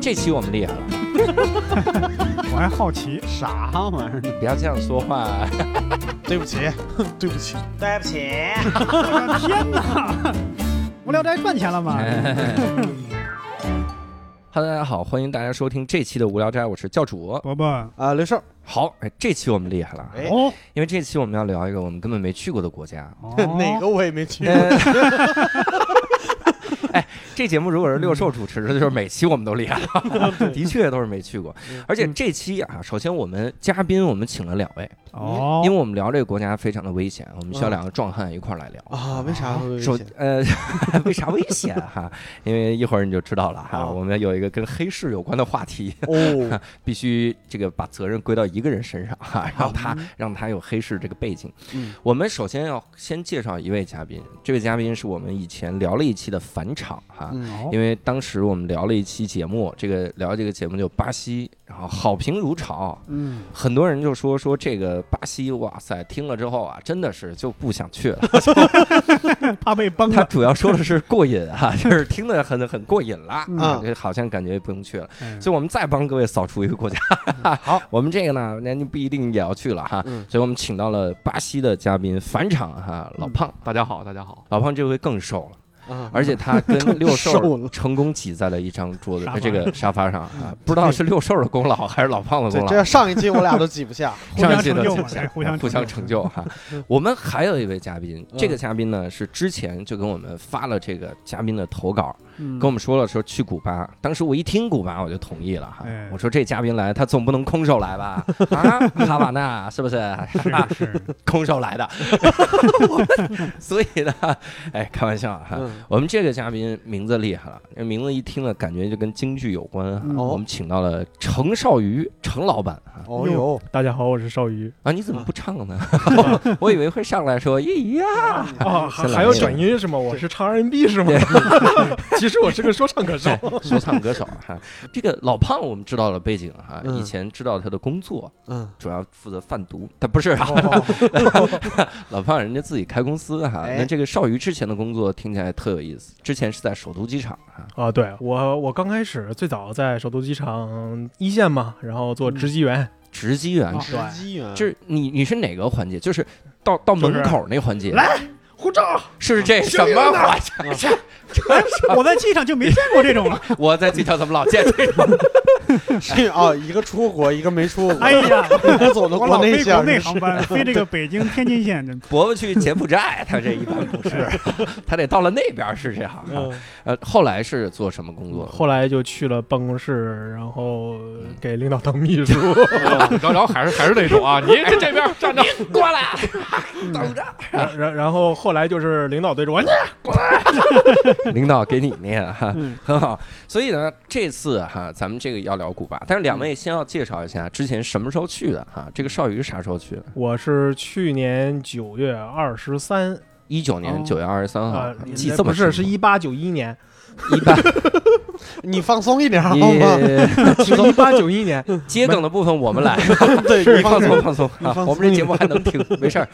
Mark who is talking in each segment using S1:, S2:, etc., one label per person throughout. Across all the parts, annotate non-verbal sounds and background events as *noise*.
S1: 这期我们厉害了，
S2: 我还好奇，
S3: 啥玩意儿？
S1: 你 *laughs* 不要这样说 *laughs* 话。
S4: 对不起， *laughs* 对不起，
S5: 对不起，
S2: 我的哎天哪！无聊斋赚钱了吗？
S1: 哎哈喽，大家好，欢迎大家收听这期的《无聊斋》，我是教主。
S2: *laughs* 伯伯，
S3: 啊，刘胜，
S1: 好，哎，这期我们厉害了，
S4: 哎
S2: 哦，
S1: 因为这期我们要聊一个我们根本没去过的国家。
S2: 哦
S4: 哪个我也没
S1: *laughs*
S4: 去。
S1: 呃哎，这节目如果是六兽主持的，就是每期我们都厉害了，的确都是没去过。而且这期啊，首先我们嘉宾我们请了两位，
S2: 哦，
S1: 因为我们聊这个国家非常的危险，我们需要
S4: 嗯
S1: 两个壮汉一块儿来聊。
S4: *laughs* 啊，为啥会危
S1: 首
S4: 险？
S1: 呃， *laughs* 为啥危险啊哈？因为一会儿你就知道了哈。
S4: 哦
S1: 我们有一个跟黑市有关的话题，
S4: 哦，
S1: 必须这个把责任归到一个人身上哈，让他
S4: 嗯
S1: 让他有黑市这个背景
S4: 嗯。
S1: 我们首先要先介绍一位嘉宾，这位嘉宾是我们以前聊了一期的返场哈。
S4: 嗯
S2: 哦
S1: 因为当时我们聊了一期节目，这个聊这个节目就巴西，然后好评如潮，
S2: 嗯，
S1: 很多人就说说这个巴西，哇塞，听了之后啊，真的是就不想去了。
S2: 怕被
S1: *laughs*
S2: 崩
S1: 他
S2: 了。
S1: 主要说的是过瘾啊， *laughs* 就是听得很很过瘾啦，
S2: 嗯
S1: 啊，就好像感觉不用去了。
S2: 嗯
S1: 所以我们再帮各位扫除一个国家。 *laughs* 好，我们这个呢，那就不一定也要去了哈。
S4: 嗯
S1: 所以我们请到了巴西的嘉宾返场哈，老胖，
S3: 大家好，大家好，
S1: 老胖这回更瘦了。
S4: 啊，
S1: 而且他跟六
S4: 瘦
S1: 兽
S4: 了
S1: 成功挤在了一张桌子
S2: 沙
S1: 呃
S2: 发
S1: 这个沙发上啊，不知道是六兽的功劳还是老胖的
S4: 这
S1: 功劳
S4: 这。要上一期我俩都挤不下。
S2: 互
S1: 上
S2: 相
S1: 一期
S2: 成
S1: 的
S2: 就嘛，
S1: 就
S2: 这
S1: 是 *laughs*
S2: 互相嗯
S1: 互相成就
S2: *laughs*
S1: 哈。我们还有一位嘉宾，这个嘉宾呢是之前就跟我们发了这个嘉宾的投稿，
S2: 嗯
S1: 跟我们说了说去古巴。当时我一听古巴，我就同意了哈
S2: 哎。
S1: 我说这嘉宾来，他总不能空手来
S2: *laughs*
S1: 吧？啊，哈瓦那是不是？啊
S2: 是是，
S1: 空手来
S2: *laughs*
S1: 的，所以呢，哎，开玩笑哈。
S4: 嗯，
S1: 我们这个嘉宾名字厉害了，这名字一听呢，感觉就跟京剧有关啊。
S2: 嗯
S1: 我们请到了程少瑜，程老板啊。
S4: 哦呦，
S6: 大家好，我是少瑜。
S1: 啊，你怎么不唱呢？ *laughs* 我以为会上来说咦呀，
S6: 哦，
S1: 先
S6: 还
S1: 来
S6: 还要转音是吗？我是唱 R&B 是吗？
S2: *laughs*
S6: 其实我是个说
S3: *laughs*
S6: 唱歌手。
S1: 说唱歌手哈、 *laughs* 这个老胖我们知道了背景哈、
S4: 嗯
S1: 以前知道他的工作
S4: 嗯，
S1: 主要负责贩毒，他不是啊，老胖人家自己开公司哈、
S4: 哎
S1: 那这个少瑜之前的工作听起来特有意思，之前是在首都机场哈、
S6: *laughs* 啊，对我，我刚开始最早在首都机场一线嘛，然后做值机员。
S3: 嗯
S1: 值机员。
S2: 哦
S4: 吃鸡元，
S1: 就是你，你是哪个环节？就是到到
S6: 就是
S1: 门口那环节，
S6: 护照，
S1: 是这什
S6: 行
S1: 么
S6: 了呢
S1: 环节？ *laughs* 这
S2: 我在机场就没见过这种。
S1: 我在机场怎么老见这种？
S4: 是 *laughs* 啊，一个出国，一个没出国。
S2: 哎呀，
S4: 我走的
S2: 我
S4: 国
S2: 老飞
S4: 内
S2: 国
S4: 线，
S2: 内航班，飞这个北京天津线，真
S1: 伯伯去柬埔寨，他这一般不是， *laughs* 他得到了那边是这样啊。呃，后来是做什么工
S6: *laughs*
S1: 作？
S6: 后来就去了办公室，然后给领导当
S3: *laughs*
S6: 秘书。
S3: 嗯哦然后还是还是那种啊，你这这边站着，
S1: 过来，等着。
S6: 然然然后后来就是领导对着我，
S1: 领导给你念哈
S2: 嗯，
S1: 很好。所以呢，这次哈，咱们这个要聊古巴，但是两位先要介绍一下之前什么时候去的哈？这个少宇啥时候去的？
S6: 我是去年九月二十三
S1: 一九年
S2: 哦
S1: 九月二十三号
S6: 啊，，
S1: 记这
S6: 不
S1: 么
S6: 是是
S1: 清楚
S6: 一八九一年，
S1: 一八，
S4: 你放松一点好吗？
S1: *laughs* 你 *laughs*
S6: 是 *laughs* 一八九一年。
S1: 接梗的部分我们来，
S4: 对，你
S1: 放 *laughs* 松放
S4: 放松。
S1: 松啊
S4: 放，松
S1: 我们这节目还能听，没事儿。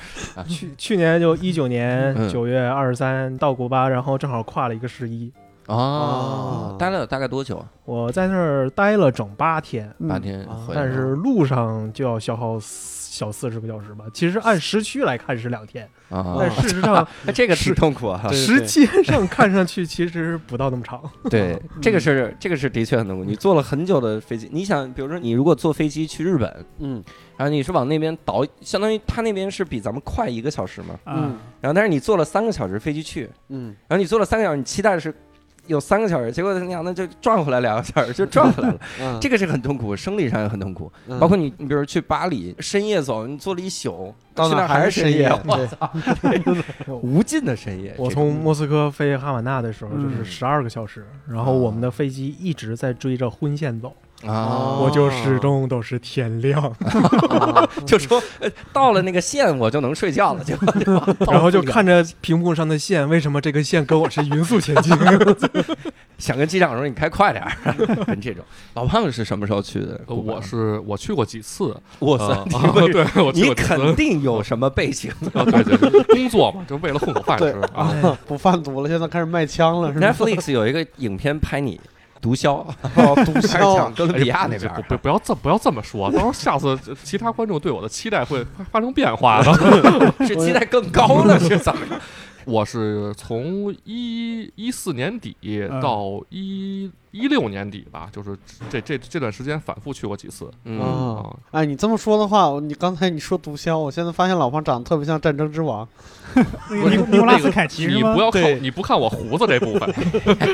S6: 去去年就一
S1: 嗯
S6: 九年九月二十三到古巴，然后正好跨了一个十一，
S1: 哦，待了有大概多久？
S6: 我在那儿待了整八天，
S2: 嗯
S1: 八天回来了。
S6: 但是路上就要消耗小四十个小时吧。其实按时区来看是两天，
S1: 啊，
S6: 但事实上
S1: 这个挺痛苦啊。
S4: 对
S6: 时间上看上去其实不到那么长。
S1: 对， *laughs* 这个是这个是的确很痛苦。你坐了很久的飞机，你想，比如说你如果坐飞机去日本，
S4: 嗯，
S1: 然后你是往那边倒，相当于他那边是比咱们快一个小时嘛。
S7: 嗯
S2: 啊，
S1: 然后但是你坐了三个小时飞机去，
S4: 嗯，
S1: 然后你坐了三个小时，你期待的是有三个小时，结果你想那就转回来两个小时，就转回来了。
S4: 嗯
S1: 这个是很痛苦，生理上也很痛苦。
S4: 嗯
S1: 包括你，你比如去巴黎，深夜走，你坐了一宿，
S4: 到
S1: 去
S4: 那
S1: 那
S4: 儿
S1: 儿
S4: 还
S1: 是
S4: 是深夜
S1: 我
S4: 对
S1: 操，无尽的深夜。
S6: 我
S1: 哎这
S6: 从莫斯科飞哈瓦那的时候就是
S1: 嗯
S6: 十二个小时，然后我们的飞机一直在追着昏线走，
S1: 种啊，
S6: 我就始终都是天亮，
S1: *laughs* 就说呃到了那个线我就能睡觉了，就
S6: 然后就看着屏幕上的线，为什么这根线跟我是匀速前进？
S1: 想跟机长说你开快点儿，跟这种。老胖是什么时候去的？
S7: 呃，我是我去过几次，
S1: 我
S7: 呃
S1: 操，
S7: 啊
S1: 你为
S7: 对，我去
S1: 你
S7: 过几次，
S1: 肯定有什么背景。
S7: 啊对对对，工作嘛，就为了混口饭
S4: 对
S7: 吃啊。嗯
S4: 啊，不贩毒了，现在开始卖枪了，是吧？
S1: Netflix 有一个影片拍你，毒
S7: 哦
S1: 枭，
S4: 毒
S1: *laughs* 开始抢
S4: 枭，
S1: 哥伦比亚那边
S7: 不
S1: 儿。
S7: 哎不不要这不要这么说，到时候下次这其他观众对我的期待会发发生变化的。
S1: *laughs* 是期待更高了，是怎
S7: *laughs*
S1: 么着？
S7: 我是从一一四年底到一一六年底吧，就是这这这段时间反复去过几次
S1: 嗯，
S4: 啊！
S7: 啊。
S4: 哎，你这么说的话，我你刚才你说毒枭，我现在发现老方长得特别像《战争之王》。
S7: *laughs* 不是
S2: 尼尼古拉斯凯奇是
S7: 你
S2: 吗
S7: 不？要
S4: 对
S7: 看你不看我胡子这部分，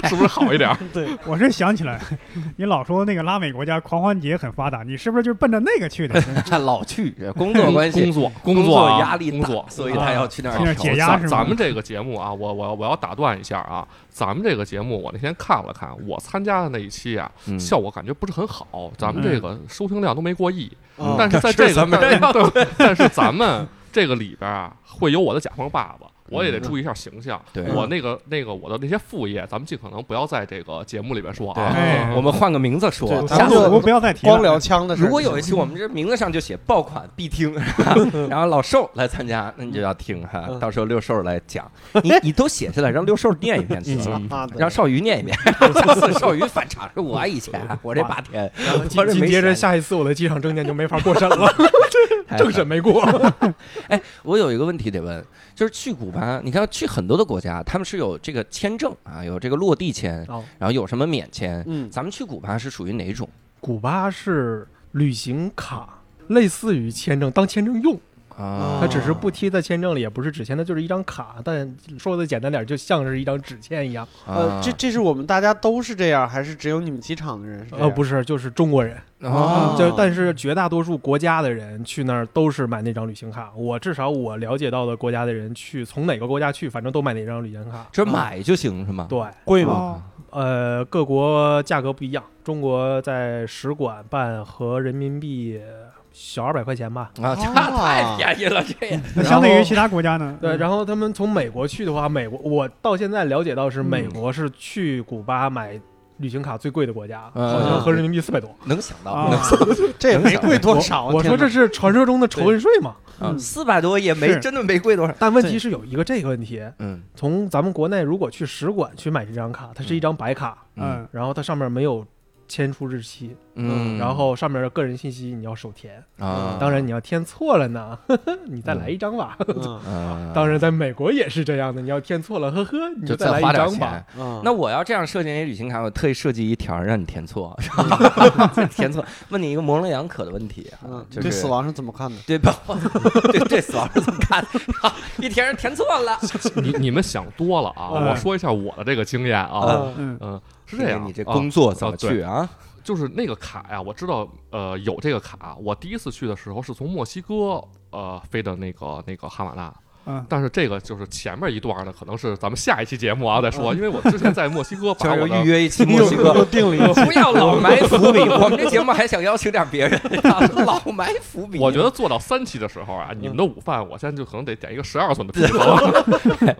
S7: 是不是好一点儿？
S4: 对，
S2: *laughs* 我是想起来，你老说那个拉美国家狂欢节很发达，你是不是就是奔着那个去
S7: *laughs*
S2: 的？
S1: 老去工作关系
S7: 工，作
S1: 工
S7: 作啊
S1: 压力
S7: 工
S1: 大
S7: 作，啊
S1: 所以他要去那儿
S2: 去那儿
S1: 调
S2: 解压
S1: 散
S2: 是吗
S7: 哦咱们这个节目啊，我我我要打断一下啊，咱们这个节目我那天看了看，我参加的那一期啊，
S1: 嗯
S7: 效果感觉不是很好，咱
S2: 嗯
S7: 们这个收听量都没过亿，
S4: 嗯
S7: 但是在
S6: *laughs*
S7: 这
S1: 是
S7: 个
S1: 咱们
S7: 但对，但是咱们这个里边啊，会有我的甲方爸爸。我也得
S1: 嗯
S7: 注意一下形象。
S1: 对
S7: 我那个那个我的那些副业，咱们尽可能不要在这个节目里边说啊。
S2: 哎
S1: 我们换个名字说，
S4: 对
S1: 下次
S2: 下次
S4: 咱们
S2: 我不要再提了。
S4: 光聊枪的事儿。
S1: 如果有一期我们这名字上就写爆款必听，然后老寿来参加，那你就要听哈，
S4: 嗯
S1: 到时候六寿来讲，你你都写下来，让六寿念一遍行吗？
S4: 啊，对
S1: 让少瑜念一
S4: *laughs*
S1: 遍，这次少瑜返场是我以前，我这八天，我
S6: 紧
S1: 这
S6: 紧
S1: 没
S6: 接着
S1: 闲
S6: 下一次我的机场证件就没法过审了， *laughs*
S1: 太
S6: 政审没过。
S1: 我有一个问题得问，就是去古巴，你看去很多的国家，他们是有这个签证啊，有这个落地签，
S6: 哦
S1: 然后有什么免签。
S4: *laughs*
S1: *laughs*
S4: 嗯
S1: 咱们去古巴是属于哪种
S6: 古巴是旅行卡，类似于签证，当签证用，
S1: 啊？
S6: 它只是不贴在签证里，也不是纸签，它就是一张卡。但说的简单点儿，就像是一张纸签一样。
S1: 啊
S4: 呃，这这是我们大家都是这样，还是只有你们机场的人是这
S6: 呃，
S4: 样？
S6: 不是，就是中国人。
S1: 啊
S4: 啊
S6: 就但是绝大多数国家的人去那儿都是买那张旅行卡。我至少我了解到的国家的人去，从哪个国家去，反正都买那张旅行卡。
S1: 这买就行是吗？
S6: 对，
S4: 贵吗？
S2: 哦，
S6: 呃，各国价格不一样，中国在使馆办合人民币小二百块钱吧。
S1: 啊，这太便宜了，这也
S2: 那相对于其他国家呢？
S6: 对，然后他们从美国去的话，美国我到现在了解到是美国是去古巴买旅行卡最贵的国家，
S1: 嗯
S6: 好像合人民币四百多。
S1: 能想到，
S2: 啊
S1: 能想
S4: 这也没贵多少。啊
S6: 我说
S4: 天哪
S6: 这是传说中的仇人税嘛？
S1: 到，四百多也没
S2: 是
S1: 真的没贵多少。
S6: 但问题是有一个这个问题，
S1: 嗯
S6: 从咱们国内如果去使馆去买这张卡，它是一张白卡，
S1: 嗯
S2: *laughs* 嗯，
S6: 然后它上面没有签出日期，
S1: 嗯，
S6: 然后上面的个人信息你要手填，
S1: 啊，
S6: 当然你要填错了呢， *laughs* 呵呵，你再来一张吧。
S4: 嗯
S1: 嗯，
S6: 当然，在美国也是这样的，你要填错了，呵呵，你
S1: 就
S6: 再来
S1: 花
S6: 一
S1: 点
S6: 张
S1: 钱
S6: 吧。。
S4: 嗯，
S1: 那我要这样设计你旅行卡，我特意设计一条让你填错，填错。问你一个模棱两可的问题啊
S4: 嗯，，
S1: 就
S4: 你
S1: 是
S4: 对死亡是怎么看的？
S1: 对吧？ *laughs* 对对，死亡是怎么看？ *laughs* 一填上填错了，
S7: *laughs* 你你们想多了啊！
S2: 嗯
S7: 我说一下我的这个经验啊，
S4: 嗯
S2: 嗯，
S7: 嗯，是这样，
S1: 哎你这
S7: 啊
S1: 工作怎么
S7: 啊对
S1: 去啊？
S7: 就是那个卡呀，我知道，呃，有这个卡。我第一次去的时候是从墨西哥呃飞的那个那个哈瓦那，
S2: 嗯，
S7: 但是这个就是前面一段呢，可能是咱们下一期节目啊再说，因为我之前在墨西哥把
S1: *laughs* 就
S7: 我
S1: 是
S7: 的
S1: 预约一期墨西哥
S4: 又，定了
S6: *laughs*
S4: 一
S1: 不要老埋伏笔。我们这节目还想邀请点别人，老埋伏笔。
S7: 我觉得做到三期的时候 *laughs* 啊，你们的午饭我现在就可能得点一个十二寸的披萨了。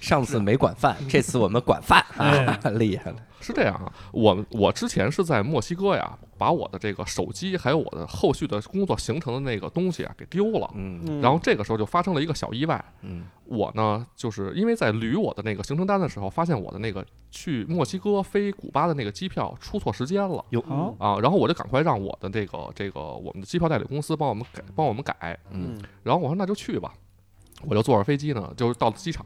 S1: 上次没管饭，
S7: 嗯
S1: 这次我们管饭啊，*laughs*
S7: 哎
S1: 厉害了。
S7: 是这样啊，我我之前是在墨西哥呀，把我的这个手机还有我的后续的工作行程的那个东西啊给丢了，
S1: 嗯
S4: 嗯
S7: 然后这个时候就发生了一个小意外。
S1: 嗯
S7: 我呢，就是因为在捋我的那个行程单的时候，发现我的那个去墨西哥飞古巴的那个机票出错时间了
S2: 好，
S7: 啊，然后我就赶快让我的这个这个我们的机票代理公司帮我们改帮我们改，
S1: 嗯，
S7: 然后我说那就去吧，我就坐着飞机呢，就是到了机场，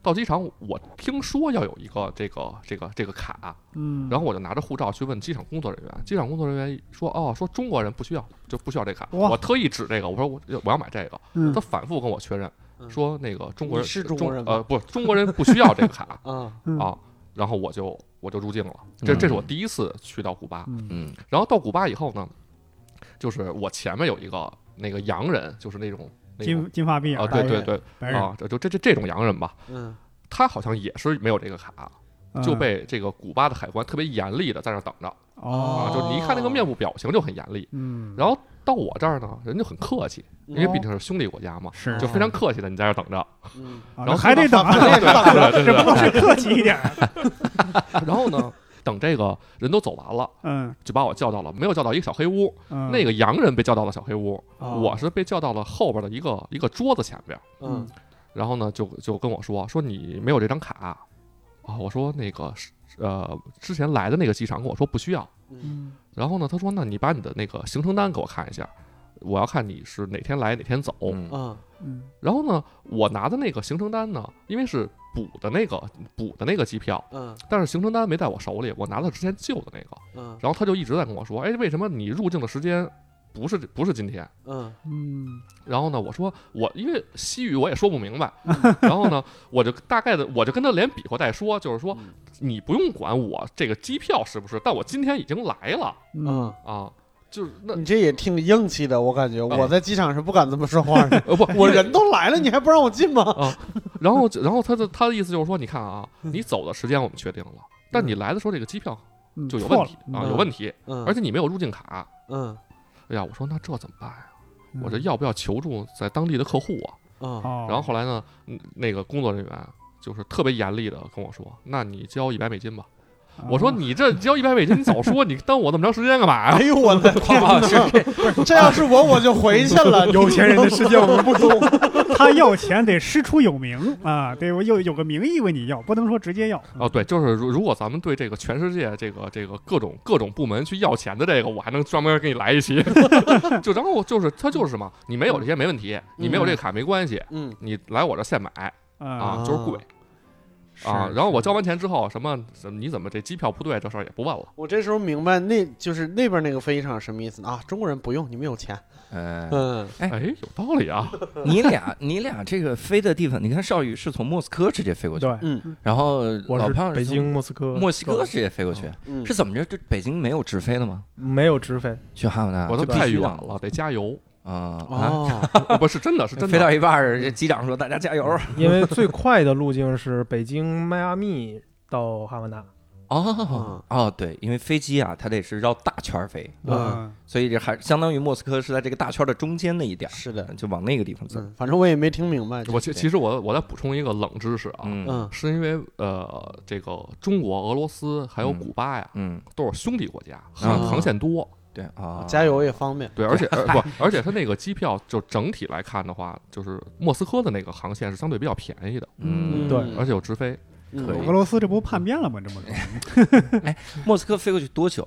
S7: 到机场我听说要有一个这个这个这个卡，
S2: 嗯，
S7: 然后我就拿着护照去问机场工作人员，机场工作人员说哦，说中国人不需要，就不需要这卡，
S2: 哇
S7: 我特意指这个，我说我我要买这个，
S2: 嗯
S7: 他反复跟我确认
S4: 嗯
S7: 说那个中国人
S4: 你是中国人吗
S7: 呃，不，中国人不需要这个卡 *laughs*
S4: 啊，
S2: 嗯
S7: 啊。然后我就我就入境了，
S4: 嗯
S7: 这这是我第一次去到古巴。
S2: 嗯
S1: 嗯
S7: 然后到古巴以后呢，就是我前面有一个那个洋人，就是那种那种
S2: 金金发碧眼
S7: 啊，
S2: 儿，
S7: 对
S4: 白
S7: 对
S4: 人
S7: 对
S2: 白人
S7: 啊，这就这这这种洋人吧，
S4: 嗯
S7: 他好像也是没有这个卡，
S2: 嗯
S7: 就被这个古巴的海关特别严厉的在那儿等着啊，
S2: 哦，
S7: 就你一看那个面部表情就很严厉。
S2: 嗯，
S7: 然后到我这儿呢，人就很客气，因为毕竟是兄弟国家嘛，
S2: 是
S7: 就非常客气的，你在这儿等着。
S4: 嗯，
S2: 啊
S7: 然后
S2: 还得等啊，
S4: 这大了，
S2: 这不都是客气一点儿？
S7: 然后呢，等这个人都走完了，
S2: 嗯
S7: 就把我叫到了，没有叫到一个小黑屋，
S2: 嗯，
S7: 那个洋人被叫到了小黑屋，
S4: 哦
S7: 我是被叫到了后边的一个一个桌子前边。
S4: 嗯
S7: 然后呢，就就跟我说说你没有这张卡，啊，我说那个是呃之前来的那个机场跟我说不需要，
S2: 嗯
S7: 然后呢，他说那你把你的那个行程单给我看一下，我要看你是哪天来哪天走。
S1: 嗯
S4: 嗯
S2: 嗯
S7: 然后呢，我拿的那个行程单呢，因为是补的那个补的那个机票，
S4: 嗯
S7: 但是行程单没在我手里，我拿的之前旧的那个。
S4: 嗯
S7: 然后他就一直在跟我说，哎，为什么你入境的时间不是不是今天？
S4: 嗯
S2: 嗯
S7: 然后呢，我说我因为西语我也说不
S4: *laughs*
S7: 明白，然后呢，我就大概的我就跟他连比划带说，就是说
S4: 嗯
S7: 你不用管我这个机票是不是，但我今天已经来了
S4: 嗯，
S7: 啊，就是那
S4: *laughs* 你这也挺硬气的，我感觉
S7: 嗯。
S4: 我在机场是不敢这么说话的
S7: 呃不，
S4: *laughs* 我人都来啊了，你还不让我进吗？
S7: 然后然后他的他的意思就是说，你看啊，
S4: 嗯
S7: 你走的时间我们确定了，但你来的时候这个机票
S2: 嗯，
S7: 就有
S2: 错
S7: 问题
S2: 了
S7: 啊，
S4: 嗯
S7: 有问题，
S4: 嗯，
S7: 而且你没有入境卡。
S4: 嗯
S7: 哎呀，我说那这怎么办呀？
S2: 嗯
S7: 我这要不要求助在当地的客户啊？
S4: 嗯
S2: 哦，
S7: 然后后来呢，嗯那个工作人员就是特别严厉的跟我说：“那你交一百美金吧。”我说：“
S2: 哦
S7: 你这交一百美金，你早说，你耽误我那么长时间干嘛
S1: *laughs*
S7: 呀
S4: 哎呦我 *laughs* 的天
S1: 啊， *laughs* 是
S4: 哪！这要是我我就回去了。
S6: 有钱人的世界我们不懂。
S2: *laughs* 他要钱得师出有名啊，得我有有个名义问你要，不能说直接要。？”
S7: 哦，对，就是如如果咱们对这个全世界这个这个各种各种部门去要钱的这个，我还能专门给你来一期。 *laughs* 就然后就是他就是什么，你没有这些没问题，你没有这个卡没关系，
S4: *laughs* 嗯
S7: 你来我这现买
S2: 啊
S7: 啊，就是
S1: 哦
S7: 贵啊。然后我交完钱之后，什么什么你怎么这机票不对这事儿也不问了。
S4: 我这时候明白，那就是那边那个飞机场什么意思呢啊？中国人不用，你们有钱。
S1: 哎，
S4: 嗯
S1: 哎
S7: 哎，有道理啊。
S1: 你俩你俩这个飞的地方，你看少宇是从莫斯科直接飞过去，
S6: 对，
S4: 嗯
S1: 然后
S6: 我
S1: 老
S6: 是
S1: 胖
S6: 北
S1: 是从
S6: 京、莫斯科、
S1: 墨西哥直接飞过去，
S4: 嗯
S1: 是怎么着？这北京没有直飞的吗？
S6: 没有直
S7: *laughs*
S6: 飞，
S1: 去哈瓦那
S7: 我都
S1: 啊就必
S7: 太
S1: 须
S7: 远
S1: 的
S7: 了，得加油。
S1: 啊啊！
S4: 哦，
S7: 不是真的，是
S1: *laughs*
S7: 真
S1: 飞
S7: 的。啊嗯
S1: 到一半儿，这机长说：“大家加油
S6: 因为最快的路径是北京、迈阿密到哈瓦那。！”
S1: 哦哦，对，因为飞机啊，它得是绕大圈儿飞，
S4: 嗯，
S2: 嗯
S1: 所以这还相当于莫斯科是在这个大圈儿的中间那一点儿，呃
S4: 是的，
S1: 就往那个地方走。
S4: 嗯，反正我也没听明白。
S7: 我其其实我我再补充一个冷知识啊，
S1: 嗯
S4: 嗯
S7: 是因为呃，这个中国、俄罗斯还有
S1: 嗯
S7: 古巴呀，
S1: 嗯，
S7: 都是兄弟国家，航航线多，
S1: 对啊，
S4: 加油也方便。
S7: 对，而且呃不，而且它那个机票就整体来看的话，就是莫斯科的那个航线是相对比较便宜的，
S1: 嗯，
S6: 对
S7: 而且有直飞，
S4: 嗯
S1: 可以
S2: 俄罗斯这不叛变了吗？这么说，
S1: 莫斯科飞过去多久？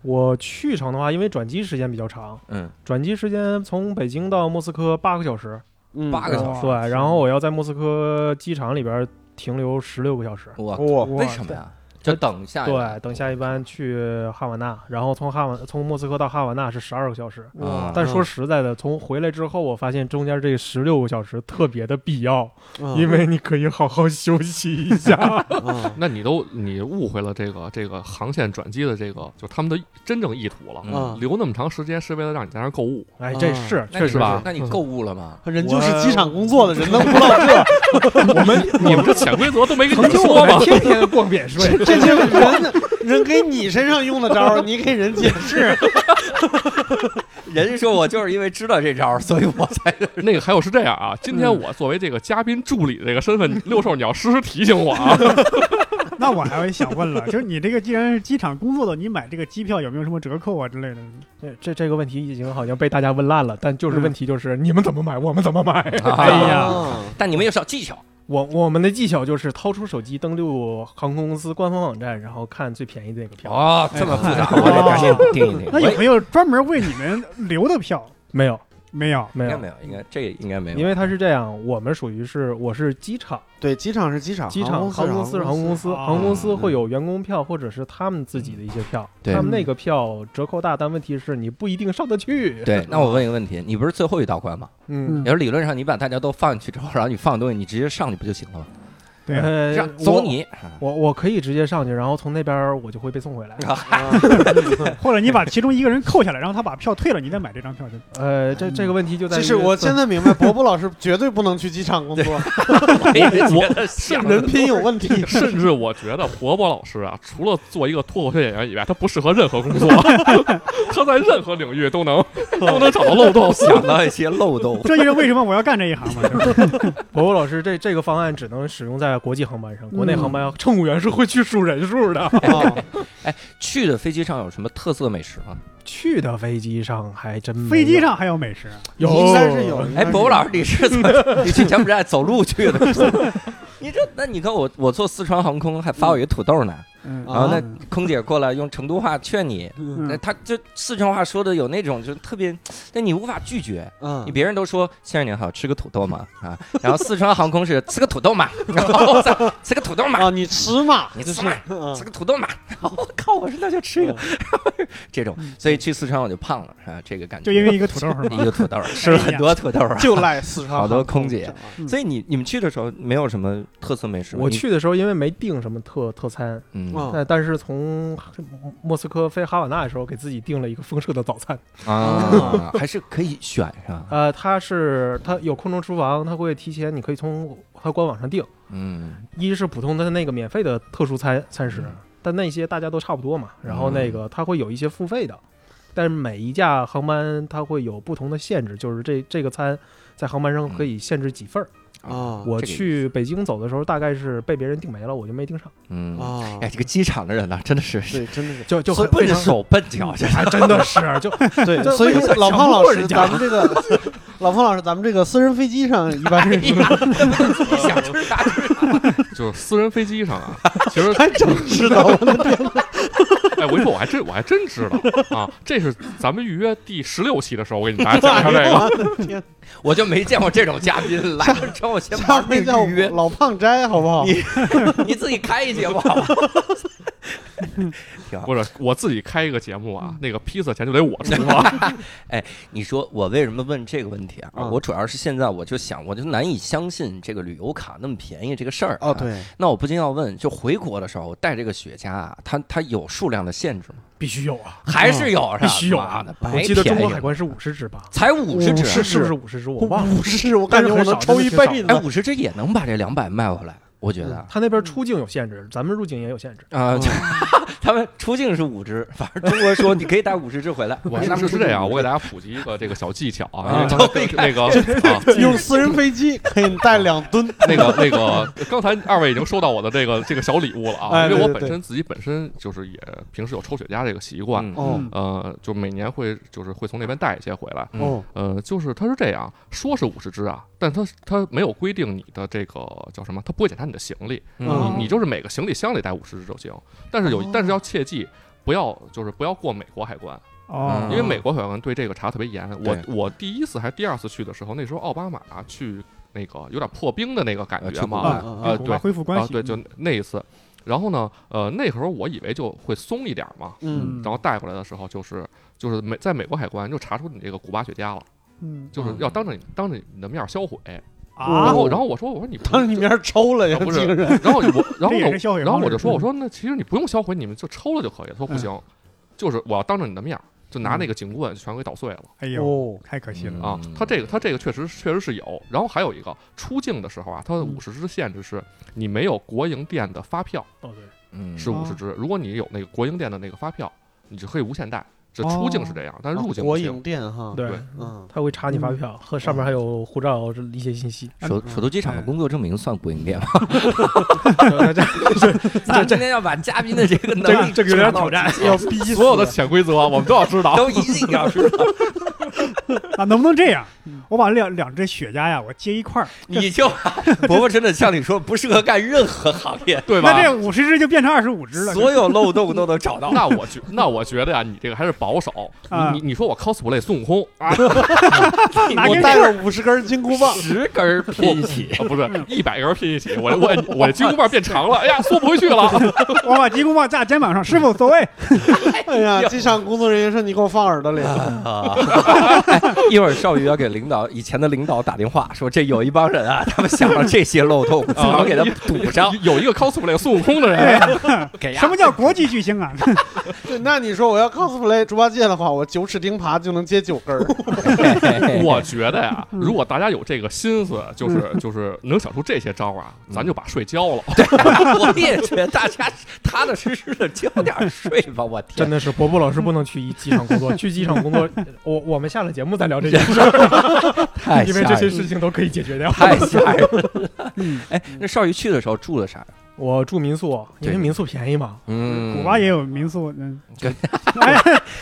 S6: 我去程的话，因为转机时间比较长，
S1: 嗯，
S6: 转机时间从北京到莫斯科八个小时，
S4: 嗯
S1: 八个小
S2: 时
S6: 对，然后我要在莫斯科机场里边停留十六个小时，
S1: 我
S4: 哇
S1: 为什么呀？就等下一班
S6: 对，等下一班去哈瓦那，然后从哈瓦从莫斯科到哈瓦那是十二个小时。
S1: 啊，
S6: 嗯但说实在的，从回来之后，我发现中间这十六个小时特别的必要，
S1: 啊
S4: 嗯
S6: 因为你可以好好休息
S1: *laughs*
S6: 一下。
S4: 嗯
S7: 那你都你误会了这个这个航线转机的这个就他们的真正意图了。
S1: 嗯
S4: 嗯，
S7: 留那么长时间是为了让你在那儿购物，
S6: 哎，这是
S1: 那你
S6: 确实吧？
S1: 啊那你购物了吗？
S4: 人就是机场工作的，人能不唠这？
S6: 我们 *laughs*
S7: 你们这潜规则都没跟
S6: 曾
S7: 你们
S6: 经我
S7: 说
S6: 们
S7: 吗？
S6: 天天逛免税，
S4: 这就是人人给你身上用的招儿，你给人解
S6: *laughs*
S4: 释。
S1: *laughs* 人家说我就是因为知道这招儿，所以我 *laughs* 才
S7: 那个还有是这样啊，今天我作为这个嘉宾助理这个身份，六兽你要时时提醒我啊。
S2: *laughs* 那我还想问了，就是你这个既然是机场工作的，你买这个机票有没有什么折扣啊之类的？
S6: 这这这个问题已经好像被大家问烂了，但就是
S1: 嗯
S6: 问题就是、你们怎么买，我们怎么买？ *laughs*
S1: 哎呀，
S4: 哦，
S1: *laughs* 但你们有少技巧，
S6: 我我们的技巧就是掏出手机登录航空公司官方网站，然后看最便宜的那个票。
S1: 哦，
S7: *laughs*
S1: 这么复杂，
S2: 哎
S1: 我得赶紧定 *laughs* 一定。
S2: 那有没有专门为你们留的票？
S6: 没有
S2: 没有，
S6: 没
S1: 应该
S6: 有，
S1: 没有，应该这应该没有，
S6: 因为它是这样，我们属于是我是机场
S4: 对，机场是机场，
S6: 机场
S4: 啊航空
S6: 航空
S4: 公
S6: 公
S4: 司
S6: 司
S4: 是
S6: 航空公司
S2: 啊
S6: 航空公司会有员工票或者是他们自己的一些票，
S1: 对
S2: 嗯
S6: 他们那个票折扣大，但问题是你不一定上得去。
S1: 对。那我问一个问题，你不是最后一道关吗？
S6: 嗯，
S1: 要是理论上你把大家都放进去之后，然后你放东西，你直接上去不就行了吗？
S2: 对
S6: 呃
S1: 让走。 *laughs* 你，
S6: 我我我可以直接上去，然后从那边儿我就会被送回来。
S4: 啊
S2: 或者你把其中一个人扣下来，然后他把票退了，你再买这张票就。
S6: 呃，这这个问题 *laughs* 就在于
S4: 就是我现在明白，伯伯老师绝对不能去机场工作，
S1: 我
S4: 是人品有
S6: *laughs*
S4: 问
S7: *laughs*
S4: 题。
S7: 甚至我觉得伯伯老师啊，除了做一个脱口秀演员以外，他不适合任何 *laughs* 工作，他在任何领域都 *laughs* 能都能找到漏 *laughs* 洞。
S1: 想到一些漏洞。
S2: 这就是为什么我要干这一行嘛。就是
S6: 伯伯老师，这这个方案只能使用在国际航班上，国
S2: 嗯
S6: 内航班乘务员是会去数人数的。
S4: 啊
S1: *laughs* 去的飞机上有什么特色美食吗？
S6: 去的飞机上还真没有
S2: 飞机上还有美食，
S6: 有，
S1: 哎
S4: 应该是有。
S1: *laughs* 哎，伯伯老师，你是怎么你去柬埔寨走路去的？ *laughs* 你这，那你看我，我坐四川航空还发我一土豆呢，
S2: 嗯
S1: 然后
S4: 啊
S1: 那空姐过来用成都话劝你，那
S2: 嗯
S1: 她就四川话说的有那种就特别，但你无法拒绝，
S4: 嗯
S1: 你别人都说先生您好，吃个土豆嘛 *laughs* 啊，然后四川航空是吃个土豆嘛，然后我操吃个土豆嘛，
S4: 啊，你吃嘛，
S1: 你
S4: 就
S1: 吃
S4: 是
S1: 嘛
S4: 嗯
S1: 吃个哦土豆嘛，啊 *laughs* 嗯我靠，我说那就吃一个，这种，
S4: 嗯
S1: 所以去四川我就胖了啊，这个感觉，
S2: 就因为一个土豆是
S1: 一
S2: 吗？
S1: 个土
S4: *laughs*
S1: 豆吃了很多土豆啊，
S4: 就赖四川
S1: 好多
S4: 航
S1: 空
S4: 空
S1: 姐
S4: 整啊
S1: 所以你你们去的时候没有什么特色美食吗？
S6: 我
S1: 你，
S6: 去的时候因为没订什么特特餐，
S1: 嗯
S4: 嗯
S6: 但但是从莫斯科飞哈瓦那的时候，给自己订了一个丰盛的早餐。
S1: 啊，还是可以选是吧？
S6: 呃，它是它有空中厨房，它会提前，你可以从它官网上订。
S1: 嗯，
S6: 一是普通的那个免费的特殊餐餐食，但那些大家都差不多嘛。然后那个它会有一些付费的，但是每一架航班它会有不同的限制，就是这这个餐在航班上可以限制几份儿。
S4: 啊
S6: 我
S1: 这个
S6: 去北京走的时候，大概是被别人订没了，我就没订上，
S1: 嗯，
S4: 啊，
S1: 哎，这个机场的人呢，真的是
S4: 对，真的是
S6: 就就
S4: 所以嗯
S6: 很
S1: 笨
S6: 非常
S1: 手笨脚，这
S6: 哎，真的是就
S2: 嗯
S1: *laughs*
S4: 对，
S6: *laughs* 这
S4: 所以
S6: 为什么
S4: 老
S6: 抢
S4: 胖
S6: 不
S4: 老
S6: 过
S4: 师，
S6: 人家
S4: 咱们这个老胖老师，咱们这个私人飞机上一般
S1: 哎
S4: 是 *laughs*
S1: 你想吃啥吃啥。
S7: 就是私人飞机上 *laughs* 啊，其实
S4: 还真知道了，
S7: 哎，我一说我还真我还真知道啊，这是咱们预约第十六期的时候，我给你
S4: *laughs*
S7: 大家讲讲这 *laughs* 个。
S4: 啊
S1: 我就没见过这种嘉宾来了之后先
S4: *laughs* 下
S1: 玩
S4: 回
S1: 命
S4: 叫
S1: 预约，
S4: 老胖斋好不好？
S1: 你你自己开一节目好吧？
S7: 不是我自己开一个节目啊，那个披萨钱就得我出啊。
S1: *laughs* 哎你说我为什么问这个问题啊？
S4: 嗯
S1: 我主要是现在我就想，我就难以相信这个旅游卡那么便宜这个事儿、啊
S4: 哦，，对，
S1: 那我不禁要问，就回国的时候我带这个雪茄啊，它它有数量的限制吗？
S6: 必须有啊，
S1: 还是有是吧？
S6: 必须有
S1: 妈
S6: 啊
S1: 的！
S6: 我
S1: 白
S6: 记得中
S1: 哎便
S6: 国
S1: 宜
S6: 海关是五十支吧？
S1: 才五十
S4: 五
S1: 支
S4: 十
S1: 啊，
S6: 是是不是五十支？我忘了。
S4: 五十，我感
S6: 但是
S4: 觉我
S6: 很少
S4: 能抽一
S6: 真的
S4: 辈
S6: 挺少
S1: 哎，
S4: 子。
S1: 五十支也能把这两百卖回来，我觉得啊
S6: 他那边出境有限制，咱们入境也有限制。
S1: 啊，就 *laughs* 他们出境是五支，反正中国说你可以带五十支回来。
S7: *laughs*
S1: 嗯
S7: 我是是这样，我给大家普及一个这个小技巧啊，
S1: 啊
S7: *laughs* 因为刚才那个啊，
S4: 用私人飞机可以带两吨，
S7: *laughs* 那个那个，刚才二位已经收到我的这个这个小礼物了啊，
S4: 哎
S7: 因
S4: 对
S7: 为我
S4: 对
S7: 本
S4: 对
S7: 身自己本身就是也平时有抽雪茄这个习惯，
S1: 嗯
S4: 哦
S2: 嗯
S7: 呃，就每年会就是会从那边带一些回来。
S1: 嗯
S4: 哦，
S7: 呃，就是它是这样，说是五十支啊，但它它没有规定你的这个叫什么，它不会检查你的行李，
S1: 嗯
S4: 哦
S7: 你你就是每个行李箱里带五十支就行。但是有，但是要切记。不要，就是不要过美国海关，
S2: 哦，
S7: 因为美国海关对这个查得特别严。我
S1: 对
S7: 我第一次还是第二次去的时候，那时候奥巴马去那个有点破冰的那个感
S1: 呃去
S7: 觉
S6: 嗯
S7: 嘛
S1: 古巴，
S2: 啊
S7: 呃，
S2: 古
S7: 对
S2: 巴，恢复关
S7: 啊，
S2: 系，嗯
S7: 对，就那一次。然后呢，呃，那时候我以为就会松一点儿嘛，
S4: 嗯
S7: 然后带回来的时候就是就是美在美国海关就查出你这个古巴雪茄了，
S2: 嗯
S7: 就是要当着你当着你的面儿销毁。
S2: 啊
S7: 然，后然后我说我说你不
S4: 当着你面抽了呀，
S7: 啊不是
S4: 几个人，
S7: 然
S2: *laughs*
S7: 后我然后
S2: 这也是
S7: 我
S2: 销毁
S7: 然后
S2: 方式
S7: 我就说我说那其实你不用销毁，你们就抽了就可以了。
S2: 嗯
S7: 他说不行，就是我要当着你的面儿就拿那个警棍全给捣碎了。
S2: 哎呦，
S4: 哦，
S2: 太可惜了，
S7: 啊
S1: 嗯，
S7: 它这个它这个确实确实是有。然后还有一个出境的时候啊，它的
S2: 嗯
S7: 五十支限制是你没有国营店的发票
S6: 哦，对，
S1: 嗯
S7: 是五十支，如果你有那个国营店的那个发票，你就可以无限带。这出境是这样，但是入境不
S4: 哦国
S7: 行。
S4: 营店哈，
S6: 对
S7: 对
S4: 嗯，
S6: 他会查你发票和上面还有护照这一些信息。
S1: 首首都机场的工作证明算国营店吗？
S6: 这这
S1: 咱今天要把嘉宾的这个能
S2: *laughs*
S1: 力
S6: 这个有
S1: 抓
S6: 点
S1: 到
S6: 挑战
S1: 极
S4: 要
S1: 限
S4: 逼死
S7: 所有的潜规则我们都要知
S1: *laughs*
S7: 道。
S1: 都一定要知
S6: *laughs*
S1: 道，
S2: 啊，能不能这样？我把两两只雪茄呀，我接一块儿，
S1: 你就 *laughs* 伯伯真的像你说不适合干任何行
S6: *laughs*
S1: 业，
S7: 对吧
S2: 那？这五十只就变成二十五只了，
S1: 所有漏洞都能找
S6: *laughs*
S1: 到。
S7: 那我觉那我觉得呀，你这个还是保守。
S2: 啊
S7: 你你你说我 cosplay 孙悟空啊，
S2: 拿
S4: 我
S2: 根
S4: 带了五十根金箍棒，
S1: 十根儿拼一
S6: *laughs*
S1: 起，
S7: 不是一百个人拼一起，我我我这金箍棒变长了，哎呀，缩不回去了。
S2: 我把金箍棒架肩膀上，师傅走位。
S4: 哎呀，机场工作人员说你给我放耳朵里，
S6: *laughs*
S1: 啊！一会儿少宇要给领导以前的领导打电话，说这有一帮人啊， *laughs* 他们想到这些漏
S6: *laughs*
S1: 洞，怎么给他堵上？
S7: 有一个 cosplay 孙悟空的人，
S1: 给呀 *laughs*
S2: 什么叫国际巨星啊？
S4: 对，那你说我要 cosplay 猪八戒的话，我九齿钉耙就能接九根儿，
S1: 哎
S7: 我觉得呀，如果大家有这个心思，就是就是能想出这些招啊，咱就把税交了。
S1: 我也觉得大家踏踏实实的交点税吧，我
S6: 真
S1: 天！
S6: 的是伯伯老师不能去一机场工作，去机场工作，我我们下了节目再聊这件事儿， *laughs*
S1: 太 *laughs*
S6: 因为这些事情都可以解决掉。 *laughs*
S1: 太吓人了。
S2: 嗯
S1: *laughs* 哎，那少宇去的时候住的啥？
S6: 我住民宿，因为
S1: 对
S6: 民宿便宜嘛。
S1: 嗯，
S2: 古巴也有民宿，嗯，
S1: 对
S2: 哎，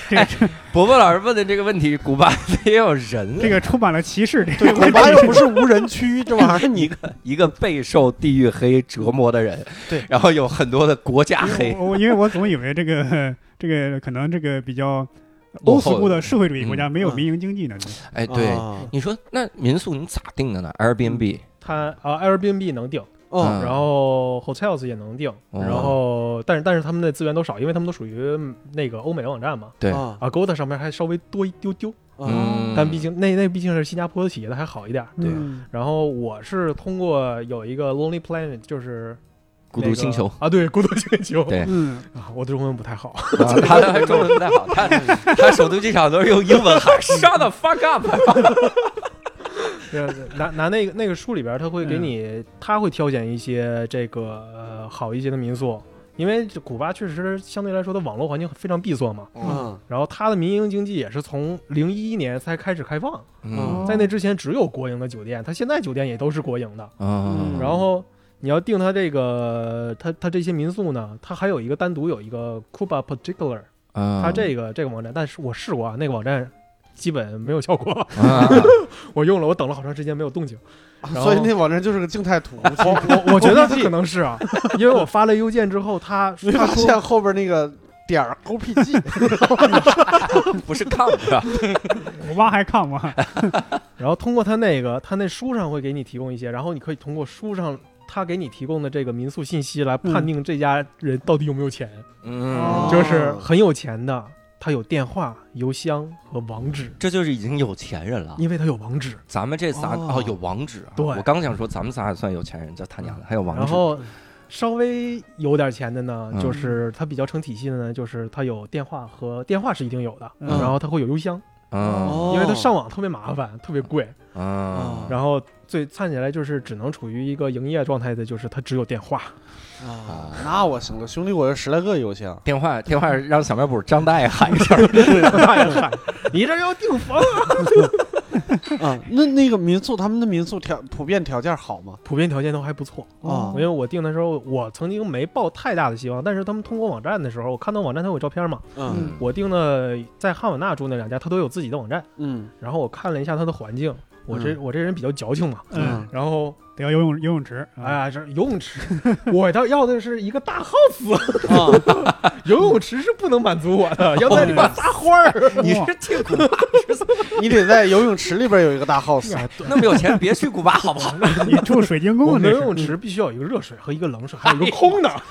S2: 这个
S1: 伯伯老师问的这个问题，古巴 *laughs* 也有人，啊
S2: 这个充满了歧视，这
S4: 对，
S2: 个
S4: *laughs* 古巴又不是无人区，这玩意儿你
S1: *laughs* 一个备受地域黑折磨的人，
S4: 对，
S1: 然后有很多的国家黑，
S2: 我我因为我总以为这个这个可能这个比较
S1: 落
S2: old
S1: 后
S2: school
S1: 的
S2: 的社会主义国家没有
S4: 嗯
S2: 民营经济呢，
S1: 哎，对，
S4: 啊
S1: 你说那民宿你咋定的呢？Airbnb，
S6: 它啊，Airbnb 能订，
S1: 嗯
S4: 哦，
S6: 然后 hotels 也能订，
S1: 哦
S6: 然后但是但是他们的资源都少，因为他们都属于嗯那个欧美网站嘛。
S1: 对
S4: 啊，
S6: Agoda 上面还稍微多一丢丢，
S4: 啊
S1: 嗯，
S6: 但毕竟那那毕竟是新加坡的企业的还好一点。
S1: 对
S2: 嗯
S6: 然后我是通过有一个 Lonely Planet，就是
S1: 孤
S6: 那
S1: 独
S6: 个
S1: 星球，
S6: 啊，对， *laughs* 孤独星球。
S1: 对
S2: 嗯，
S6: 啊，我的中文不太好。
S1: *laughs* 啊他他中文不太好，他
S4: *laughs*
S1: 他首都机场都是用英文喊 “Shut the fuck up”，
S6: 对对拿拿那个那个书里边儿，他会给
S2: 嗯
S6: 你，他会挑选一些这个呃好一些的民宿，因为这古巴确实相对来说的网络环境非常闭塞嘛。
S4: 嗯
S6: 然后它的民营经济也是从零一一年才开始开放，
S1: 嗯
S6: 在那之前只有国营的酒店，它现在酒店也都是国营的。
S1: 嗯，
S6: 然后你要订它这个它它这些民宿呢，它还有一个单独有一个 Cuba Particular，它
S1: 他
S6: 这个这个网站，但是我试过啊，那个网站基本没有效果， *laughs*
S1: 啊，
S6: 我用了我等了好长时间没有动静。
S4: 啊
S6: 然
S4: 所以
S6: 后
S4: 那网站就是个静态图，
S6: 我我我觉得可能是啊，因为我发了邮件之后，他
S4: 没
S6: 他
S4: 发
S6: 说 *laughs*
S4: 现后边那个点儿 OPG
S1: 不是抗是
S4: 哦
S1: 吧？
S2: 古巴还看吗？
S6: 然后通过他那个他那书上会给你提供一些，然后你可以通过书上他给你提供的这个民宿信息来判定这家人到底有没有钱，
S1: 嗯，
S6: 就是很有钱的，他有电话、邮箱和网址，
S1: 这就是已经有钱人了。
S6: 因为他有网址。
S1: 咱们这仨
S4: 哦
S1: 哦有网址啊，
S6: 对
S1: 我刚想说咱们仨也算有钱人，叫他娘的还有网
S6: 然
S1: 址，
S6: 后稍微有点钱的呢，
S1: 嗯
S6: 就是他比较成体系的呢，就是他有电话和电话是一定有的，
S2: 嗯
S6: 然后他会有邮箱，
S1: 嗯
S4: 哦
S6: 因为他上网特别麻烦，特别贵。
S1: 嗯，
S6: 然后最看起来就是只能处于一个营业状态的，就是它只有电话。
S4: 啊，那我行了，兄弟，我这十来个啊邮箱，
S1: 电话电话让小卖部张大爷喊一声，
S6: 你这要订房， *laughs*
S7: 嗯
S4: 啊，那那个民宿，他们的民宿条普遍条件好吗？
S6: 普遍条件都还不错。
S4: 啊
S6: 因为我订的时候，我曾经没抱太大的希望，但是他们通过网站的时候，我看到网站它有照片嘛，
S4: 嗯
S6: 我订的在汉瓦纳住那两家，它都有自己的网站。
S4: 嗯
S6: 然后我看了一下它的环境，我
S1: 嗯
S6: 这、我这人比较矫情嘛，
S2: 嗯，
S6: 然后
S2: 得要游泳游泳池，
S1: 嗯
S6: 哎
S2: 啊，
S6: 呀，这游泳池， *laughs* 我倒要的是一个大 house，
S4: 啊，
S6: 游泳池是不能满足我
S1: *laughs*
S6: 的，要在里面撒花儿。
S1: 哦
S6: *laughs* 哦
S1: 你
S2: 哇
S1: 是听
S4: 你得在游泳池里边有一个大
S7: 嗯
S4: house，啊
S1: 那么有钱别去古巴好不好？
S2: 你住水晶
S6: 我
S2: 宫
S6: 们
S2: 这
S6: 游
S2: 是
S6: 泳池必须要有一个热水和一个冷水，还有
S1: 哎
S6: 一个空的。
S4: 啊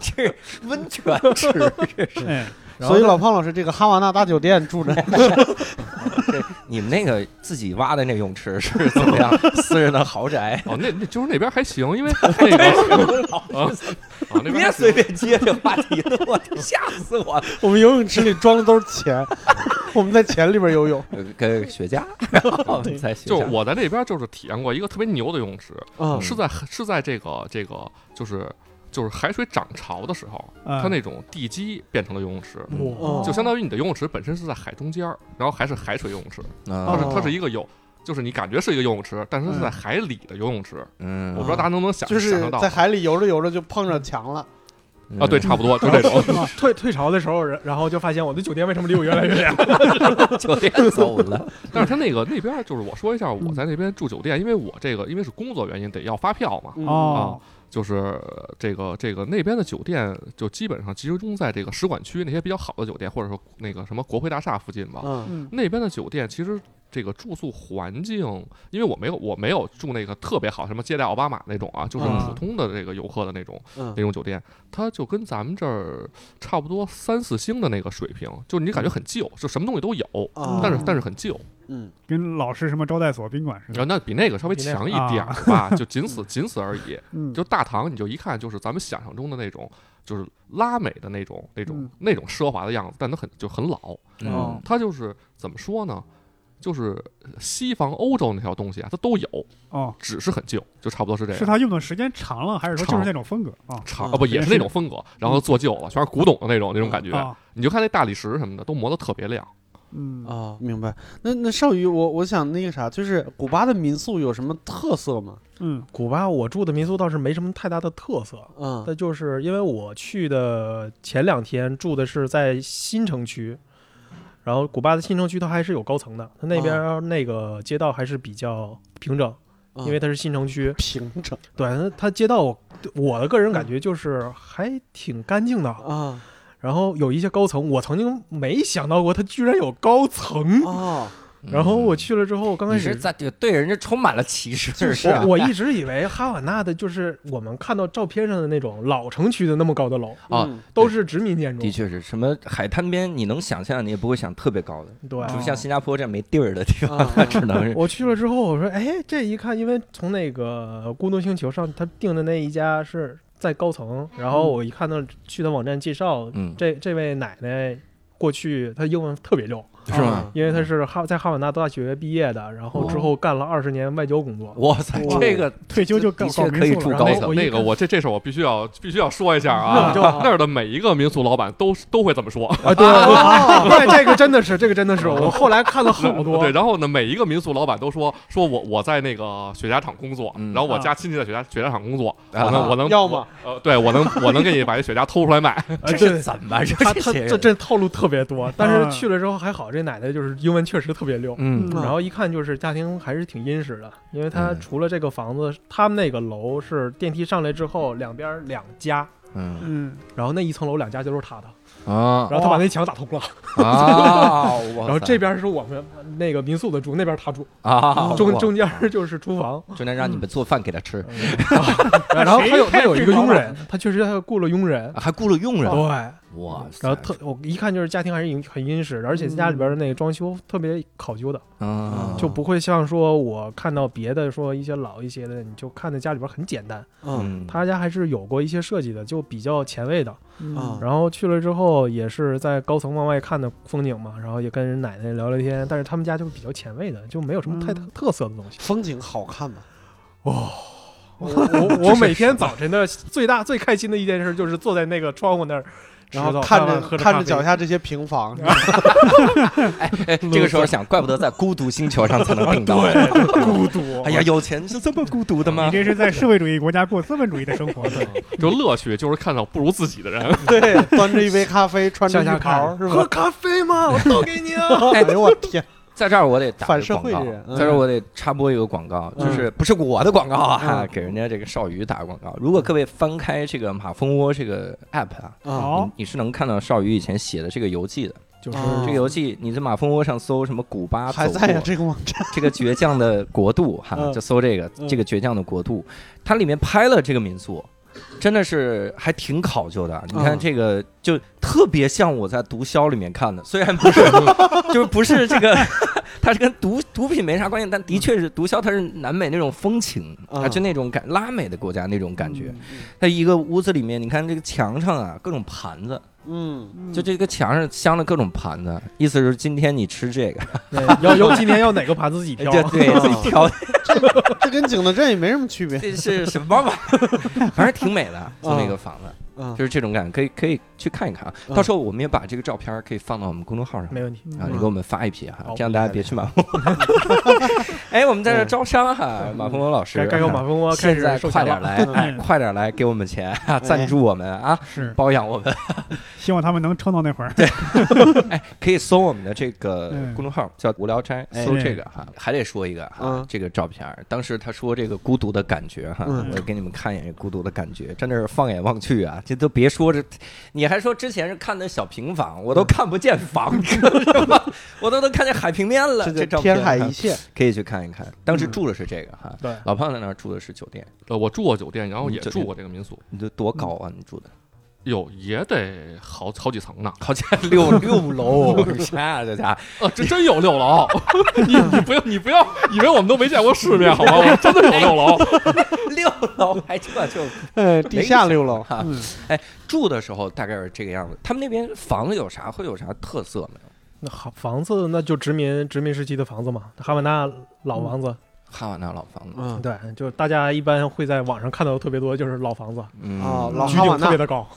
S1: 这个温泉池这是。
S2: 哎，
S6: 然后
S4: 所以老胖老师这个哈瓦那大酒店住着，
S7: *laughs*
S1: 你们那个自己挖的那泳池是怎么样？私人的豪宅，
S7: 哦，那那就是那边还行，因为那个啊啊，那边
S1: 别
S7: 还
S1: 随
S7: 行
S1: 便接这话题了，我天吓死我了！
S4: 我们游泳池里装的都是钱， *laughs* 我们在钱里边游泳
S1: 呃跟雪茄，然后在雪
S7: 就是
S1: 茄，
S7: 我在那边就是体验过一个特别牛的游泳池，
S4: 啊
S7: 是在是在这个这个就是就是海水涨潮的时候，
S2: 它
S7: 它那种地基变成了游泳池。
S2: 嗯
S4: 哦
S7: 就相当于你的游泳池本身是在海中间儿，然后还是海水游泳池，它是
S4: 哦
S1: 嗯
S7: 它是一个有，就是你感觉是一个游泳池，但是它是在
S2: 嗯
S7: 海里的游泳池。
S1: 嗯，
S7: 我不知道大家能不能想
S4: 就是
S7: 想象到
S4: 在海里游着游着就碰上墙了，
S1: 嗯
S7: 啊，对，，差不多就这种。
S6: 退退潮的时候，然然后就发现我的酒店为什么离我越来越远？
S1: 酒店走了，
S7: 但是他那个那边儿就是我说一下，我在那边住酒店，因为我这个因为是工作原因得要发票嘛，
S4: 嗯
S2: 哦，
S7: 就是呃这个这个那边的酒店就基本上集中在这个使馆区那些比较好的酒店，或者说那个什么国会大厦附近吧。
S4: 嗯
S2: 嗯
S7: 那边的酒店其实这个住宿环境，因为我没有我没有住那个特别好什么接待奥巴马那种啊，就是
S4: 啊
S6: 嗯
S7: 普通的这个游客的那种
S4: 嗯
S7: 那种酒店，它就跟咱们这儿差不多三四星的那个水平，就是你感觉
S6: 嗯
S7: 很旧，就什么东西都有，
S4: 啊，
S7: 但是但是很旧。
S4: 嗯
S2: 跟老式什么招待所、宾馆似
S7: 然
S2: 的
S7: 后，那比那个稍微
S6: 嗯比那个啊
S7: 强一点儿吧，就
S6: *laughs*
S7: 仅此仅此而已。
S2: 嗯，
S7: 就大堂，你就一看就是咱们想象中的那种，就是拉美的那种那种
S2: 嗯
S7: 那种奢华的样子，但它很就很老。
S1: *laughs* 嗯
S2: 哦
S7: 它就是怎么说呢？就是西方欧洲那条东西啊，它都有，
S2: 哦，
S7: 只是很旧，就差不多是这
S2: 是
S7: 样。
S2: 他用的时间长了，还是说就
S7: 啊长
S2: 是那种风格啊？
S7: 长
S4: 嗯
S7: 啊不也是那种风格，然后做旧了，全是古董的那种那种感觉。
S2: 啊，
S7: 你就看那大理石什么的都磨得特别亮，
S2: 嗯
S4: 啊，明白。那那少宇，我我想那个啥，就是古巴的民宿有什么特色吗？
S2: 嗯
S6: *laughs* 古巴我住的民宿倒是没什么太大的特色，
S4: 嗯
S6: 那就是因为我去的前两天住的是在新城区，然后古巴的新城区它还是有高层的，它那边
S4: 啊
S6: 儿那个街道还是比较平整，
S4: 嗯
S6: 因为它是新城区。
S4: 平整
S6: 对，它它街道我的个人感觉就是还挺干净的，
S4: 啊
S6: 然后有一些高层，我曾经没想到过它居然有高层。
S4: 啊，
S6: *laughs*
S1: 嗯
S6: 然后我去了之后，刚开
S1: 你
S6: 始
S1: 是在对人家充满了歧视，是啊哎
S6: 我我一直以为哈瓦那的就是我们看到照片上的那种老城区的那么高的楼，
S1: 啊
S4: 嗯
S6: 都是殖民建筑
S1: 的。确是什么海滩边，你能想象，你也不会想特别高的，
S6: 对，啊
S1: 除非像新加坡这样没地儿的地方，
S4: 啊
S1: 只能 *laughs* 是
S6: 我去了之后，我说，哎，这一看，因为从那个《孤独星球》上他订的那一家是在高层，然后我一看到去他网站介绍，
S1: 嗯
S6: 这这位奶奶过去她英文特别溜，
S1: 是吗？
S6: 因为她是哈在哈瓦那大学毕业的，然后之后干了二十年外交工作。
S1: 哇塞，
S4: 哇
S1: 这个
S2: 退休就搞
S1: 的确
S2: 搞
S1: 可以
S2: 民宿
S1: 住
S2: 了，
S1: 高
S7: 那
S1: 层
S6: 我一
S7: 那个
S6: 看
S7: 我这这事儿我必须要必须要说一下
S6: 那我
S7: 啊，
S6: 就
S7: 那儿的每一个民宿老板都是都会这么说。
S6: 啊，对，对，这个真的是，这个真的是，我后来看了好多
S7: 对，，然后呢，每一个民宿老板都说说我我在那个雪茄厂工作，
S1: 嗯
S7: 然后我家亲戚在雪茄雪茄厂工作，
S1: 啊
S7: 我能我能
S4: 要么
S7: 呃，对我能我能给你把这雪茄偷出来卖。
S6: 呃
S1: 这
S6: 对
S1: 是怎么着？
S6: 他
S1: 这
S6: 他
S1: 些
S6: 这
S1: 人
S6: 这套路特别多，但
S2: 啊
S6: 是去了之后还好，这奶奶就是英文确实特别溜，
S1: 嗯
S4: 嗯
S6: 然后一看就是家庭还是挺殷实的，因为他
S1: 嗯
S6: 除了这个房子，他们那个楼是电梯上来之后两边儿两家，
S1: 嗯
S2: 嗯
S6: 然后那一层楼两家就都是他的，
S1: 啊
S6: 然后他把那墙打通了， *laughs*
S1: 啊！然
S6: 然后这边是我们那个民宿的住，那边他住，
S1: 啊
S6: 中
S1: 哇嗯
S6: 中间儿就是厨房，
S1: 中间让你们做饭给他吃，
S6: *laughs* 然后还有
S2: 谁
S6: 还有一个
S2: 看厨
S6: 佣
S2: 房
S6: 人，他确实还雇了佣人，
S1: 还雇了啊佣人啊
S6: 对，，
S1: 哇塞！
S6: 嗯哦然后特我一看就是家庭还是很很殷实的，而且家里边儿的那个装修特别考究的。
S1: 啊，
S6: 嗯就不会像说我看到别的说一些老一些的，你就看着家里边很简单。
S4: 嗯
S1: 嗯
S6: 他家还是有过一些设计的，就比较前卫的。
S2: 嗯
S4: 啊
S6: 然后去了之后也是在高层往外看的风景嘛，然后也跟人奶奶聊聊天。但是他们家就是比较前卫的，就没有什么太特
S2: 嗯
S6: 特色的东西。
S4: 风景好看吗？
S6: *laughs* 我我我每天早晨的最大最开心的一件事就是坐在那个窗户那儿，
S4: 然后
S6: 吃早
S4: 看
S6: 饭
S4: 着
S6: 喝
S4: 看
S6: 咖
S4: 着
S6: 啡
S4: 脚下这些平房，
S1: 哎，这个时候想，怪不得在孤独星球上
S6: *laughs*
S1: 才能订到。
S6: 啊孤独。
S1: *laughs* 哎呀，，有钱是这么孤独的
S2: 你
S1: 吗？
S2: 这是在社会主义国家过资本主义的生活，
S7: 就乐趣就是看到不如自己的
S1: *laughs*
S7: 人，
S4: *laughs* 对， *laughs* 端着一杯咖啡，穿着
S6: 向下
S4: 浴
S6: 看
S4: 袍，是
S6: 喝
S4: 吧？
S6: 咖啡吗？我倒给你啊。
S4: *laughs* 哎呦我 *laughs* 天，
S1: 在这儿我得打
S4: 反
S1: 一
S4: 社
S1: 个
S4: 会
S1: 广告
S4: 的人，嗯
S1: 在这儿我得插播一个广告，
S4: 嗯
S1: 就是不是我的广告啊
S4: 嗯，
S1: 给人家这个少宇打广告。如果各位翻开这个马蜂窝这个 app 啊，
S4: 啊
S2: 好
S1: 你，你是能看到少宇以前写的这个游记的。
S6: 就是
S4: 哦
S1: 这个游记，你在马蜂窝上搜什么古巴
S4: 啊还
S1: 走
S4: 在呀
S1: 过
S4: 这个网站
S1: 这个倔强的国度哈，
S4: 嗯
S1: 就搜这个
S4: 嗯
S1: 这个倔强的国度，它里面拍了这个民宿，真的是还挺考究的。啊你看
S4: 嗯
S1: 这个就特别像我在毒枭里面看的，虽然不
S4: *laughs*
S1: 是就是不是这个， *laughs* 它是跟毒毒品没啥关系，但的确是毒枭，它是南美那种风情，
S4: 嗯
S1: 啊，就那种感拉美的国家那种感觉。
S4: 嗯
S1: 它一个屋子里面，你看这个墙上啊，各种盘子，
S4: *laughs* 嗯，
S1: 就这个墙上镶了各种盘子，意思是今天你吃这个，
S6: 对要要今天要哪个盘子自己挑。
S1: 哎对 *laughs* 对，自己挑
S4: 这跟景德镇也没什么区 *laughs* 别
S1: 这是什么玩意儿？ *laughs* 反正挺美的，这么一个房子，
S4: 啊
S1: 就是这种感觉，可以可以去看一看啊。
S4: 嗯
S1: 到时候我们也把这个照片儿可以放到我们公众号上
S6: *laughs* 没问题。
S1: 啊，
S2: 嗯
S1: 你给我们发一批哈
S6: 好，嗯
S1: 这样大家别去马蜂窝。 *laughs* 哎，我们在这招商哈，马蜂窝老师
S6: 该，该有马蜂窝开
S1: 现
S6: 始
S1: 在
S6: 收
S1: 快
S6: 钱
S1: 点
S6: 了。哎
S1: 来，哎
S2: 嗯
S1: 快点来，给我们钱，赞助我们啊，
S2: 是
S1: 包养我们，
S2: 希望他们能撑到那会儿。
S1: 哎，可以搜我们的这个
S2: 嗯
S1: 公众号叫“无聊斋”，
S2: 哎
S1: 搜这个哈。还得说一个哈
S4: 嗯，
S1: 这个照片儿，当时他说这个孤独的感觉哈，
S4: 嗯
S1: 我给你们看一眼这孤独的感觉，真的是放眼望去啊，这都别说这，你还说之前是看的小平房，我都看不见房， *laughs* 是吧？我都能看见海平面了，这
S4: 这
S1: 照
S4: 叫
S1: 片
S4: 天海一
S1: 哈
S4: 线，
S1: 可以去看一看。当时住的是这个哈，
S6: 对，
S1: 老胖在那儿住的是酒店，
S7: 呃，我住过酒店，然后也
S1: 嗯酒
S7: 住
S1: 店
S7: 过这个民宿，
S1: 你这多高啊？你住的
S7: 哟，也得好好几层
S1: *laughs*
S7: 呢。
S1: 好像六六楼，我的妈呀，这家伙
S7: 呃，这真有六楼， *laughs* 你你不要你不要以为我们都没见过世面好吗？我真的有六楼。
S1: 六楼还这就
S4: *laughs* 哎，地下六楼，
S1: 哈。
S2: 嗯，
S1: 住的时候大概是这个样子。他们那边房子有啥会有啥特色没有？
S6: 那好，房子那就殖民殖民时期的房子嘛，哈瓦那老房子，
S1: 哈瓦那老房子，
S4: 嗯
S6: 对，就是大家一般会在网上看到的特别多，就是老房子，
S1: 嗯
S4: 哦老
S6: 居
S4: 哈瓦
S6: 顶特
S4: 那
S6: 别的高，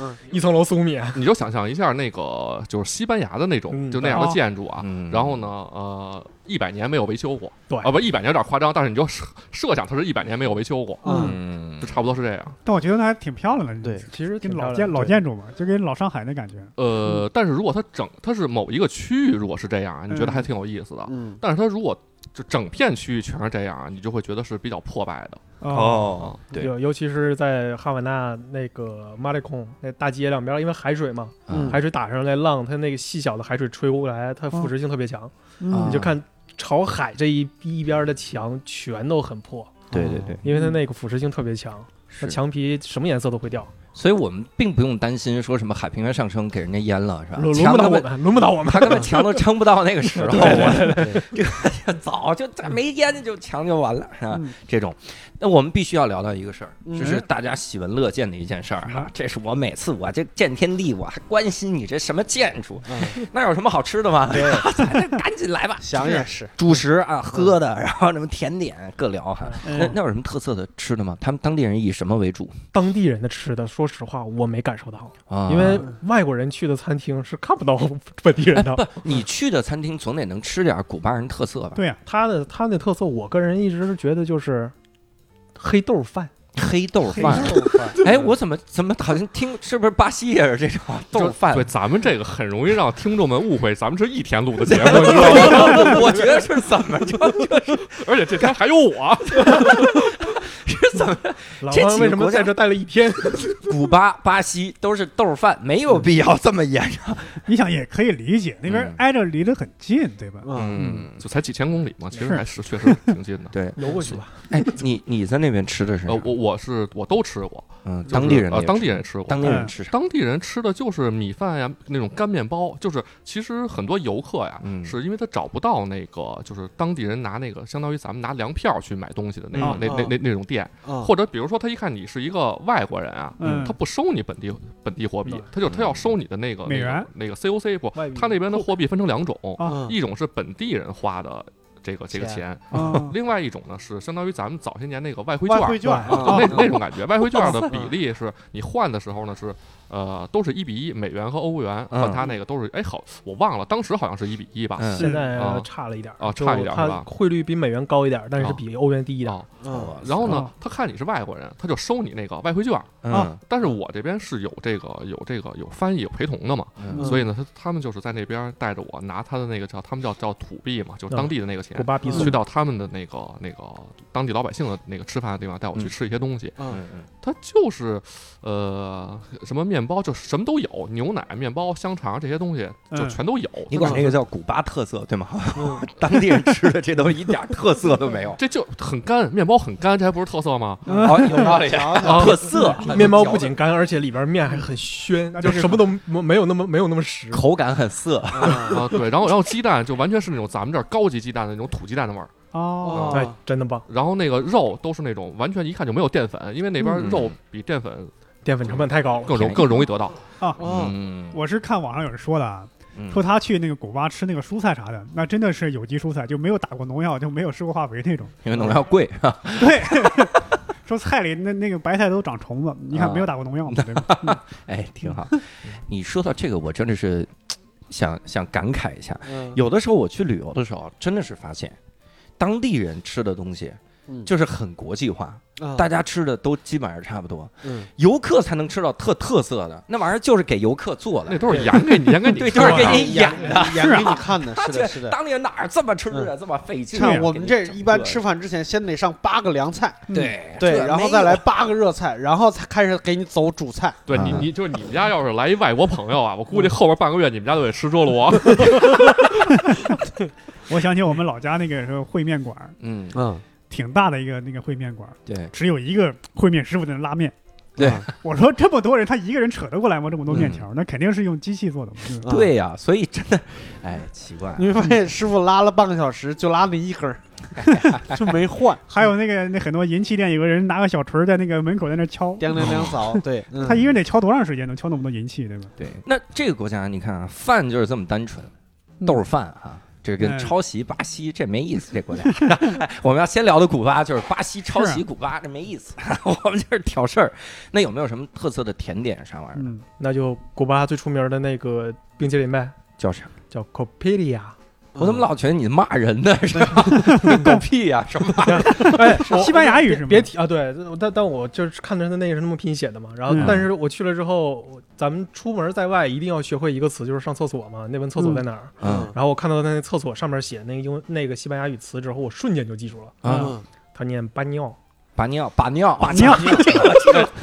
S4: 嗯
S6: 一层楼四五米，
S7: 你就想象一下那个就是西班牙的那种
S6: 嗯
S7: 就那样的建筑啊，
S1: 嗯
S7: 然后呢，呃，一百年没有维修过，
S6: 对
S7: 啊，不，一百年有点夸张，但是你就设设想它是一百年没有维修过，
S4: 嗯，
S1: 嗯
S7: 就，差不多是这样。
S2: 但我觉得还挺漂亮的。
S4: 对，
S6: 其实
S2: 跟
S6: 挺
S2: 老
S6: 漂亮的
S2: 建老
S6: 对
S2: 建筑嘛，就跟老上海那感觉。
S7: 呃，
S1: 嗯
S7: 但是如果它整它是某一个区域，如果是这样，啊你觉得还挺有意思的。
S4: 嗯，
S7: 但是它如果就整片区域全是这样，啊你就会觉得是比较破败的。
S2: 哦，
S1: 哦，对，
S6: 尤尤其是在哈瓦那那个马里孔那大街两边，因为海水嘛，
S4: 嗯
S6: 海水打上来浪，它那个细小的海水吹过来，它
S2: 嗯
S6: 腐蚀性特别强，
S1: 啊
S6: 你就看朝海这一一边的墙全都很破，
S1: 对对对，
S6: 因为它那个腐蚀性特别强，它
S1: 是。
S6: 墙皮什么颜色都会掉，
S1: 所以我们并不用担心说什么海平面上升给人家淹了，是吧？
S6: 轮
S1: 啊
S6: 轮
S1: 墙
S6: 不到
S1: 他
S6: 我
S1: 们
S6: 们，轮不到我们。 *laughs*
S1: 他根本墙都撑不到那个时候，
S4: *laughs* 对
S1: *laughs* 这个早就没淹就墙就完了啊
S2: 嗯。
S1: 这种，那我们必须要聊到一个事儿，
S4: 嗯
S1: 这是大家喜闻乐见的一件事儿
S2: 嗯
S1: 啊。这是我每次我这见天地，我还关心你这什么建筑
S4: 嗯，
S1: 那有什么好吃的吗？
S4: 对，
S1: 赶紧来吧，
S4: 想也是，嗯
S1: 主食啊、喝的，然后什么甜点各聊哈。
S2: 嗯
S1: 那那有什么特色的吃的吗？他们当地人以什么为主
S6: 当地人的吃的，说实话我没感受到，
S1: 啊？
S6: 因为外国人去的餐厅是看不到 *laughs* 本地人的。
S1: 啊你去的餐厅总得能吃点古巴人特色吧？
S2: 对呀，啊
S6: 他的他的特色，我个人一直是觉得就是黑豆饭，
S1: 黑豆
S2: 黑
S1: 饭。哎，我怎么怎么好像听是不是巴西也是这种啊豆饭
S7: 对，？咱们这个很容易让听众们误会，咱们是一天录的节目，
S1: *laughs*
S7: 你知道吗？
S1: 我觉得是怎么着就是
S7: 而且这天还有
S1: *laughs*
S7: 我，
S1: 是怎么
S6: 老
S1: 这
S6: 王
S1: 几
S6: 为
S1: 个
S6: 什
S1: 国
S6: 么
S1: 家
S6: 在这待了一天？
S1: *laughs* 古巴、巴西都是豆饭，没有必要这么严重。
S2: 你想也可以理解，那边
S1: 嗯
S2: 挨着离得很近，对吧？
S4: 嗯，
S1: 嗯，。
S7: 就才几千公里嘛，其实
S2: 是
S7: 还是确实挺近的
S1: 对。
S6: 游过去吧，
S1: 哎，你你在那边吃的是啥
S7: 呃，我我是我都吃过，
S1: 嗯，
S7: 就是
S1: 当地人
S7: 呃，
S1: 也
S7: 当
S1: 吃
S7: 地人吃过，
S1: 当地人吃啥？
S7: 当地人吃的就是米饭呀，那种干面包，就是其实很多游客呀，
S1: 嗯
S7: 是因为他找不到那个，就是当地人拿那个，相当于咱们拿粮票去买东西的那个、
S6: 啊
S2: 嗯
S7: 那那那那种店，
S4: 啊
S1: 嗯
S7: 或者比如说他一看你是一个外国人啊，
S2: 嗯
S7: 他不收你本地本地货币
S6: 嗯，
S7: 他就他要收你的那个
S2: 美元
S7: 那个那个 COC 不
S6: 外，币
S7: 他那边的货币分成两种，
S2: 啊
S1: 嗯
S7: 一种是本地人花的这个这个钱，
S2: 啊，
S7: 另外一种呢是相当于咱们早些年那个外汇券
S4: 外
S7: 儿。
S4: 汇券
S7: 啊
S4: 啊，
S7: *laughs* 那那种感觉。外汇券的比例是你换的时候呢是，呃，都是一比一，美元和欧元
S1: 嗯
S7: 换它那个都是，哎，好，我忘了，当时好像是一比一吧。
S1: 嗯，
S6: 现在
S7: 啊
S6: 差了一点
S7: 啊
S6: 就
S7: 差一点是
S6: 它
S7: 吧
S6: 汇率比美元高一点，但是比欧元低一点。
S7: 啊，
S4: 嗯
S7: 然后呢
S2: 哦，
S7: 他看你是外国人，他就收你那个外汇券。
S1: 嗯
S2: 啊
S7: 但是我这边是有这个有这个有翻译有陪同的嘛，
S1: 嗯
S7: 所以呢，他他们就是在那边带着我拿他的那个叫他们叫叫土币嘛，就是当地的那个钱
S6: 古，巴比
S4: 嗯
S6: 索
S7: 去到他们的那个那个当地老百姓的那个吃饭的地方，带我去
S1: 嗯
S7: 吃一些东西。
S4: 嗯
S1: 嗯
S7: 它就是，呃，什么面包就什么都有，牛奶、面包、香肠这些东西就
S2: 嗯
S7: 全都有。。
S1: 你管这个叫古巴特色对吗？当地人吃的这东西一点特色都没有
S7: *laughs* 这就很干，面包很干，这还不是特色吗？
S1: 好，嗯有道理。
S7: 啊
S1: 特色
S6: 面包不仅干，而且里边面还很暄，
S2: 那
S6: 就
S2: 就是
S6: 什么都没没有那么没有那么实。
S1: 口感很涩，
S7: 啊，对，然后然后鸡蛋就完全是那种咱们这儿高级鸡蛋的那种土鸡蛋的味儿，
S2: 哦，
S4: 嗯
S6: 哎，真的棒！
S7: 然后那个肉都是那种完全一看就没有淀粉，因为那边
S1: 嗯
S7: 肉比淀粉
S6: 淀粉成本太高了，
S7: 更容
S1: 便宜
S7: 更容易得到。
S4: 哦，
S1: 嗯，
S2: 我是看网上有人说的啊，
S1: 嗯
S2: 说他去那个古巴吃那个蔬菜啥的，那真的是有机蔬菜，就没有打过农药，就没有施过化肥那种。
S1: 因为农药贵，
S2: 对， *laughs* 说菜里那那个白菜都长虫子，你看
S1: 啊
S2: 没有打过农药嘛，对吧？嗯
S1: 哎，挺好。 *laughs* 你说到这个，我真的是想想感慨一下。
S4: 嗯
S1: 有的时候我去旅游的时候，真的是发现当地人吃的东西
S4: 嗯
S1: 就是很国际化，
S4: 啊
S1: 大家吃的都基本上差不多，
S4: 嗯
S1: 游客才能吃到特特色的，那玩意儿就是给游客做
S7: 那
S1: 的。
S7: 都是盐给你，盐给你
S1: 对
S7: 吃
S1: 就是
S7: 的
S1: 给
S7: 啊
S1: 你哎演的
S4: 哎演
S2: 是
S4: 给
S2: 啊
S4: 你看的，是的，是的。
S1: 当地人哪儿这么吃啊，这么费劲啊？
S4: 看我们这
S1: 给你
S4: 一般
S1: 整
S4: 吃饭之前，先得上八个凉菜，
S1: 个对
S4: 对，
S1: 这
S4: 然后
S1: 没
S4: 再来
S1: 有
S4: 八个热菜，然后才开始给你走主菜。
S7: 对你，你就是你们家要是来一外国朋友啊，我估计后边半个月你们家都得吃 *laughs* 桌罗。
S2: 我想起我们老家那个时候烩面馆儿，
S1: 嗯
S4: 嗯，
S2: 挺大的一个那个烩面馆儿，
S1: 对
S2: 只有一个烩面师傅在那拉面。
S1: 对
S2: 我说这么多人，他一个人扯得过来吗？这么多面条，那肯定是用机器做的嘛。就是
S4: 嗯
S1: 对呀，所以真的，哎，奇怪。
S4: 你会发现师傅拉了半个小时，就拉那一根儿，
S1: *laughs*
S4: 就没换，
S2: 还有那个那很多银器店，有个人拿个小锤儿在那个门口在那敲，
S4: 叮叮叮扫。
S1: 哦
S4: 对，嗯
S2: 他一个人得敲多长时间能敲那么多银器，对吧？
S1: 对，那这个国家你看啊，饭就是这么单纯，豆儿饭哈、这这个
S2: 嗯
S1: 抄袭巴西这没意思，这国家。 *laughs* 哎我们要先聊的古巴就是啊巴西抄袭古巴，这没意思。 *laughs* 我们就是挑事儿。那有没有什么特色的甜点啥玩意儿？
S2: 嗯，
S6: 那就古巴最出名的那个冰淇淋呗，
S1: 叫啥？嗯
S6: 叫 Copilia。
S4: 嗯
S1: 我怎么老觉得你骂人 *laughs* 呢？是吧？狗屁呀、什么玩意儿？
S6: 哎，
S2: 是西班牙语是吗？
S6: 别提啊，对，但但我就是看的是那个是那么拼写的嘛，然后、
S2: 嗯
S6: 但是我去了之后，我咱们出门在外一定要学会一个词，就是上厕所嘛，那问厕所在哪儿。
S1: *laughs* 嗯
S6: 然后我看到他那厕所上面写那个英那个西班牙语词之后，我瞬间就记住了，
S1: 啊，
S4: 啊，
S6: 他念巴尿，
S1: 把尿，把尿，
S2: 把尿，
S7: 哎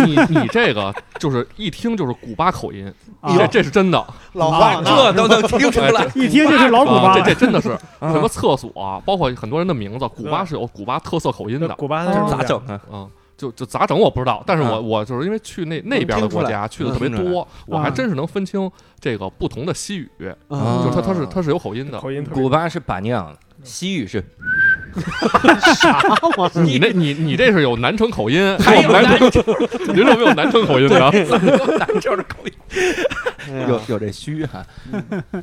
S7: 你你这个就是一听就是古巴口音，
S2: 啊
S7: 这这是真的，
S4: 老
S1: 啊
S4: 话
S1: *laughs* 这都能听出来。
S2: 一听就是老古
S7: 啊
S2: 巴
S7: 这
S2: 了
S7: 这真的是
S1: *laughs* 嗯
S7: 什么厕所啊，包括很多人的名字，古巴是有古巴特色口音的，
S6: 古巴
S1: 这
S6: 是
S1: 咋整？啊？
S7: 嗯，就就咋整我不知道，但是我
S1: 嗯
S7: 我就是因为去那那边的国家去的特别
S1: 能听出
S7: 多，我还真是能分清这个不同的西语，
S1: 嗯
S7: 就是它它是它是有口音的。
S6: 口音特别
S1: 古巴是把尿，西语是
S7: 你那你你这是有南城口音，
S1: 嗯还有
S7: 我们
S1: 南
S7: *laughs* 南城，你这没有南城
S1: *laughs*
S7: 口音的？
S1: 南城的口音，有
S4: 有
S1: 有这虚哈。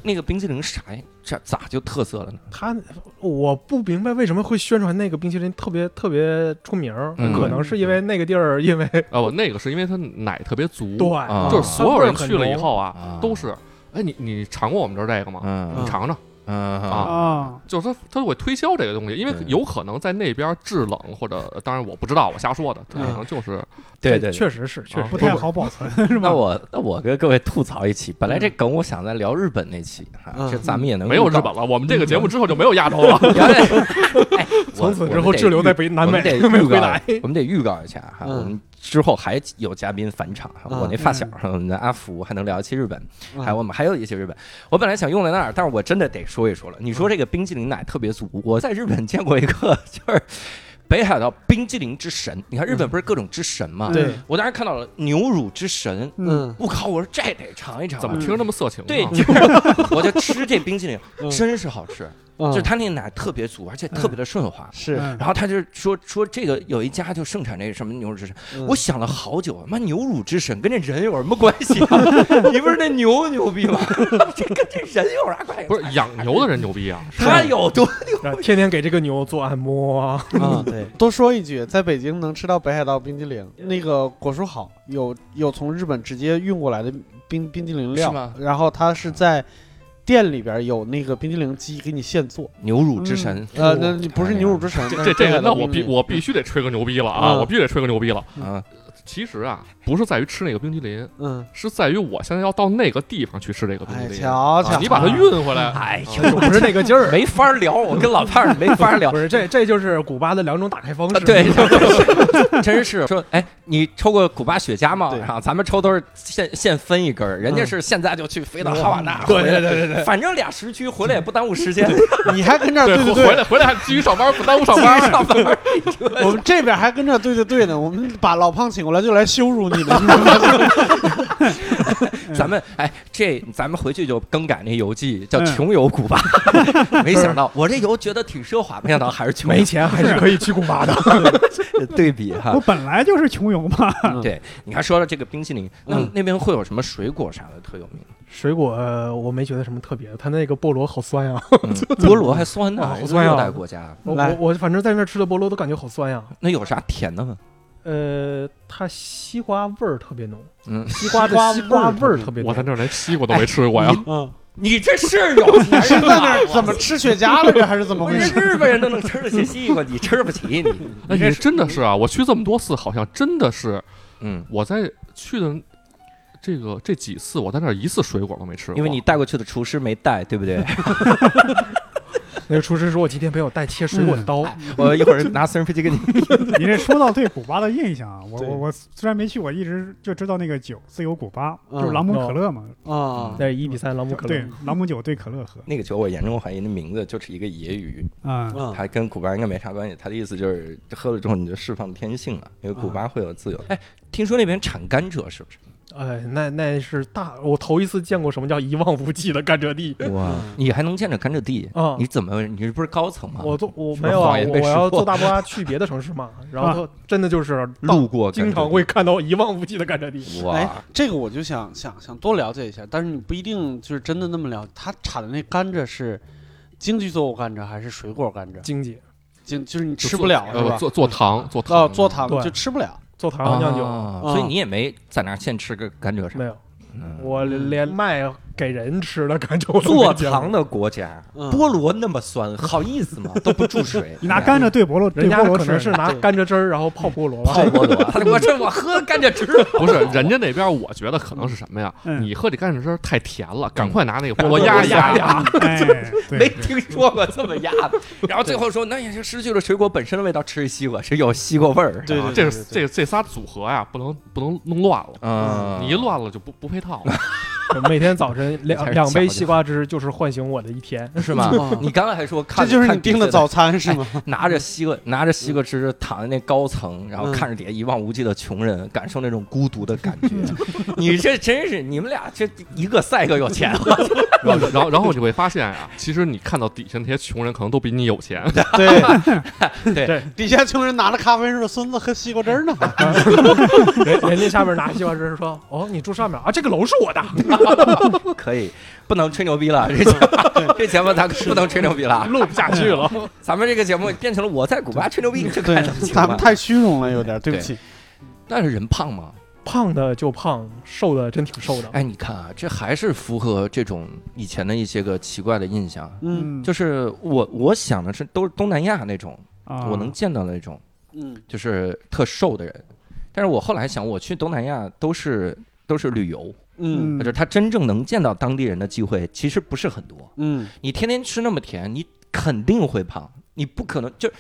S1: 那个冰淇淋啥呀？这咋就特色了呢？
S6: 他我不明白为什么会宣传那个冰淇淋特别特别出名儿，
S1: 嗯
S6: 可能是因为那个地儿因为
S7: 啊，我那个是因为它奶特别足，
S6: 对，
S1: 啊
S7: 就是所有人去了以
S6: 后。
S7: 后啊，
S1: 啊
S7: 都是，哎，你你尝过我们这儿这个吗？你
S1: 嗯
S7: 尝尝，
S1: 嗯
S7: 啊
S2: 啊，
S7: 就是他他会推销这个东西，因为
S1: 对
S7: 有可能在那边制冷或者，呃当然我不知道，我瞎说的，它
S4: 嗯
S7: 可能就是
S6: *laughs*
S1: 对对，
S6: 确实是，确
S7: 啊
S6: 实
S2: 不
S6: 是
S2: 太好保存。
S1: 那我那我跟各位吐槽一期，本来这梗我想在聊日本那期啊，
S4: 嗯
S1: 这咱们也能
S7: 没有
S1: 录
S7: 日
S1: 到
S7: 本。了，我们这个节目之后就没有亚洲了。
S1: *laughs* 原来哎我
S6: 从此之
S1: 我
S6: 后
S1: 们得
S6: 滞留在
S1: 预
S6: 北南
S1: 我
S6: 美
S1: 们得
S6: 没
S1: 预
S6: 回
S1: 告
S6: 来。
S1: 我们得预告一下哈，
S4: 嗯
S1: 我们之后还有嘉宾返场，哈，我那
S4: 嗯
S1: 发小
S2: 嗯，
S1: 我们的阿福还能聊一期日本，还有我们还有一些日本，我本来想用在那儿，但是我真的得说一说了。你说这个冰激凌奶特别足，我在日本见过一个 *laughs* 就是北海道冰激凌之神，你看日本不是各种之神吗？
S2: 对
S1: 我当时看到了牛乳之神，
S4: 嗯
S1: 我靠，我说这得尝一尝啊，
S7: 怎么嗯听着那么色情呢？
S1: 对，就是 *laughs* 我就吃这冰淇淋，真是好吃，
S4: 嗯
S1: 就是它那奶特别足，而且特别的顺滑。
S4: 是
S2: 嗯
S1: 然后他就说说这个有一家就盛产这什么牛乳之神，
S4: 嗯
S1: 我想了好久，啊妈牛乳之神跟这人有什么关系啊？ *laughs* 你不是那牛牛逼吗？ *laughs* 这跟这人有啥关系？
S7: 不是养牛的人牛逼啊，
S1: 他有多
S6: 然后天天给这个牛做按摩，
S4: 啊，
S1: 对
S4: 多说一句，在北京能吃到北海道冰激凌，那个果蔬好有有从日本直接运过来的冰冰激凌
S1: 是
S4: 料
S1: 吗，
S4: 然后它是在店里边有那个冰激凌机给你现做，
S1: 牛乳之神？
S4: 呃，那你不是牛乳之神，
S7: 这
S4: 那
S7: 这
S4: 是
S7: 这
S4: 北
S7: 个，
S4: 海
S7: 那
S4: 道
S7: 我
S4: 冰激
S7: 必
S4: 凌
S7: 我必须得吹个牛逼了啊！
S4: 嗯
S7: 我必须得吹个牛逼了。
S1: 啊，
S7: 其实啊，不是在于吃那个冰激凌，
S4: 嗯，
S7: 是在于我现在要到那个地方去吃这个冰
S4: 哎，
S7: 激凌。
S4: 瞧
S7: 啊
S4: 瞧，
S7: 你把它运回来，
S1: 哎
S6: *laughs*
S7: 呦
S6: 不是那个劲
S1: 呦，
S6: 儿。
S1: 没法聊，我跟老胖儿没法 *laughs* 聊啊
S6: 不。是，这这就是古巴的两种打开方式。
S1: 对， *laughs* 真是说，哎，你抽过古巴雪茄吗？
S4: 对
S1: 然后咱们抽都是现现分一根儿，人家
S4: 嗯
S1: 是现在就去飞到哈瓦那，
S6: 对对对对对，
S1: 反正俩时区回来也不耽误时间，
S4: 你还跟这儿 *laughs* 对对
S7: 回回来回来还继续上班，不耽误上
S4: *laughs*
S7: 班。
S1: *laughs* 上班儿
S4: 对，我们这边还跟这儿对对对呢，我们把老胖请过来就来羞辱你们，你知道吗
S6: 嗯
S1: 咱们哎，这咱们回去就更改那游记，叫
S2: 嗯
S1: 穷游古
S6: *laughs*
S1: 巴。没想到我这游觉得挺奢华，没想到还是穷游。
S6: 没钱还是可以去古巴的。
S1: *laughs* 对比哈
S2: 我。本来就是穷游嘛，
S1: 对，你看说到这个冰淇淋，那
S4: 嗯
S1: 那边会有什么水果啥的特有名？
S6: *laughs* 水果呃我没觉得什么特别的，它那个菠萝好酸
S1: *laughs*
S6: 啊呀，
S1: 嗯菠萝还酸呢，
S6: 啊好酸啊
S1: 热带国家。
S6: 我
S4: 来
S6: 我我反正在那儿吃的菠萝都感觉好酸呀。
S1: 那有啥甜的吗？
S6: 呃，它西瓜味儿特别浓，
S1: 嗯，
S6: 西瓜的嗯西瓜味儿特别
S7: 我
S6: 浓
S7: 在。这儿连西瓜都没吃过呀！
S4: 嗯，
S1: 你这是有
S4: *laughs*
S1: 钱
S4: 是在
S1: 人
S4: 那儿怎么吃雪茄来着，还是怎么
S1: 我
S4: 回
S1: 这
S4: 事？
S1: 日本人都能吃得起西瓜，你吃不起你。
S7: 哎，你真的是啊！我去这么多次，好像真的是
S1: *laughs* 嗯，
S7: 我在去的这个这几次，我在那儿一次水果都没吃过。
S1: 因为你带过去的厨师没带，对不 *laughs* 对？
S6: 那个厨师说我今天没有带切
S1: 嗯
S6: 水果的刀，
S1: *laughs* 我一会儿拿私人飞机给 *laughs* 你。
S2: 你这说到对古巴的印象啊，我
S4: 对
S2: 我我虽然没去，我一直就知道那个酒自由古巴，
S4: 嗯
S2: 就是朗姆可乐嘛，
S4: *laughs* 啊，
S6: 那是一比三朗姆可乐
S2: 对。，朗姆酒兑可乐喝
S1: 那个酒我严重怀疑那名字就是一个野语，
S2: 啊，，
S4: 嗯
S1: 它跟古巴应该没啥关系。它的意思就是喝了之后你就释放天性了，因为古巴会有自由。哎，听说那边产甘蔗是不是？
S6: 哎，那那是大，我头一次见过什么叫一望无际的甘蔗地
S1: 哇， *laughs* 嗯你还能见着甘蔗地？
S6: 啊！
S1: 你怎么？你不是高层吗？
S6: 我坐我
S1: 是不
S6: 没
S1: 是
S6: 有啊，
S1: 谎言
S6: 我
S1: 被
S6: 我
S1: 识
S6: 要
S1: 破啊
S6: 坐大巴去别的城
S1: *laughs*
S6: 市嘛，然后它真的就是到
S1: 路过，
S6: 经常会。看到一望无际的甘蔗地。
S4: 哎
S1: 哇，，
S4: 这个我就想想想多了解一下，但是你不一定就是真的那么了解。他产的那甘蔗是经济作物甘蔗还是水果甘蔗？
S6: 经济
S4: 经就是你
S7: 就
S4: 吃
S7: 做
S4: 不了是
S7: 呃，
S4: 吧？
S7: 做做糖，做糖
S4: 哦，做糖
S6: 对
S4: 就吃不了。
S6: 做糖酿酒、
S1: 啊
S4: 嗯
S1: 所以你也没在那儿现吃个甘蔗啥
S6: 没有，
S1: 嗯
S6: 我连卖给人吃的感觉我都没
S1: 做
S6: 见过
S1: 糖的国家，
S4: 嗯
S1: 菠萝那么酸，好意思吗？都不注水
S2: 你拿甘蔗对菠萝，对
S6: 人家
S2: 菠萝
S6: 可能
S2: 吃
S6: 是拿
S4: 对
S6: 甘蔗汁儿然后泡菠萝
S1: *laughs*
S6: 吧
S1: 泡菠萝，他说 *laughs* 我这我喝甘蔗汁，
S7: 不是人家那边，我觉得可能是什么呀？
S2: 嗯
S7: 你喝这甘蔗汁儿太甜了，
S4: 嗯
S7: 赶快拿那个菠萝压一
S6: 压
S7: 压
S6: 一压，
S2: 哎，
S1: *laughs* 没
S2: 对，
S1: 听说过这么压的。 *laughs* 然后最后说，那也就失去了水果本身的味道，吃西瓜是有西瓜味儿。
S4: 对
S7: 啊
S4: 对
S7: 这
S4: 对
S7: 是
S4: 对
S7: 这这仨组合呀，不能不能弄乱
S1: *laughs*
S7: 了。
S4: 啊
S1: 嗯，
S7: 你一乱了就不不配
S4: *laughs*
S7: 套了。
S6: 我每天早晨两
S1: *laughs* 还是
S6: 两杯
S1: 小
S6: 西瓜汁就是唤醒我的一天。 *laughs*
S1: 是吗
S4: 嗯？
S1: 你刚才还说看，
S4: 这就是你
S1: 看
S4: 订
S1: 比
S4: 的
S1: 赛
S4: 早餐是吗？
S1: 拿着西瓜，拿着西瓜汁躺在那高层，然后
S4: 嗯
S1: 看着底下一望无际的穷人，感受那种孤独的感觉。你这真是你们俩这一个赛一个有钱，
S7: 然后然后然后你会发现啊，其实你看到底下那些穷人，可能都比你有
S4: *laughs*
S7: 钱。
S4: 哎对
S1: 对，
S4: 底下穷人拿着咖啡说：“孙子喝西瓜汁儿呢。
S6: 人人家下面拿西瓜汁说：“哦，你住上面啊，这个楼是我的。
S1: *laughs* 可以不能吹牛逼 *laughs* 了，这节目这节目咱不能吹牛逼了”，
S6: 录不下去了，
S1: *laughs*
S6: *laughs*
S1: 咱们这个节目变成了我在古巴吹牛逼，这”个
S4: 对
S1: 还能，行
S4: 咱
S1: 吗
S4: 们？太虚荣了，有点对不起。
S1: 但是人胖吗？
S6: 胖的就胖，瘦的真挺瘦的。
S1: 哎，你看啊，这还是符合这种以前的一些个奇怪的印象。
S4: 嗯
S2: 嗯，
S1: 就是我我想的是都是东南亚那种，
S2: 啊
S1: 我能见到的那种，
S4: 嗯
S1: 就是特瘦的人。但是我后来想，我去东南亚都是都是旅游，
S4: 嗯
S1: 就是他真正能见到当地人的机会其实不是很多。
S4: 嗯
S1: 你天天吃那么甜，你肯定会胖，你不可能就。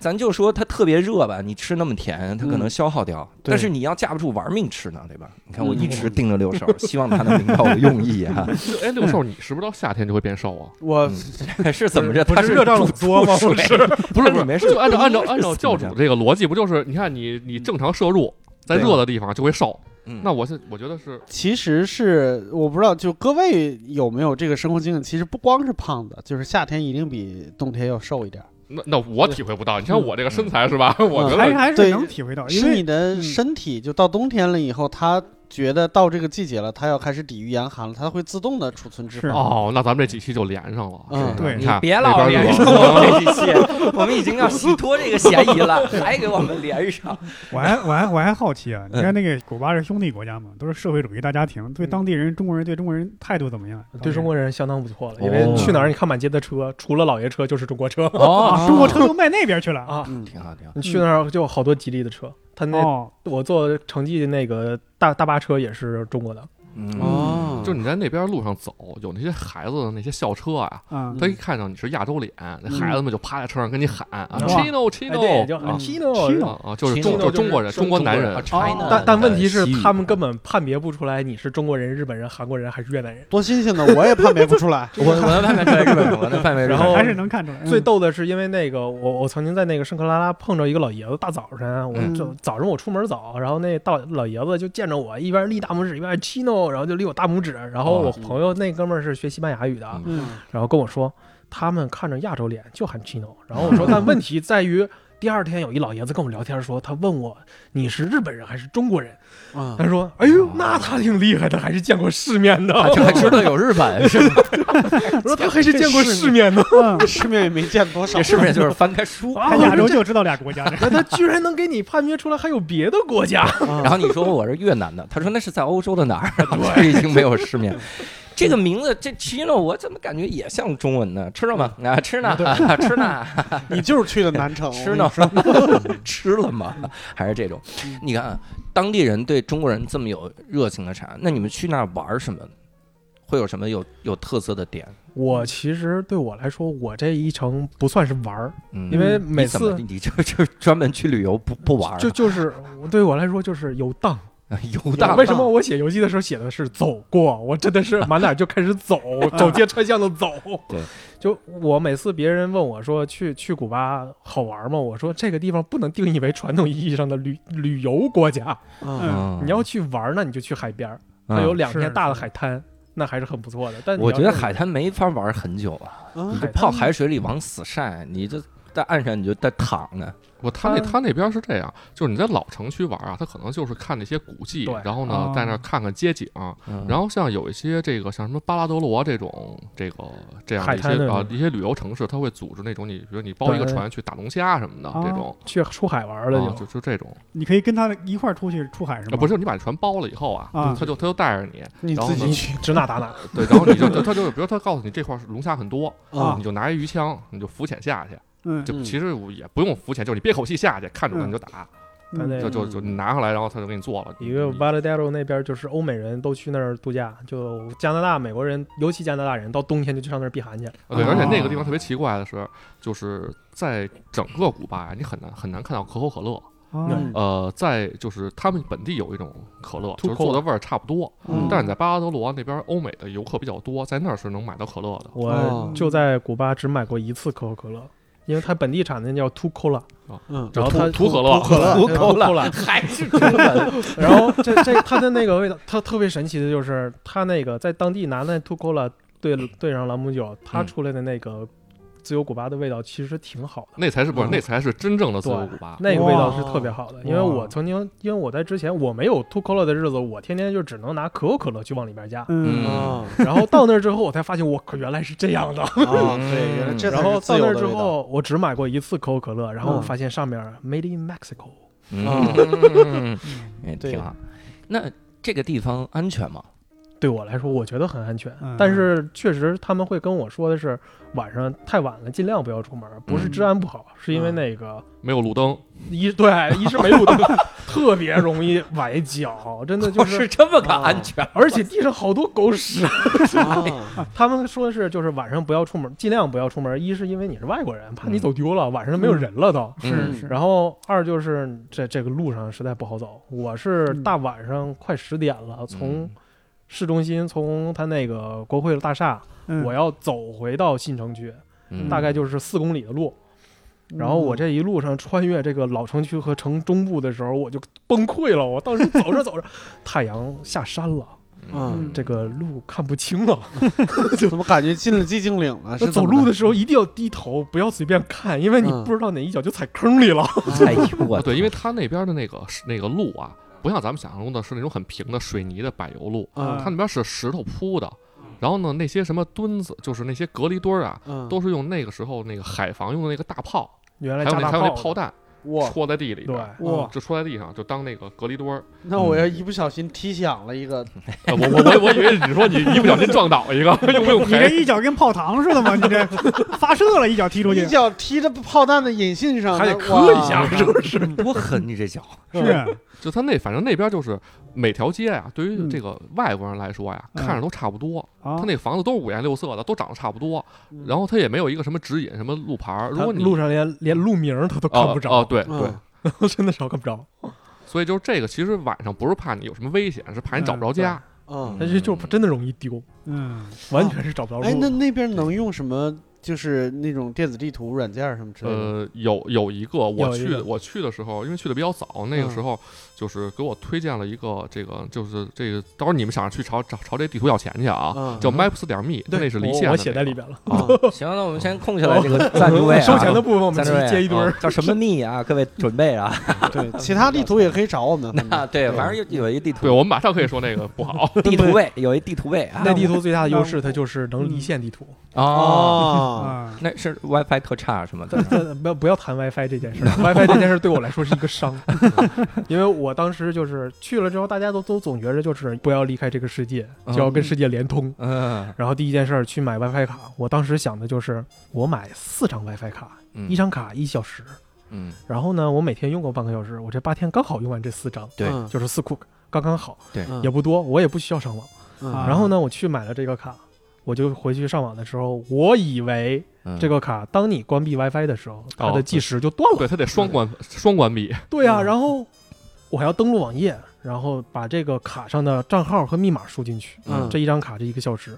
S1: 咱就说它特别热吧，你吃那么甜，它可
S6: 嗯
S1: 能消耗掉。
S4: 对
S1: 但是你要架不住玩命吃呢，对吧？你看我
S4: 嗯
S1: 一直盯着六兽， *laughs* 希望他能明白我的用意
S6: *laughs*
S1: 啊。
S7: 哎，六
S4: 嗯
S7: 兽，你是不是到夏天就会变瘦啊？
S4: 我
S1: 是怎么着？
S6: 不
S1: 他
S6: 是热胀
S1: 注
S6: 冷缩吗
S1: 注
S6: 不是
S1: 水
S7: 不
S1: 它
S7: 是
S1: 里
S7: 不
S1: 面
S7: 是，
S1: 是
S7: 就按照按照按照
S1: 是
S7: 教
S1: 怎么
S7: 主这个逻辑，不就是你看你你正常摄入，在
S4: 嗯对啊
S7: 热的地方就会瘦。
S1: 嗯
S7: 那我是我觉得是
S4: 其实是我不知道，就各位有没有这个生活经验？其实不光是胖子，就是夏天一定比冬天要瘦一点儿，
S7: 那那我体会不到，你看我这个身材是吧？我觉
S2: 还是
S7: 得
S2: 还是
S4: 对
S2: 能体
S6: 啊
S2: 会到，因
S4: 是你
S2: 为
S4: 的
S2: 嗯
S4: 身体就到冬天了以后，它觉得到这个季节了，它要开始抵御严寒了，它会自动的储存脂
S2: 是
S4: 肪。
S7: 哦，那咱们这几期就连上了。
S4: 嗯
S2: 对
S7: 你
S1: 你
S7: 看
S1: 别
S7: 那
S1: 老
S7: 边
S1: 连
S7: 热
S1: 上我们这一期， *laughs* 我们已经要洗脱这个嫌疑了，还给我们连上。
S2: 我还我还我还好奇啊，你看那个古巴是兄弟国家嘛，都是社会主义大家庭，对当地人中国人对中国人态度怎么样？啊
S6: 啊对中
S2: 国
S6: 国人相当不错了，
S1: 哦
S6: 因为去哪儿你看满街的车，除了老爷车就是中国车
S4: 哦
S2: 啊，中国车都卖那边去了
S6: 啊。
S1: *laughs*
S4: 嗯，
S1: 挺好挺好。
S6: 你去那儿就有好多吉利的车，他那
S2: 哦，
S6: 我坐城际那个大大巴车也是中国的，
S1: 嗯
S4: 哦，
S7: 就你在那边路上走，有那些孩子的那些校车啊，
S2: 啊
S7: 他一看上你是亚洲脸，那孩子们就趴在车上跟你喊啊
S6: 嗯
S7: ，Chino
S6: 哎，对，就
S7: Chino 啊
S6: Chino，
S7: 啊啊，就是
S1: Chino
S7: 中
S6: 就是
S7: 中国人，中国男人，啊
S1: China，
S6: 但但问题是
S1: 西语。
S6: 他们根本判别不出来你是中国人、日本人、韩国人还是越南人。
S4: 多新鲜的，我也判别不出来
S1: 我我的范围在日本人，我的范围
S6: 然后
S2: 还是能看出来。嗯
S6: 最逗的是，因为那个我我曾经在那个圣克拉拉碰着一个老爷子，大早晨，我
S1: 嗯
S6: 就早晨我出门早，然后那大老爷子就见着我，一边立大拇指一边 chino，然后就立我大拇指。然后我
S1: 哦
S6: 朋友那哥们儿是学西班牙语的，
S4: 嗯，
S6: 然后跟我说他们看着亚洲脸就喊 chino，然后我说但问题在于。第二天有一老爷子跟我聊天说，他问我你是日本人还是中国人？
S1: 嗯
S4: 啊
S6: 他说：“
S1: 哦
S6: 哎呦，那他挺厉害的，还是见过世面的。”
S1: 就 *laughs* 还知道有日本是吧？
S6: 我说他还是见过世面的，
S2: 嗯
S4: *laughs* 世面也没见多少
S1: 这。是不是就是翻开
S6: *laughs*
S1: 书？
S2: 看亚洲就知道俩国家，这
S6: 他居然能给你判别出来还有别的
S1: *laughs*
S6: 国家。
S1: 然后你说我是越南的，他说那是在欧洲的哪儿？这已经没有世面。这个名字，这 Chino，我怎么感觉也像中文呢？吃了吗？啊，吃呢，啊吃呢，
S4: 你就是去的南
S1: *laughs*
S4: 城，
S1: 吃呢， *laughs* 吃了吗？还是这种？你看啊当地人对中国人这么有热情的啥？那你们去那儿玩儿什么？会有什么有有特色的点？
S6: 我其实对我来说，我这一程不算是玩儿，
S1: 嗯，
S6: 因为每
S1: 你怎么
S6: 次
S1: 你就就专门去旅游不不玩儿啊，
S6: 就就是对我来说就是游荡。
S1: 游荡
S6: 为什么我写游记的时候写的是走过？我真的是满哪儿就开始
S1: *laughs*
S6: 走，走街串巷的走。
S1: 对，
S6: 就我每次别人问我说去去古巴好玩吗？我说这个地方不能定义为传统意义上的旅旅游国家，
S4: 啊，
S2: 嗯
S1: 嗯
S6: 你要去玩儿那你就去海边儿，它
S1: 嗯
S6: 有两片
S2: 是
S6: 大的
S2: 是
S6: 海滩，那还是很不错的。但你
S1: 我
S6: 要
S1: 觉得
S6: 是
S1: 海滩没法玩很久啊，
S4: 嗯
S1: 你就
S6: 海滩
S1: 泡海水里往死晒，你这在岸上你就在躺着，
S7: 我他那
S6: 他
S7: 他那边是这样，就是你在老城区玩啊，他可能就是看那些古迹
S6: 对，
S7: 然后呢
S2: 哦，
S7: 在那儿看看街景，
S1: 嗯
S7: 然后像有一些这个像什么巴拉德罗这种这个这样的
S6: 海
S7: 一
S6: 滩
S7: 些
S6: 那
S7: 啊
S6: 种
S7: 一些旅游城市，他会组织那种你比如你包一个
S6: 对
S7: 船去打龙虾什么的
S2: 哦
S7: 这种，
S6: 去出海玩
S1: 哦
S6: 了
S7: 啊
S6: 就
S7: 就就这种
S2: 你可以跟他一块儿出去出海是
S7: 啊
S2: 吗？
S7: 不是你把船包了以后啊，
S2: 啊
S7: 他就他就带着你，
S4: 你
S7: 然后
S4: 自己
S7: 呢
S4: 去
S6: 指哪打
S1: *laughs*
S6: 哪，
S7: 对，然后你就就他就比如他告诉你这块儿是龙虾很多，
S2: 啊
S7: 你就拿一鱼枪，你就浮潜下去，
S2: 嗯，
S7: 就
S4: 嗯
S7: 其实我也不用浮潜，就是你憋口气下去，看着它
S2: 嗯
S7: 你就打，
S6: 他那
S7: 就
S6: 个
S7: 就就你拿上来，然后他就给你做了。
S6: 一个
S7: 你
S6: Valadero 那边就是欧美人都去那儿度假，就加拿大美国人，尤其加拿大人，到冬天就去上那儿避寒去。
S7: 啊对，而且那
S2: 哦
S7: 个地方特别奇怪的是，就是在整个古巴呀，你很难很难看到可口可乐。
S4: 嗯
S2: 啊
S7: 呃，在就是他们本地有一种可乐，就是
S6: Tucola
S7: 做的味儿差不多，
S4: 嗯
S7: 但是你在巴拉德罗那边，欧美的游客比较多，在那儿是能买到可乐的。
S6: 我
S4: 哦
S6: 就在古巴只买过一次可口可乐，因为它本地产的叫 t u c o l a
S4: 嗯
S6: 然后它
S7: 涂可乐，
S4: 可乐
S1: 不
S6: 对
S1: 够
S6: Tucola
S1: 了，还是中文
S4: *laughs*
S6: 然后这这它的那个味道，它特别神奇的就是它那个在当地拿那 t u c o l a 兑兑上朗姆酒，它
S7: 嗯
S6: 出来的那个自由古巴的味道其实挺好的。
S7: 那才是不是
S6: 嗯
S7: 那才是真正的自由
S6: 对
S7: 古巴。
S6: 那个味道是特别
S4: 哇
S6: 好的，因为我曾经，因为我在之前我没有 t u c o l a 的日子，我天天就只能拿可口可乐去往里边加。
S2: 嗯
S7: 嗯
S4: 啊
S6: 然后到那儿之后，我才发现我可原来是这样的。
S4: 啊，对，原来这才
S6: 然
S4: 是
S6: 后
S4: 自
S6: 到
S4: 由
S6: 那
S4: 的
S6: 儿之
S4: 味道，
S6: 后，我只买过一次可口可乐，然后我
S4: 嗯
S6: 发现上面 Made in Mexico，
S7: 嗯
S1: 哎
S4: 对
S1: 挺好。那这个地方安全吗？
S6: 对我来说我觉得很安全
S2: 嗯，
S6: 但是确实他们会跟我说的是晚上太晚了，尽量不要出门，不是
S4: 嗯
S6: 治安不好，是因为那个
S7: 没有路灯，
S6: 一对一是没路灯， *laughs* 特别容易崴脚，真的就是。
S1: 这么个
S4: 啊
S1: 安全，
S6: 而且地上好多狗屎，
S4: 啊
S6: 他们说的是就是晚上不要出门，尽量不要出门。一是因为你是外国人，怕你
S7: 嗯
S6: 走丢了，晚上没有人了都。
S7: 嗯
S2: 是是，
S6: 然后二就是这这个路上实在不好走，我是大晚上快十点了，
S7: 嗯
S6: 从市中心从他那个国会大厦，
S2: 嗯
S6: 我要走回到新城区，
S1: 嗯
S6: 大概就是四公里的路。
S2: 嗯
S6: 然后我这一路上穿越这个老城区和城中部的时候，我就崩溃了。我当时走着走着，太阳下山了，
S4: 嗯
S6: 这个路看不清了。
S4: *laughs* 怎么感觉进了寂静岭了？是
S6: 那走路的
S7: 嗯
S6: 时候一定要低头，不要随便看，因为你
S4: 嗯
S6: 不知道哪一脚就踩坑里了。
S1: 哎呦我
S7: 啊，对，因为它那边的那个是那个路啊，不像咱们想象中的是那种很平的水泥的柏油路，
S4: 啊
S2: 嗯
S7: 它那边是石头铺的。
S6: 嗯
S7: 然后呢，那些什么墩子，就是那些隔离墩儿啊，
S4: 嗯，
S7: 都是用那个时候那个海防用的那个大炮，
S6: 原来
S7: 还有
S6: 炸
S7: 那
S6: 大
S7: 还有那炮
S6: 炮的，
S7: 弹
S4: 哇
S7: 戳在地里边
S6: 对
S7: 儿，
S4: 哇，
S7: 就戳在地上，就当那个隔离墩儿。
S4: 那我要一不小心踢响了一个，
S7: 呃我我我我以为你说你一不小心撞倒 *laughs* 一个，用不用
S2: 你这
S7: 赔？
S2: 一脚跟泡汤似的吗？你这发射了一脚踢出去
S4: 一，脚踢在炮弹的引信上，
S6: 还得
S4: 那
S6: 磕一下，
S4: 哇
S6: 是不是？
S1: 多狠！你这脚，
S2: 是啊
S7: 就他那反正那边就是每条街啊，对于
S2: 嗯
S7: 这个外国人来说呀，
S2: 嗯
S7: 看着都差不多，
S2: 啊
S7: 他那房子都是五颜六色的，都长得差不多，
S4: 嗯
S7: 然后他也没有一个什么指引什么路牌儿，如
S6: 他
S7: 果你
S6: 路上连连路名儿他都看不着，
S7: 哦哦，对对
S4: 嗯，
S6: *laughs* 真的是看不着。
S7: 所以就是这个，其实晚上不是怕你有什么危险，是怕你找不着家。
S4: 嗯，
S6: 但是就真的容易丢，
S2: 嗯
S6: 完全是找不着路。
S4: 哎，那那边能用什么？就是那种电子地图软件儿什么之类的。
S7: 呃，有有一个我
S6: 有一
S7: 去
S6: 个
S7: 我去的时候，因为去的比较早，那个
S4: 嗯
S7: 时候就是给我推荐了一个这个，就是这个，到时候你们想去朝朝朝这地图要钱去
S1: 呃
S7: 啊，
S4: 啊
S7: 叫 Maps 点 me，
S6: 嗯对
S7: 那是离
S6: 我我
S7: 线的那个，
S6: 写在里边
S7: *laughs*
S6: 了。
S4: 啊，
S1: 行，那我们先空下来这个赞助位啊，
S6: 哦 *laughs* 收钱的部分我们
S1: 赞
S6: 直
S1: 助位
S6: 接接一堆 *laughs* 儿。
S1: 叫什么密啊？各位准备啊！
S4: 对，其他地图也可以找我们。
S1: 那对，反正有有一地
S7: 对，
S1: 图，
S7: 我们马上可以说那个不 *laughs* 好，
S1: 地图位有一地图位啊
S6: 那地图最大的优势，它就是能离线地 *laughs* 图。
S1: 哦，
S4: 哦，
S2: 啊，
S1: 那是 WiFi 特差是吗？在
S6: 但
S1: 那儿
S6: 但不要不要谈 WiFi 这件事儿 *laughs* ，WiFi 这件事对我来说是一个伤， *laughs* 因为我当时就是去了之后，大家都都总觉着就是不要离开这个世界，
S7: 嗯
S6: 就要跟世界联通。
S1: 嗯
S6: 然后第一件事儿去买 WiFi 卡，我当时想的就是我买四张 WiFi 卡，
S1: 嗯
S6: 一张卡一小时，
S1: 嗯，
S6: 然后呢，我每天用过半个小时，我这八天刚好用完这四张，
S1: 对
S4: 嗯
S6: 就是四库刚刚好，
S4: 嗯
S6: 也不多，我也不需要上网。
S4: 嗯
S2: 啊
S6: 然后呢，我去买了这个卡，我就回去上网的时候，我以为这个卡，当你关闭 WiFi 的时候，它的计时就断了。
S7: 对，它得双关双关闭，
S6: 对啊，
S4: 嗯
S6: 然后我还要登录网页，然后把这个卡上的账号和密码输进去，
S4: 嗯
S6: 这一张卡这一个小时。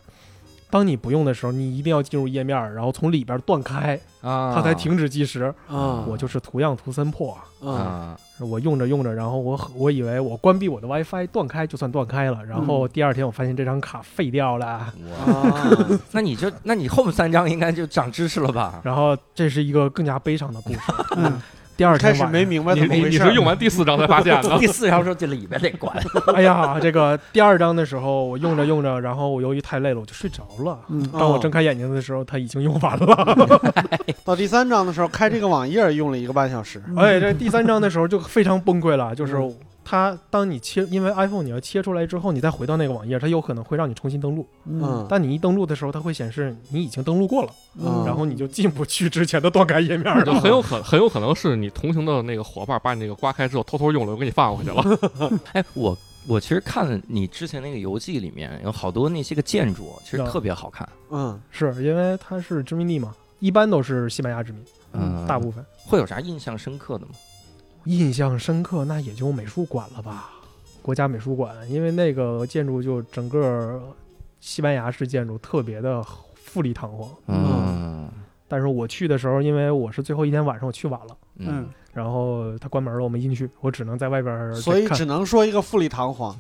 S6: 当你不用的时候，你一定要进入页面，然后从里边断开，
S1: 啊，
S6: 它才停止计时。
S4: 啊
S6: 我就是图样图森破，
S4: 啊
S1: 啊，
S6: 我用着用着，然后我我以为我关闭我的 WiFi 断开就算断开了，然
S4: 嗯
S6: 后第二天我发现这张卡废掉了。
S1: 哇，
S4: 哦
S1: 那你就那你后面三章应该就长知识了吧？
S6: 然后这是一个更加悲伤的故
S4: *laughs*
S6: 事。
S2: 嗯
S6: 第 *laughs* 二天
S4: 开始
S6: 晚上
S4: 没明白
S7: 你
S4: 怎么
S7: 你
S4: 回
S7: 你
S4: 事
S7: 是
S4: 儿，
S7: 用完第四章才发现的
S1: *laughs* 第四章说这里边得管，
S6: 哎呀，这个第二章的时候，我用着用着，然后我由于太累了，我就睡着了。
S2: 嗯
S6: 当我睁开眼睛的时候，它已经用完了。
S4: 到第三章的时候，开这个网页儿用了一个半小时。
S6: *laughs*
S2: 嗯
S6: 哎，这第三章的时候就非常崩溃了，就是
S4: 嗯
S6: 它当你切，因为 iPhone 你要切出来之后，你再回到那个网页，它有可能会让你重新登录。
S4: 嗯，
S6: 但你一登录的时候，它会显示你已经登录过了，
S4: 嗯
S6: 然后你就进不去之前的断开页面
S7: *laughs* 就
S6: 了。
S7: 很有可很有可能是你同行的那个伙伴把你那个刮开之后偷偷用了，又给你放回去了。
S1: 哎，我我其实看你之前那个游记里面有好多那些个建筑，其实
S6: 嗯
S1: 特别好看，
S4: 嗯，
S6: 是因为它是殖民地嘛，一般都是西班牙殖民，
S1: 嗯，
S6: 大部分。
S1: 会有啥印象深刻的吗？
S6: 印象深刻，那也就美术馆了吧，国家美术馆，因为那个建筑就整个西班牙式建筑特别的富丽堂皇。
S1: 嗯
S6: 但是我去的时候，因为我是最后一天晚上，我去晚了，
S2: 嗯，
S6: 然后它关门了，我没进去，我只能在外边儿
S4: 所以
S6: 看
S4: 只能说一个富丽堂皇。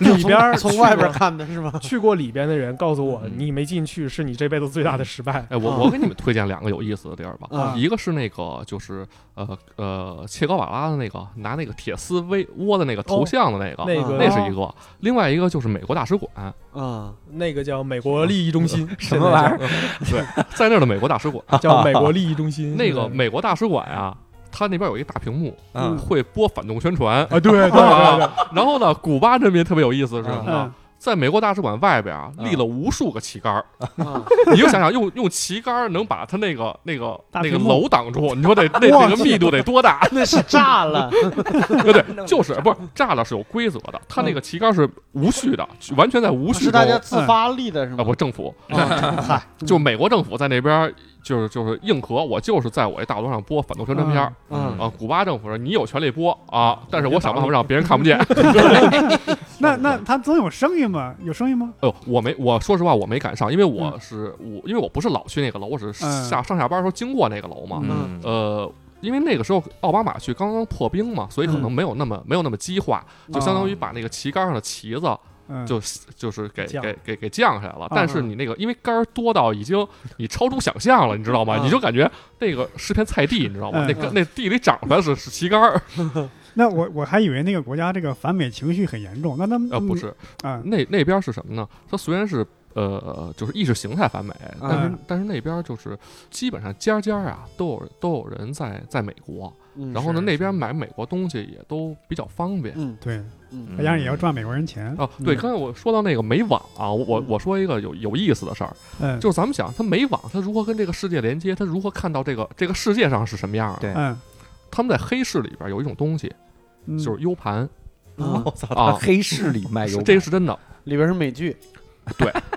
S6: 里边儿
S4: 从
S6: 去
S4: 外边儿
S6: 过。
S4: 看的是吗？
S6: 去过里边的人告诉我，
S1: 嗯
S6: 你没进去是你这辈子最大的失败。
S7: *laughs*
S4: 嗯
S7: 哎，我我给你们推荐两个有意思的地儿吧。
S4: 啊
S7: 一个是那个就是呃呃切格瓦拉的那个拿那个铁丝围窝的那个头像的那个，
S6: 那
S4: 哦
S6: 个
S7: 那是一个。另外一个就是美国大使馆，
S4: 啊，
S6: 那个叫美国利益中心，
S1: 什么玩意
S6: 意
S7: 在那儿的美国大使馆，
S6: 儿？ *laughs* 叫美国利益中心。
S7: *laughs* 那个美国大使馆啊，它那边有一大屏幕，
S1: 嗯
S7: 会播反动宣传。
S6: 啊，对对对对
S7: 啊，然后呢，古巴人民特别有意思是什么
S2: 嗯
S7: 呢？在美国大使馆外边啊，
S1: 嗯
S7: 立了无数个旗杆儿，
S4: 啊
S7: 你就想想用用旗杆儿能把它那个那个
S2: 大
S7: 那
S2: 屏
S7: 个
S2: 幕
S7: 楼挡住，你
S2: *laughs*
S7: 说得那那个密度得多大？
S4: 那是炸了。
S7: 对对，就是不是炸了是有规则的，它
S2: 嗯
S7: 那个旗杆是无序的，完全在无序
S4: 是
S7: 中。
S4: 大家自发力的是
S7: 啊，
S4: 吗？
S7: 不，政府
S4: 啊，嗨，
S7: 就美国政府在那边儿就是就是硬核，我就是在我这大楼上播反动宣传片儿
S4: 嗯
S7: *laughs* 啊。古巴政府说你有权利播
S2: 嗯
S7: 啊，但是我想办法让别人看
S2: *laughs*
S7: 不见。哎
S2: 那那他总有声音吧？有声音吗？
S7: 呦，呃我没我说实话我没赶上，因为我是我因为我不是老去那个楼，我是
S2: 嗯
S7: 下上下班儿时候经过那个楼嘛。
S1: 嗯
S7: 呃，因为那个时候奥巴马去刚刚破冰嘛，所以可
S2: 嗯
S7: 能没有那么没有那么激化，就相
S2: 哦
S7: 当于把那个旗杆上的旗子
S2: 嗯，
S7: 就是就是给
S6: 降
S7: 给给给降下来了，但是你那个因为杆儿多到已
S2: *laughs*
S7: 经你超出想象了，你知道吗？
S4: 啊
S7: 你就感觉那个是片菜地，你知道吗？
S2: 嗯
S7: 那个那地里长出来是是旗杆儿，
S2: 那我我还以为那个国家这个反美情绪很严重，那他们
S7: 呃，不是，
S2: 啊，
S7: 那那边是什么呢？它虽然是呃就是意识形态反美，
S2: 嗯
S7: 但是但是那边就是基本上家家啊都有都有人在在美国，
S4: 嗯
S7: 然后呢
S2: 是
S7: 那边买美国东西也都比较方便。
S4: 嗯
S2: 对，
S4: 嗯
S2: 大家也要赚美国人钱，
S7: 哦，对，
S2: 嗯
S7: 刚才我说到那个美网啊，我我说一个有有意思的事儿，
S2: 嗯，
S7: 就是咱们想，他美网，他如何跟这个世界连接？他如何看到这个这个世界上是什么样啊？
S1: 对
S2: 嗯，
S7: 他们在黑市里边有一种东西，
S2: 嗯
S7: 就是 U 盘，
S4: 嗯
S1: 我操，
S7: 啊
S1: 他黑市里卖油，
S7: 是这个是真的，
S4: 里边是美剧，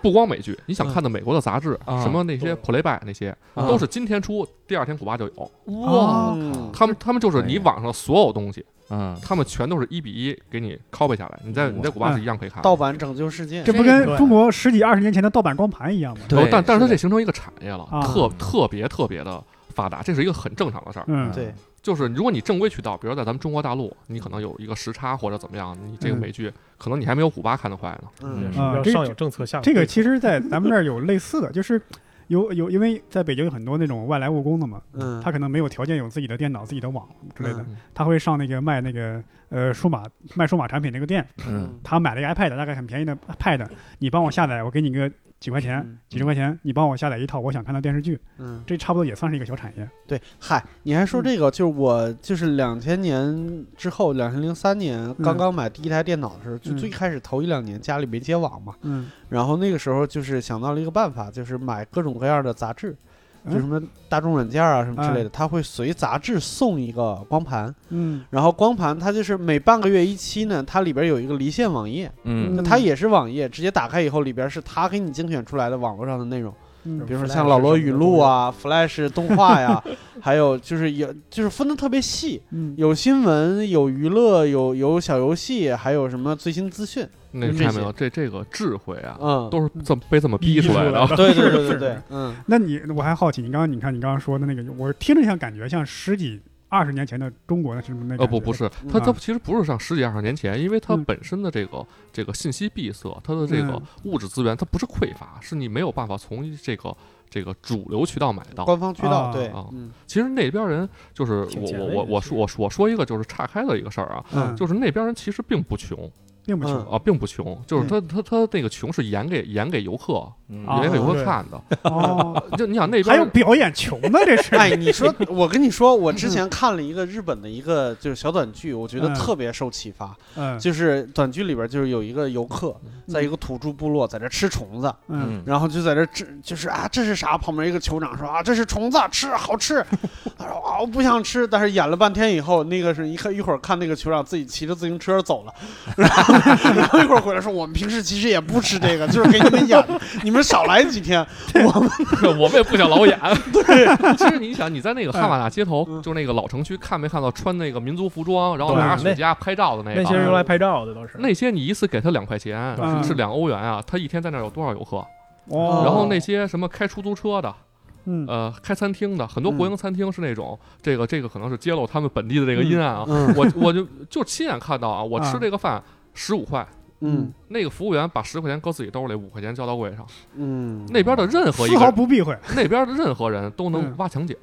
S7: 不光美剧，你想
S4: 嗯
S7: 看的美国的杂志，
S1: 啊
S7: 什么那些 Playboy 那些，
S1: 啊
S7: 都是今天出，第二天古巴就有。
S2: 哦
S1: 哇，
S4: 嗯
S7: 他们他们就是
S1: 哎
S7: 你
S1: 呀
S7: 网上所有东西，
S1: 嗯，
S7: 他们全都是一比一给你 copy 下来，你在
S1: 哇
S7: 你在古巴是一样可以看的。
S4: 盗版拯救世界
S2: 这。不跟中国十几二十年前的盗版光盘一样吗？
S7: 然后
S1: 对，
S7: 哦但但是它
S1: 的
S7: 这形成一个产业了
S2: 啊，
S7: 特特别特别的发达，这是一个很正常的事儿。
S2: 嗯，
S4: 对，
S7: 就是如果你正规渠道，比如在咱们中国大陆，你可能有一个时差或者怎么样，你这个
S2: 嗯
S7: 美剧、可能你还没有古巴看得快呢。
S4: 嗯
S1: 嗯
S2: 啊
S6: 要
S2: 这
S6: 上有政策，下有
S2: 这个
S6: 对策
S2: 其实，在咱们这儿有类似的，就是有有，因为在北京有很多那种外来务工的嘛，
S4: 嗯，
S2: 他可能没有条件有自己的电脑、自己的网之类的
S7: 嗯，
S2: 他会上那个卖那个呃数码卖数码产品那个店，
S1: 嗯，
S2: 他买了一个 iPad，大概很便宜的 iPad，你帮我下载，我给你个几块钱。
S4: 嗯
S2: 几十块钱，你帮我下载一套我想看的电视剧，
S4: 嗯，
S2: 这差不多也算是一个小产业。
S4: 对，嗨，你还说这个，就是我就是两千年之后，两千零三年刚刚买第一台电脑的时候，就
S2: 嗯
S4: 最开始头一两年家里没接网嘛，
S2: 嗯，
S4: 然后那个时候就是想到了一个办法，就是买各种各样的杂志，就
S2: 嗯
S4: 什么大众软件啊什么之类的，它会随杂志送一个光盘，
S2: 嗯，
S4: 然后光盘它就是每半个月一期呢，它里边有一个离线网页，
S1: 嗯
S4: 它也是网页，直接打开以后里边是它给你精选出来的网络上的内容，
S6: 嗯
S4: 比如说像老罗语录，啊、Flash 动画呀，还有就是有就是分的特别细，
S2: 嗯，
S4: 有新闻，有娱乐，有有小游戏，还有什么最新资讯，
S7: 那
S4: 就
S7: 你
S4: 这
S7: 看
S4: 些
S7: 没有？这这个智慧啊，
S4: 嗯，
S7: 都是这么被这么逼出来的。
S4: 对对
S2: 是
S4: 对
S2: *laughs*
S4: 对
S2: 是
S4: 对， *laughs* 嗯
S2: 那你我还好奇，你刚刚你看你刚刚说的那个，我听着像感觉像十几二十年前的中国的什么那个？
S7: 呃，不，不，是，
S4: 嗯
S7: 它它
S2: 啊
S7: 其实不是上十几二十年前，因为它
S2: 嗯
S7: 本身的这个这个信息闭塞，它的这个
S2: 嗯
S7: 物质资源它不是匮乏，是你没有办法从这个这个主流渠道买到。
S4: 官方渠道，
S2: 啊
S4: 对
S7: 啊，
S4: 嗯
S7: 其实那边人就是
S6: 挺
S7: 我
S6: 前
S7: 我
S6: 卫
S7: 我
S6: 的
S7: 我
S6: 其
S7: 说我说我说一个就是岔开的一个事儿啊，
S2: 嗯，
S7: 就是那边人其实并不穷
S2: 并不
S4: 嗯
S2: 穷
S7: 啊，并不穷，就是他他他那个穷是演给演给游客
S1: 嗯
S2: 啊
S7: 演给游客
S2: 对
S7: 看的，
S2: 哦，
S7: 就你想那
S2: 还有
S7: 边
S2: 表演穷的这是，
S4: *laughs* 嗯 *laughs* 哎，你说，我跟你说，我 *laughs* 之前看了一个日本的一个就是小短剧，我觉得
S2: 嗯
S4: 特别受启发。
S2: 嗯
S4: 就是短剧里边就是有一个游客，在一个土著部落在这吃虫子，
S2: 嗯，
S4: 然后就在这吃，就是啊这是啥？旁边一个酋长说啊这是虫子，吃好吃。 *laughs* 他说啊我不想吃，但是演了半天以后，那个是一看一会儿看那个酋长自己骑着自行车走了， *laughs* 然后然后一会儿回来说我们平时其实也不吃这个，就是给你们演的，你们少来几天。我们
S7: *laughs* 我们也不想老演。对，其实你想你在那个哈瓦那街头，就那个老城区，看没看到穿那个民族服装，然后
S6: 对
S7: 拿着
S6: 那
S7: 雪茄拍照的那
S6: 那些
S7: 个？
S6: 人用来拍照的都是。
S7: 啊那些你一次给他两块钱，
S2: 嗯
S7: 是两欧元啊，他一天在那儿有多少游客？
S2: 哦，
S7: 然后那些什么开出租车的，
S2: 嗯
S7: 呃，开餐厅的，很多国营餐厅是那种，这个这个可能是揭露他们本地的这个阴暗啊。
S4: 嗯
S7: 我我就就亲眼看到啊，我吃
S2: 啊
S7: 这个饭十五块，
S4: 嗯
S7: 那个服务员把十块钱搁自己兜里，五块钱交到柜上。
S4: 嗯，
S7: 那边的任何一
S2: 丝
S7: 个
S2: 毫
S7: 人，
S2: 不避讳，啊
S7: 那边的任何人都能
S2: 嗯
S7: 挖墙脚。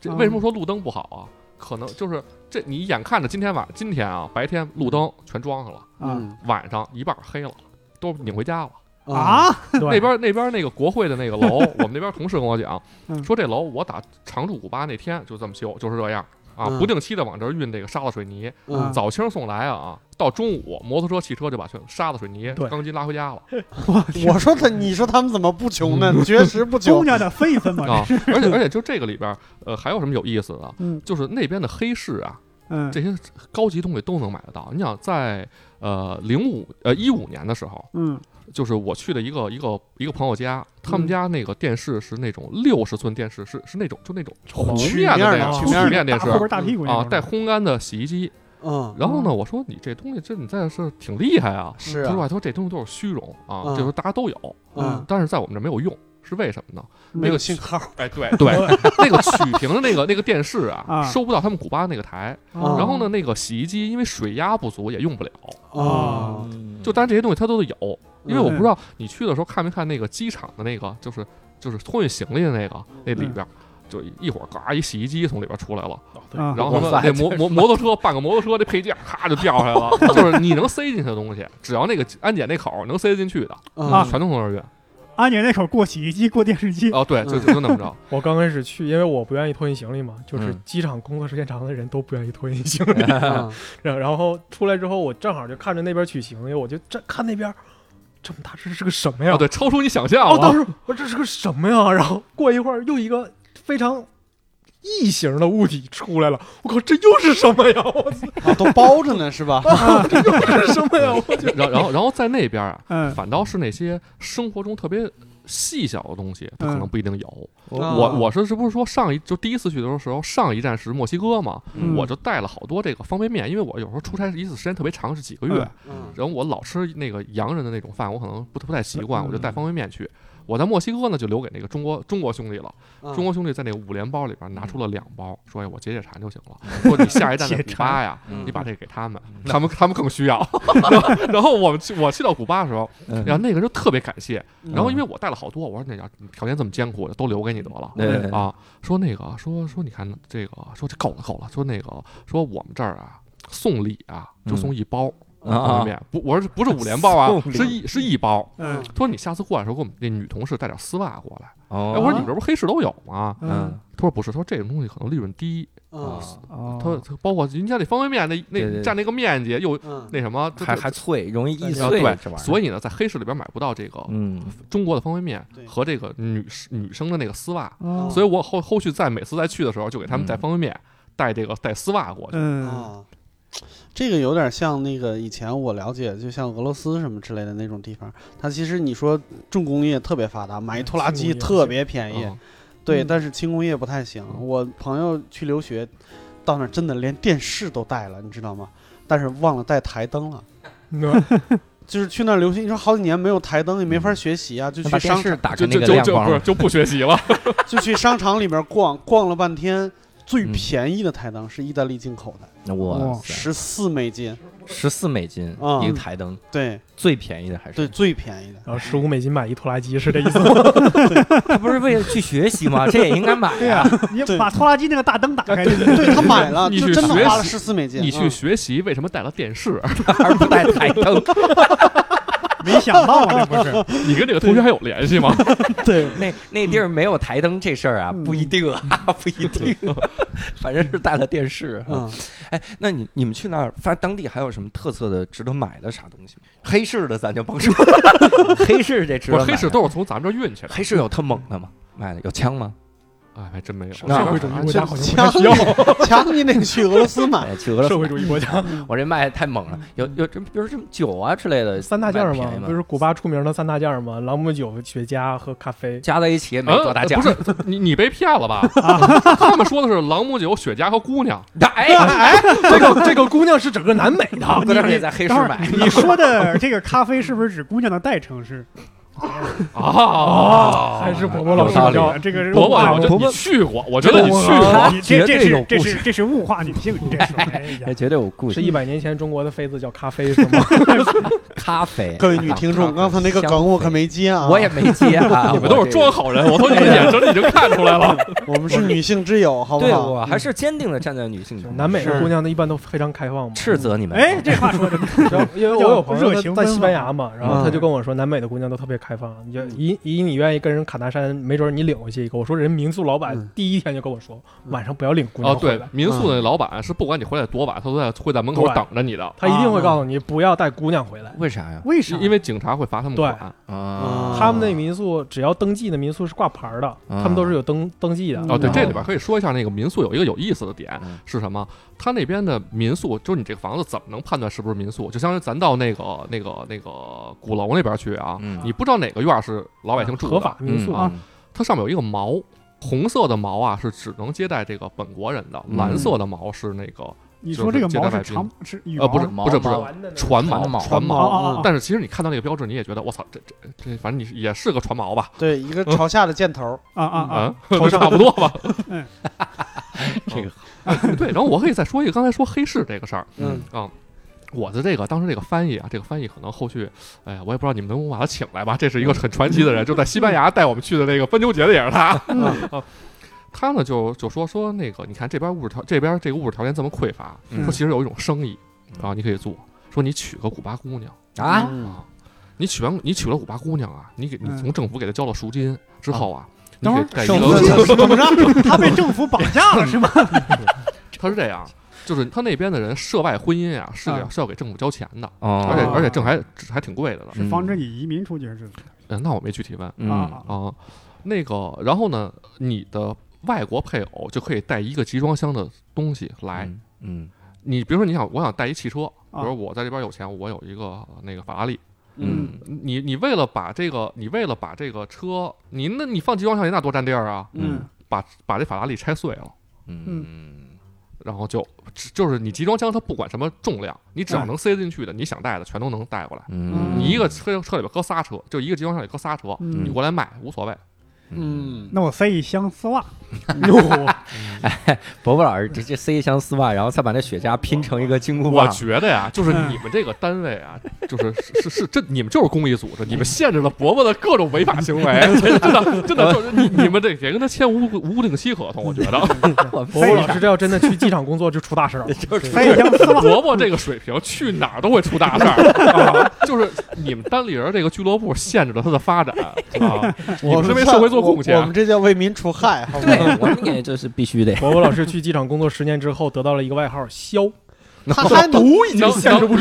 S7: 这
S2: 啊
S7: 为什么说路灯不好啊？可能就是这，你眼看着今天晚今天啊，白天路灯全装上了，
S2: *laughs* 啊
S4: 嗯
S7: 晚上一半黑了，都拧回家了。
S2: 啊，
S7: 那
S6: 那
S7: 边那边那个国会的那个楼，我们那边同事跟我讲，
S2: 嗯
S7: 说这楼我打常驻古巴那天就这么修，就是这样啊，
S4: 嗯
S7: 不定期的往这儿运这个沙子水泥，
S4: 嗯
S7: 早清送来啊，到中午摩托车、汽车就把全沙子水泥、
S6: 对
S7: 钢筋拉回家了
S4: 我说他，你说他们怎么不穷呢？确
S2: *laughs*
S4: 实不
S2: 公
S4: 穷。
S2: 家的分一分
S7: 啊
S2: 嘛，！
S7: 而且而且就这个里边，呃，还有什么有意思的？
S2: 嗯
S7: 就是那边的黑市啊，
S2: 嗯，
S7: 这些高级东西都能买得到。你想在呃零五呃一五年的时候，
S2: 嗯
S7: 就是我去了一个一个一个朋友家，他们家那个电视是那种六十寸电视，是是那种就那种
S6: 红
S7: 曲
S4: 面
S7: 面
S4: 的
S7: 的那种
S4: 曲
S7: 曲
S4: 面的
S7: 面电
S2: 嗯
S7: 视
S2: 大后边大屁股那
S7: 啊，
S2: 种
S7: 带烘干的洗衣机。
S4: 嗯，
S7: 然后呢，我说你这东西这你在是挺厉害啊。
S4: 是
S7: 他说
S4: 啊，
S7: 哎他说这东西都是虚荣啊，
S4: 嗯
S7: 这时候大家都有，
S4: 嗯，
S7: 但是在我们这没有用，是为什么呢？
S4: 没
S7: 那
S2: 嗯
S4: 有
S7: 个
S4: 信号。
S7: 哎，对对， *laughs* 那个曲屏的那个那个电视啊，
S2: 啊
S7: 收不到他们古巴那个台。
S4: 嗯
S7: 然后呢，那个洗衣机因为水压不足也用不了。
S4: 哦，
S1: 嗯
S7: 就但是这些东西它都有，因为我
S2: 嗯
S7: 不知道你去的时候看没看那个机场的那个，就是就是托运行李的那个那里边。就一会儿，嘎一洗衣机从里边出来了，
S2: 啊，
S7: 然后
S1: 哇
S7: 呢，
S1: 塞
S7: 那摩摩摩托车半个摩托车那配件，咔就掉下来了。就是你能塞进去的东西，只要那个安检那口儿能塞得进去的，
S4: 啊
S7: 全都从那儿运。
S2: 安检那口过洗衣机过电视机，
S7: 哦，对，就就就那么着。
S6: 我刚开始去，因为我不愿意托运行李嘛，就是
S1: 嗯
S6: 机场工作时间长的人都不愿意托运
S7: *laughs*
S6: 行李。
S4: 嗯
S6: 然 *laughs* 然后出来之后，我正好就看着那边取行李，我就这看那边这么大，这是个什么呀？
S7: 哦，对，超出你想象
S6: 哦，当
S7: 了。
S6: 时我这是个什么呀？然后过一会儿又一个非常异形的物体出来了，我靠，这又是什么呀？我操，
S4: 啊都包着呢是吧？
S6: 这又是什么呀？
S7: *laughs*
S6: 我
S7: 然然后然后在那边啊，
S2: 嗯
S7: 反倒是那些生活中特别细小的东西，它可能不一定有。
S4: 啊
S7: 我我是这不是说上一就第一次去的时候，上一站是墨西哥嘛，
S2: 嗯
S7: 我就带了好多这个方便面，因为我有时候出差一次时间特别长，是几个月，
S2: 嗯
S4: 嗯
S7: 然后我老吃那个洋人的那种饭，我可能不不太习惯，
S6: 嗯
S7: 我就带方便面去。我在墨西哥呢，就留给那个中国中国兄弟了。
S4: 嗯
S7: 中国兄弟在那个五连包里边拿出了两包，说：“哎，我解解馋就行了。”说你下一站的
S2: 解
S7: 古
S2: 馋
S7: 巴呀
S1: 嗯，
S7: 你把这个给他们，他们他们更需要。 *laughs* 然后然后我们去我去到古巴的时候，
S1: 嗯
S7: 然后那个人就特别感谢。
S4: 嗯
S7: 然后因为我带了好多，我说那家条件这么艰苦，都留给你得了。
S1: 对
S7: 啊，说那个说说你看这个说这够了够了，说那个说我们这儿啊送礼啊就送一包
S1: 嗯
S7: 方便面，不我说不是五连包啊，
S1: 送礼
S7: 是一是一包。
S2: 嗯
S7: 他说你下次过来的时候给我们那女同事带点丝袜过来。哎，
S1: 哦，
S7: 我说你这不是黑市都有吗？
S2: 嗯
S1: 嗯，啊
S7: 他说不是，他说这种东西可能利润低。
S4: 嗯
S7: 啊
S2: 哦，
S7: 他他包括人家那方便面那
S1: 对对
S7: 那
S1: 对
S7: 占那个面积又
S4: 嗯
S7: 那什么，
S1: 还还脆，容易易碎，
S7: 啊
S1: 这
S7: 对，
S1: 玩意儿。
S7: 所
S1: 以，
S7: 以呢，在黑市里边买不到这个
S1: 嗯，
S7: 中国的方便面
S4: 对
S7: 和这个女士女生的那个丝袜，
S2: 哦
S7: 所以我后后续在每次再去的时候，就给他们带
S1: 嗯
S7: 方便面，带这个带丝袜过去。
S2: 嗯，
S4: 啊这个有点像那个以前我了解，就像俄罗斯什么之类的那种地方，它其实你说重工业特别发达，买一拖拉
S6: 轻
S4: 机
S6: 工业
S4: 特别
S1: 哎
S4: 便宜，
S7: 嗯
S4: 对，
S6: 嗯
S4: 但是轻工业不太行。
S7: 嗯
S4: 我朋友去留学，到那儿真的连电视都带了，你知道吗？但是忘了带台灯了。
S6: 嗯
S4: 就是去那儿留学，你说好几年没有台灯，也没法学习啊，就
S1: 把
S4: 去
S1: 电
S4: 商
S1: 视
S4: 场，
S1: 打开
S7: 就
S1: 那
S7: 就
S1: 个
S7: 就
S1: 亮
S7: 就
S1: 光
S7: 不是
S1: 了，
S7: 就不学
S1: *laughs*
S7: 习了，
S4: *laughs* 就去商场里面逛，逛了半天，最
S1: 嗯
S4: 便宜的台灯是意大利进口的，
S1: 哇
S2: 哇
S1: 塞，
S4: 十四美金，
S1: 十四美金
S4: 嗯
S1: 一个台灯，
S4: 对
S1: 最便宜的还是啊
S4: 对，最便宜的。
S6: *laughs* 然后十五美金买一拖拉机，是这意思吗？
S1: 他不是为了去学习 *laughs* 吗？这也应该买啊
S2: 对呀、
S1: 呀。
S2: 你
S4: 对啊
S2: 把拖拉机那个大灯打开，
S4: 对他买了，
S7: 你
S4: 就
S7: 去
S4: 真的
S7: 学
S4: 花了
S7: 习
S4: 十四美金。
S7: 你去
S4: 嗯
S7: 学习为什么带了电视？ *laughs*
S1: 而不带台灯， *laughs*
S2: 没想到啊，这不是？
S7: 你跟这个同学还有联系吗？
S4: 对，
S1: 那那地儿没有台灯这事儿啊，
S2: 嗯
S1: 不一定 *laughs* 啊，不一定，反正是带了电视。啊哎
S4: 嗯，
S1: 那你你们去那儿，发当地还有什么特色的值得买的啥东西吗？黑市的咱就甭说， *laughs* 黑市这值
S7: 不
S1: 得
S7: 是，
S1: 买的。
S7: 黑市都是从咱们这儿运去的。
S1: 黑市有特猛的吗？买的有枪吗？
S7: 哎，还真没有。
S1: 那
S7: 这边
S6: 社会主义
S7: 好像
S6: 国
S4: 这
S6: 家好像
S4: 枪
S6: 不太需要
S4: 你枪你得去俄罗斯买。
S1: *laughs* 哎，去俄罗
S6: 社
S1: 斯，
S6: 会主义国家
S1: 我这卖的太猛了。有有这，比如什么酒啊之类的，
S6: 三大件儿
S1: 卖
S6: 嘛
S1: 便宜，吗
S6: 不是古巴出名的三大件儿嘛，朗姆酒、雪茄和咖啡。
S1: 加在一起也没多大
S7: 嗯
S1: 价。啊
S7: 不是你你被骗了
S1: *laughs*
S7: 吧？ *laughs* 他们说的是朗姆酒、雪茄和姑娘，
S1: 那，哎，
S6: 这个这个姑娘是整个南美的，
S1: 哥当时也在黑市
S2: 等会儿
S1: 买。
S2: *laughs* 你说的这个咖啡是不是指姑娘的代称是？
S1: 哦
S7: 啊，
S6: 还是伯伯老师
S1: 有道
S6: 比
S1: 理
S6: 较
S2: 啊，这个是
S7: 伯
S2: 物
S7: 伯，
S2: 化
S7: 我觉
S2: 我
S7: 得你去过，我觉得你去过。
S2: 你这这
S1: 有
S2: 是
S1: 故
S2: 这
S1: 事
S2: 是这是物化女性，你这是。哎
S1: 这
S7: *laughs*
S2: 呀，
S1: 绝对有故
S6: 是
S1: 事。
S6: 一百年前中国的妃子叫咖啡是吗？
S1: 咖啡，
S4: 各位女听众，刚才那个梗我可没接啊，
S1: 我也没接啊，
S7: *laughs* 你们都
S1: 我
S7: 是
S1: 这
S7: 装好人，我从你们眼神里已经看
S1: *laughs*
S7: 出来了。
S4: 我们是女性之友，好不
S1: 对
S4: 好？
S1: 我还是坚定的站在女性角度
S6: 南美的
S4: 是
S6: 姑娘呢，一般都非常开放嘛。
S1: 斥责你们。啊
S2: 哎，这话说的，
S6: 因为我有朋友在在西班牙嘛，然后他
S4: 嗯
S6: 就跟我说，南美的姑娘都特别开放，你就以以你愿意跟人卡达山，没准你领回去一个。我说人民宿老板
S4: 嗯
S6: 第一天就跟我说，
S4: 嗯
S6: 晚上不要领姑
S7: 哦，
S6: 娘回
S7: 对
S6: 来，，
S7: 民宿的老板是不管你回来多晚，他都在会在门口
S6: 对
S7: 等着你的，
S6: 他一定会告诉你不要带姑娘回来。
S1: 为啥呀？
S2: 为啥？
S7: 因为警察会罚他们
S6: 对
S7: 款。
S1: 啊
S6: 他们那民宿只要登记的民宿是挂牌儿的，
S1: 嗯
S6: 他们都是有登登记的。
S7: 哦，对，
S1: 嗯
S7: 这里边可以说一下那个民宿有一个有意思的点
S1: 嗯
S7: 是什么？他那边的民宿，就是你这个房子怎么能判断是不是民宿？就相当于咱到那个那个那个鼓楼那边去啊，
S1: 嗯
S7: 你不知道哪个院儿是老百姓住的，
S6: 合法民宿
S1: 嗯
S2: 啊
S7: 它上面有一个毛，红色的毛啊是只能接待这个本国人的，
S1: 嗯
S7: 蓝色的毛是那个
S2: 你说这个毛
S7: 就是是接待外
S2: 长是羽毛
S7: 呃不是
S2: 吗
S1: 毛
S7: 不是不
S1: 毛
S7: 是船毛
S1: 船毛
S7: 船
S2: 哦
S7: 毛。
S2: 哦哦，
S7: 但是其实你看到那个标志，你也觉得我操，这这这，反正你也是个船毛吧？
S4: 对一个
S7: 嗯
S4: 朝下的箭头，
S2: 啊啊啊！
S7: 啊， *laughs* 差不多吧。
S2: *laughs* 嗯，
S1: 这个
S7: *laughs* 对。然后我可以再说一个，刚才说黑市这个事儿，啊
S1: 嗯
S4: 嗯，
S7: 我的这个当时这个翻译啊，这个翻译可能后续，哎呀，我也不知道你们能不能把他请来吧。这是一个很传奇的人，就在西班牙带我们去的那个奔牛节的也
S2: *laughs*
S7: 是他。啊他呢就就说说那个，你看这边物质条这边这个物质条件这么匮乏，
S1: 嗯
S7: 说其实有一种生意啊，你可以做，说你娶个古巴姑娘
S1: 啊，
S4: 嗯
S7: 啊，你娶完你娶了古巴姑娘啊，你给你
S2: 嗯
S7: 从政府给她交了赎金之后啊，你
S2: 等会
S7: 给
S2: 儿
S7: 盖一
S1: 政
S7: 个 *laughs*
S2: 这怎么着？他被政府绑架了是吗？
S7: 他是这样，就是他那边的人涉外婚姻啊，是给
S2: 啊
S7: 是要给政府交钱的，
S1: 哦
S7: 而且而且挣还还挺贵的呢。
S2: 是防止你移民出去是
S7: 嗯，那我没具体问啊、
S2: 啊
S1: 嗯
S2: 啊
S7: 那个，然后呢，你的外国配偶就可以带一个集装箱的东西来。
S1: 嗯
S7: 你比如说，你想我想带一汽车，比
S2: 啊
S7: 如我在这边有钱，我有一个呃那个法拉利。
S1: 嗯
S7: 你你为了把这个，你为了把这个车，你那你放集装箱里那多占地儿啊！
S1: 嗯
S2: 嗯
S7: 把把这法拉利拆碎了，
S1: 嗯
S7: 然后就只就是你集装箱它不管什么重量，你只要
S2: 嗯
S7: 能塞进去的，你想带的全都能带过来。
S1: 嗯，
S7: 你一个车车里边搁仨车，就一个集装箱里搁仨车，你
S2: *laughs* 嗯，
S7: 过来卖无所谓。
S4: 嗯，
S2: 那我塞一箱丝袜，哟，
S1: 伯伯老师直接塞一箱丝袜，然后再把那雪茄拼成一个金箍
S7: 我
S1: 棒，
S7: 觉得呀，就是你们这个单位啊，就是 *laughs* 是是是这你们就是公益组织，你们限制了伯伯的各种违法行
S4: *laughs*
S7: 为，真的真的就是你你们这也跟他签无无定期合同，我觉
S4: *laughs*
S7: 得
S1: 我
S6: 伯伯老师这要真的去机场工作就出大事
S1: *laughs*
S6: 儿了。
S2: 塞一箱丝袜，
S7: 伯伯这个水平去哪儿都会出大事儿、啊，就是你们单立人这个俱乐部限制了他的发展啊，你
S4: 我
S7: 们是
S4: 们
S7: 为
S4: 算
S7: 社会做
S4: 我
S7: 贡
S4: 我们
S7: 献。啊
S4: 这叫为民除害，好
S1: 对
S4: 吧？ *laughs*
S1: 我们也就是必须得
S6: 伯伯老师去机场工作十年之后，得到了一个外号“枭
S4: 他还
S1: *laughs*
S4: 能
S7: 能能啊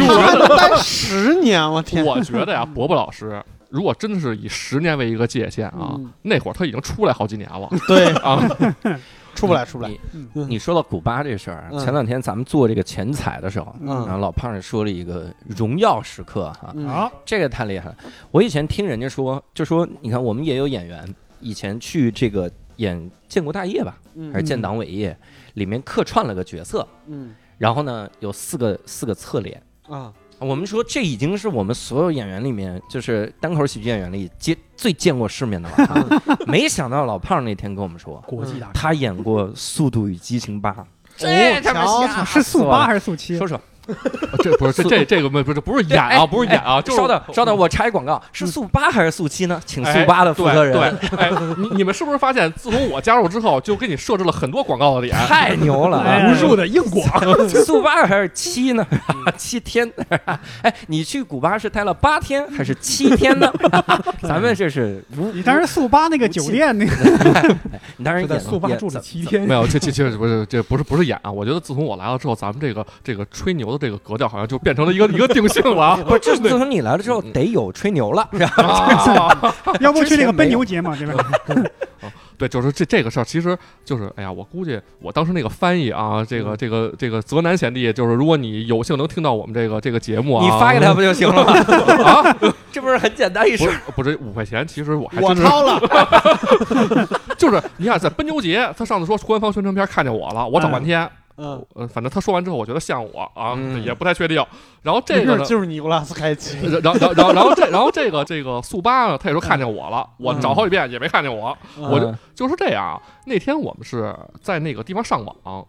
S4: 他还能待十年，我天！
S7: *laughs* 我觉得呀，伯伯老师如果真的是以十年为一个界限啊，
S4: 嗯
S7: 那会儿他已经出来好几年了
S4: 对，
S7: 啊，
S4: *laughs* 出不来，出不来。
S1: 你你说到古巴这事儿，
S4: 嗯
S1: 前两天咱们做这个前彩的时候，
S4: 嗯
S1: 然后老胖也说了一个荣耀时刻啊，
S4: 嗯
S2: 好，
S1: 这个太厉害了。我以前听人家说，就说你看我们也有演员，以前去这个演建国大业吧，还是
S4: 嗯
S1: 建党伟业，里面客串了个角色，
S4: 嗯
S1: 然后呢有四个四个侧脸。
S4: 啊，
S1: 我们说这已经是我们所有演员里面，就是单口喜剧演员里见最见过世面的了
S2: *laughs*
S1: 啊。没想到老胖那天跟我们说，
S6: 国际大
S1: 他演过《速度与激情八》，
S4: 这他妈
S1: 哦
S4: 吓
S2: 是速八还是速七？
S1: 说说，
S7: *laughs* 这不 *laughs* 是这这这个不是不是演啊，
S1: 哎
S7: 不是演啊，
S1: 哎
S7: 就是
S1: 稍等稍等，我插一广告，是速八还是速七呢？请速八的负
S7: 对
S1: 责人，
S7: 对，哎，你你们是不是发现，自从我加入之后，就给你设置了很多广告的点？
S1: 太牛了啊！
S2: 哎
S6: 无数的硬广，
S1: 速八还是七呢？七天？ *laughs* 哎，你去古巴是待了八天还是七天呢？ *laughs* 咱们这是无，哎
S2: 你
S1: *laughs*
S2: 当时速八那个酒店
S7: *laughs*
S2: 那个
S1: 你当然
S6: 是在
S1: 演
S6: 速八
S1: 演
S6: 住了
S1: 怎
S6: 七
S1: 哎怎
S6: 天
S7: *laughs* 没。有，这这这不是这不是不是演啊！我觉得自从我来了之后，咱们这个这个吹牛的这个格调，好像就变成了一个一个定性了啊。 *laughs*
S1: *laughs* 不是，就是自从你来了之后，得有吹牛了，是吧？
S7: 啊
S2: 要不去
S1: 之前
S2: 那个
S1: 没有
S2: 奔牛节嘛，对吧？
S7: 对，就是这这个事儿，其实就是，哎呀，我估计我当时那个翻译啊，这
S1: 嗯
S7: 个这个这个泽南贤弟，就是如果你有幸能听到我们这个这个节目啊，
S1: 你发给他不就行了吗？
S7: *laughs* 啊，
S1: *laughs* 这不是很简单一事
S7: 不
S1: 儿
S7: 是不是五块钱，其实我还
S4: 我
S7: 真是
S4: 掏了，
S7: 就是你看在奔牛节，他上次说官方宣传片看见我了，我找半天，
S4: 嗯，
S7: 呃，反正他说完之后，我觉得像我啊，
S1: 嗯
S7: 也不太确定。然后这
S4: 没
S7: 个
S4: 准 *laughs*
S7: 呢，
S4: 就是尼古拉斯凯奇。
S7: 然然然然然后这然后这个这个速八呢，他也说看见我了，我找好几遍也没看见我，我就
S1: 嗯
S7: 就是这样啊。那天我们是在那个地方上网，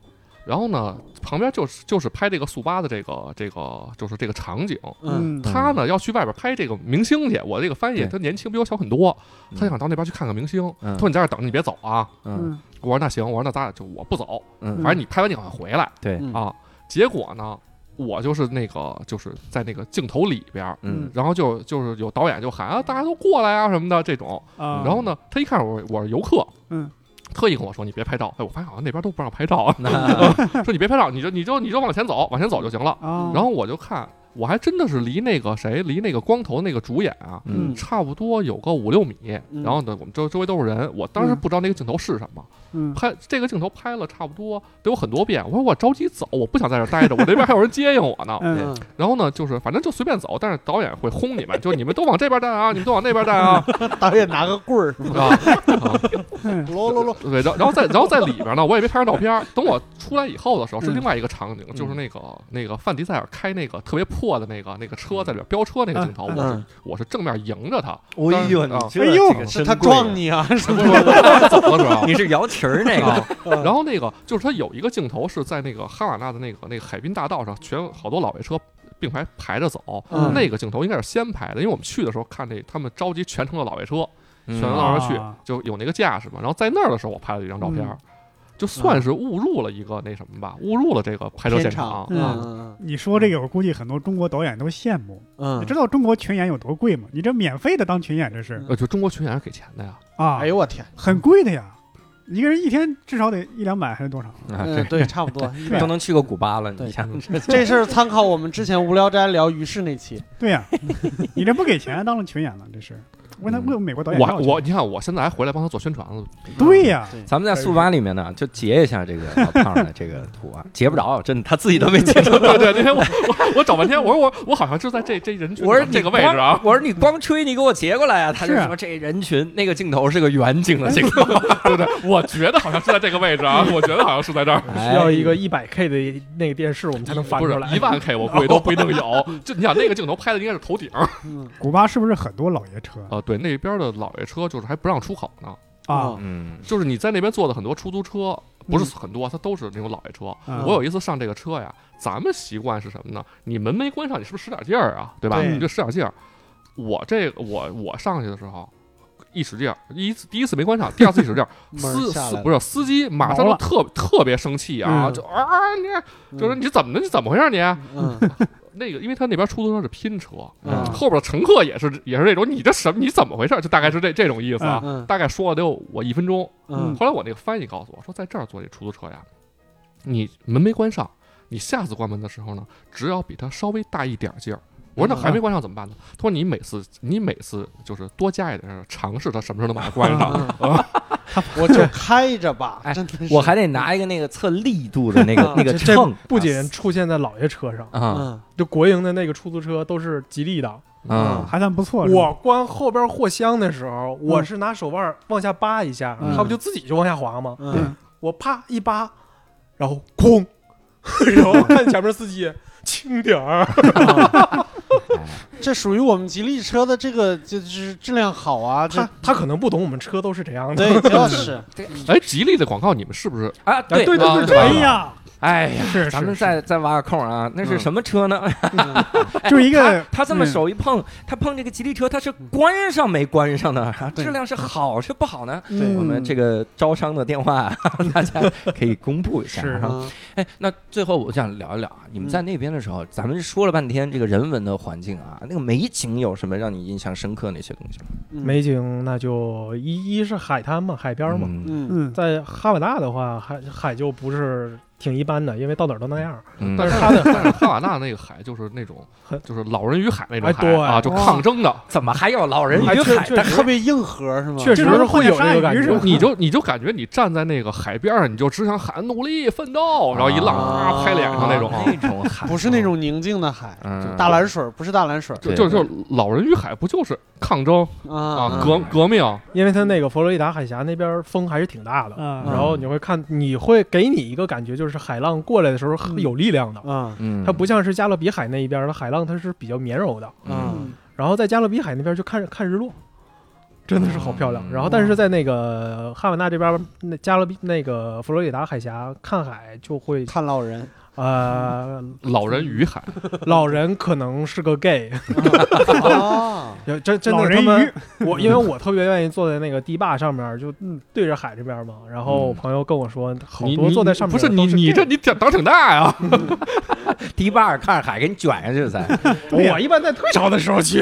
S7: 然后呢，旁边就是就是拍这个速八的这个这个就是这个场景。
S4: 嗯，
S2: 嗯，
S7: 他呢要去外边拍这个明星去，我这个翻译
S1: 对
S7: 他年轻比我小很多，
S1: 嗯
S7: 他想到那边去看看明星。
S1: 嗯
S7: 他说你在这儿等，你别走啊。
S1: 嗯
S7: 我说那行，我说那咱俩就我不走，
S1: 嗯
S7: 反正你拍完你赶快回来
S1: 对
S4: 嗯
S7: 啊。结果呢，我就是那个就是在那个镜头里边儿，
S1: 嗯
S7: 然后就就是有导演就喊啊，大家都过来啊什么的这种。
S2: 啊，
S7: 然后呢，他一看我我是游客，
S2: 嗯，
S7: 特意跟我说你别拍照。哎，我发现好像那边都不让拍照，
S1: *laughs*
S7: 啊
S1: 那
S2: 嗯
S7: *laughs* 说你别拍照，你就你就你就往前走，往前走就行了。
S2: 啊，
S7: 然后我就看，我还真的是离那个谁，离那个光头那个主演啊，
S1: 嗯
S7: 差不多有个五六米。
S4: 嗯
S7: 然后呢，我们周周围都是人，我当时
S2: 嗯
S7: 不知道那个镜头是什么，
S2: 嗯，
S7: 拍这个镜头拍了差不多得有很多遍。我说我着急走，我不想在这儿待着，我那边还有人接应我呢。 *laughs*
S2: 嗯，
S7: 然后呢，就是反正就随便走，但是导演会轰你们，就你们都往这边站啊，你们都往那边站啊，
S4: *laughs*
S7: *laughs*
S4: 导演拿个棍儿，
S7: 啊啊！
S4: 罗罗罗，
S7: 对，然后
S2: *laughs*
S7: 然后在然后在里边呢，我也没拍上照片儿。等我出来以后的时候，是
S2: 嗯
S7: 另外一个场景，就是那个那个范迪塞尔开那个特别破的那个那个车在里边飙车那个镜头，
S2: 嗯
S7: 我是我是正面迎着他，
S1: 哎呦，你这
S2: 哎呦
S1: 这个
S4: 是
S1: 真
S4: 他
S1: 贵
S4: 撞，你啊！
S7: 不是我走的时候。
S1: 你是摇旗儿那个
S7: 啊，
S4: 嗯
S7: 然后那个就是他有一个镜头是在那个哈瓦那的那个那个海滨大道上，全好多老爷车并排排着走。
S4: 嗯
S7: 那个镜头应该是先排的，因为我们去的时候看这他们召集全程的老爷车，全
S1: 嗯
S7: 到那儿去
S2: 啊，
S7: 就有那个架势嘛。然后在那儿的时候，我拍了一张照
S2: 嗯
S7: 片儿，就算是误入了一个那什么吧，误入了这个拍摄现场
S2: 片
S7: 啊
S2: 场。
S4: 嗯
S2: 你说这个，我估计很多中国导演都羡慕。你
S4: 嗯
S2: 知，道中国群演有多贵吗？你这免费的当群演这是
S7: 呃，就中国群演是给钱的呀，
S2: 啊，
S4: 哎呦我天，
S2: 很贵的呀，一个人一天至少得一两百还是多少？
S1: 啊
S4: 嗯，对，差不多。
S1: 这都能去过古巴了，
S4: 对
S1: 你想
S4: 这事儿参考我们之前无聊斋聊于适那期，
S2: 对呀，你这不给钱当了群演了，这是问他
S1: 嗯
S2: 问美国导演
S7: 我
S2: 要去
S7: 我你看我现在还回来帮他做宣传了， *laughs*
S2: 嗯对呀，
S1: 咱们在速八里面呢，就截一下这个老胖的这个图啊，截不着，真的他自己都没截着。
S7: 对对，那天我我我找半天，我说我我好像是在这这人群
S1: 我说
S7: 这个位置啊，
S1: 我说你光吹，你给我截过来啊！他就是
S2: 啊
S1: 说这人群那个镜头是个远景的镜头，
S7: 对对，我觉得好像是在这个位置啊，我觉得好像是在这 *laughs* 儿。
S6: 需要一个一百 K 的那个电视，我们才能翻
S7: 不
S6: 出
S7: 是
S6: 来。
S7: 一万 K，我估计都不一定有。就你想那个镜头拍的应该是头顶儿，
S4: 嗯
S2: 古巴是不是很多老爷车
S7: 呃，对，那边的老爷车就是还不让出口呢，
S2: 啊？
S1: 嗯
S7: 就是你在那边坐的很多出租车，不是很多，它都是那种老爷车。
S2: 嗯
S7: 我有一次上这个车呀，咱们习惯是什么呢？你门没关上，你是不是使点劲儿啊？对吧？
S4: 对
S7: 你就使点劲儿。我这个我我上去的时候。一使劲儿，第一次第一次没关上，第二次一嗯使劲儿，
S4: *laughs* 门儿
S7: 司
S4: 下
S7: 司
S4: 来
S7: 不是司机马上
S2: 毛
S7: 就
S2: 了
S7: 特特别生气啊，
S2: 嗯
S7: 就啊你
S4: 了，
S7: 就是你怎么的你怎么回事你？
S4: *laughs* 嗯
S7: 那个，因为他那边出租车是拼车，
S4: 嗯
S7: 后边乘客也是也是这种，你这什么你怎么回事？就大概是这这种意思啊。
S4: 嗯
S7: 大概说了得有我一分钟，
S4: 嗯
S7: 后来我那个翻译告诉我说，在这儿坐这出租车呀，你门没关上，你下次关门的时候呢，只要比他稍微大一点劲儿，我
S6: 嗯
S7: 说那还没关上怎么办呢？他说你每次你每次就是多加一点尝试，他什么时候能把它关
S6: 嗯
S7: 上？
S4: 嗯我就开着吧，
S1: 哎
S4: 真的是
S1: 我还得拿一个那个测力度的 *laughs* 那个
S4: 啊
S1: 那个
S6: 这这
S1: 秤，
S6: 不仅出现在老爷车上，
S1: 啊
S4: 嗯
S6: 就国营的那个出租车都是吉利的。
S1: 啊
S2: 还算不错。是吧
S6: 我关后边货箱的时候，
S1: 嗯
S6: 我是拿手腕往下扒一下，
S4: 嗯
S6: 它不就自己就往下滑吗？
S4: 嗯，
S6: 我啪一扒，然后
S1: *laughs*
S6: 哐，然后看前面司机轻点
S1: *laughs*
S6: 儿，
S4: 这属于我们吉利车的这个就是质量好啊，这
S6: 他他可能不懂我们车都是这样的。
S4: 对就是
S7: 哎，吉利的广告你们是不是？
S1: 啊！
S6: 对
S1: 对
S7: 对对
S2: 哎呀，
S1: 哎呀，
S2: 是
S1: 咱们
S2: 是，
S1: 再再挖个空啊，那是
S4: 嗯
S1: 什么车 *laughs* 呢？
S4: 嗯
S1: 哎
S2: 就是一个
S1: 他他这么
S2: 嗯
S1: 手一碰，他碰这个吉利车，他是关上没关上呢？啊 *laughs* 质量是好是不好呢？
S2: 对
S1: 我们这个招商的电话， *laughs* 大家可以公布一下
S2: 是
S4: 嗯
S1: 啊。哎，那最后我想聊一聊啊，你们在那边的时候，咱们说了半天这个人文的环境啊，那个美景有什么让你印象深刻那些东西吗？
S4: 嗯
S6: 美景那就一一是海滩嘛，海边嘛。
S1: 嗯
S4: 嗯
S2: 嗯，
S6: 在哈瓦那的话，海海就不是挺一般的，因为到哪儿都那样。
S1: 嗯
S7: 但是他的但是哈瓦那那个海就是那种
S6: *laughs* 很
S7: 就是老人与海那种
S6: 哎
S7: 海
S6: 对
S7: 啊，就抗争的，
S1: 怎么还有老人与
S6: 确
S1: 海
S6: 确
S1: 的？
S4: 特别硬核是吗？
S6: 确实
S2: 这跟
S6: 会有这个感
S2: 会下
S6: 觉
S2: 雨似。的 *laughs*
S7: 你就你就感觉你站在那个海边上，你就只想喊努力奋斗，然后一浪
S4: 啊
S7: 啪拍脸上那种啊，
S1: 那种 *laughs* 海，
S4: 不是那种宁静的海，
S1: 嗯
S4: 大蓝水不是大蓝水
S7: 就就就老人与海不就是抗争
S6: 嗯
S7: 啊
S4: 啊，
S7: 革革命
S6: 因为它那个佛罗里达海峡那边风还是挺大的，
S2: 啊，
S6: 然
S7: 嗯
S6: 后你会看，你会给你一个感觉，就是海浪过来的时候很有力量的，
S4: 嗯
S1: 嗯，
S6: 它不像是加勒比海那一边的海浪，它是比较绵柔的。
S1: 嗯
S4: 嗯
S6: 然后在加勒比海那边就看看日落，真的是好漂亮。
S1: 嗯
S6: 然后但是在那个哈瓦那这边，那加勒比那个佛罗里达海峡看海就会
S4: 看老人，
S2: *laughs*
S6: 呃，
S7: 老人与海，
S6: 老人可能是个 gay， *laughs*
S4: 啊，
S6: 有真真
S2: 老
S6: 的他
S2: 人
S6: 们
S2: 鱼，
S6: 我因为我特别愿意坐在那个堤坝上面，就
S2: 嗯
S6: 对着海这边嘛。然后我
S1: 嗯
S6: 朋友跟我说，好
S7: 你
S6: 多
S7: 你
S6: 坐在上面
S7: 不是
S6: 的
S7: 你
S6: 都是
S7: 你
S6: gay
S7: 这你胆胆挺大呀，
S1: 堤坝上看着海，给你卷上去 *laughs* 才。
S2: 对呀
S6: 我一般在退潮的时候 *laughs* 去，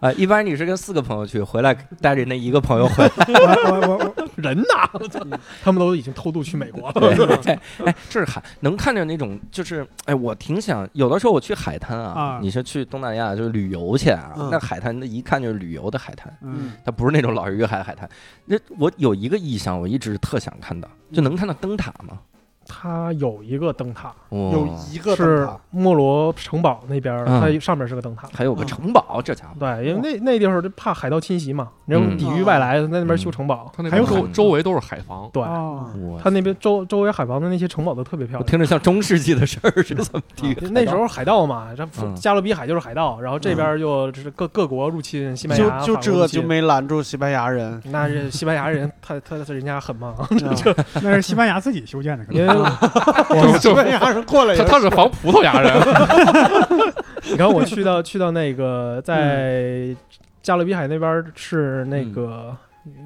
S1: 啊，一般你是跟四个朋友去，回来带着那一个朋友
S7: *laughs*
S1: 回来。
S2: *laughs*
S1: *laughs*
S2: 我我我我
S6: 人呐，我操 *laughs* 他们都已经偷渡去美国了。
S1: 对，哎，这是海，能看见那种就是，哎，我挺想有的时候我去海滩啊，
S2: 啊
S1: 你是去东南亚就是旅游去啊，
S4: 嗯
S1: 那海滩那一看就是旅游的海滩，
S4: *laughs*
S2: 嗯，
S1: 它不是那种老人与海海滩。那我有一个意向，我一直特想看到，就能看到灯塔吗？
S6: 它有一个灯塔，
S1: 哦
S4: 有一个灯
S6: 是
S4: 塔
S6: 莫罗城堡那边儿，
S1: 嗯
S6: 它上面是个灯塔。
S1: 还
S7: 嗯
S1: 有个城堡，这家伙
S6: 对，因为那那地方就怕海盗侵袭嘛，然后
S1: 嗯
S6: 抵御外来，在那边修城堡。
S7: 他那
S2: 还有
S7: 边周
S1: 海
S7: 周围都是海防，
S6: 对，
S2: 哦，
S7: 嗯
S1: 我
S6: 它那边周周围海防的那些城堡都特别漂
S1: 我 *laughs*
S6: 亮。
S1: 听着像中世纪的事儿，是怎么地？
S6: 那时候海盗嘛，这
S1: 嗯
S6: 加勒比海就是海盗，然后这边就是各各国入侵西班牙，
S4: 就就
S6: 法国入
S4: 这
S6: 侵
S4: 就。没拦住西班牙人，
S6: 那是西班牙人，他他他人家狠嘛，
S4: 啊
S2: *laughs* 那是西班牙自己修建的，可能
S6: 因为 *laughs*
S7: 就
S6: 我
S4: 西
S7: 就
S4: 班牙人过来也
S7: 他他是防葡萄
S6: *laughs*
S7: 牙人，
S6: 你看我去到去到那个在加勒比海那边是那个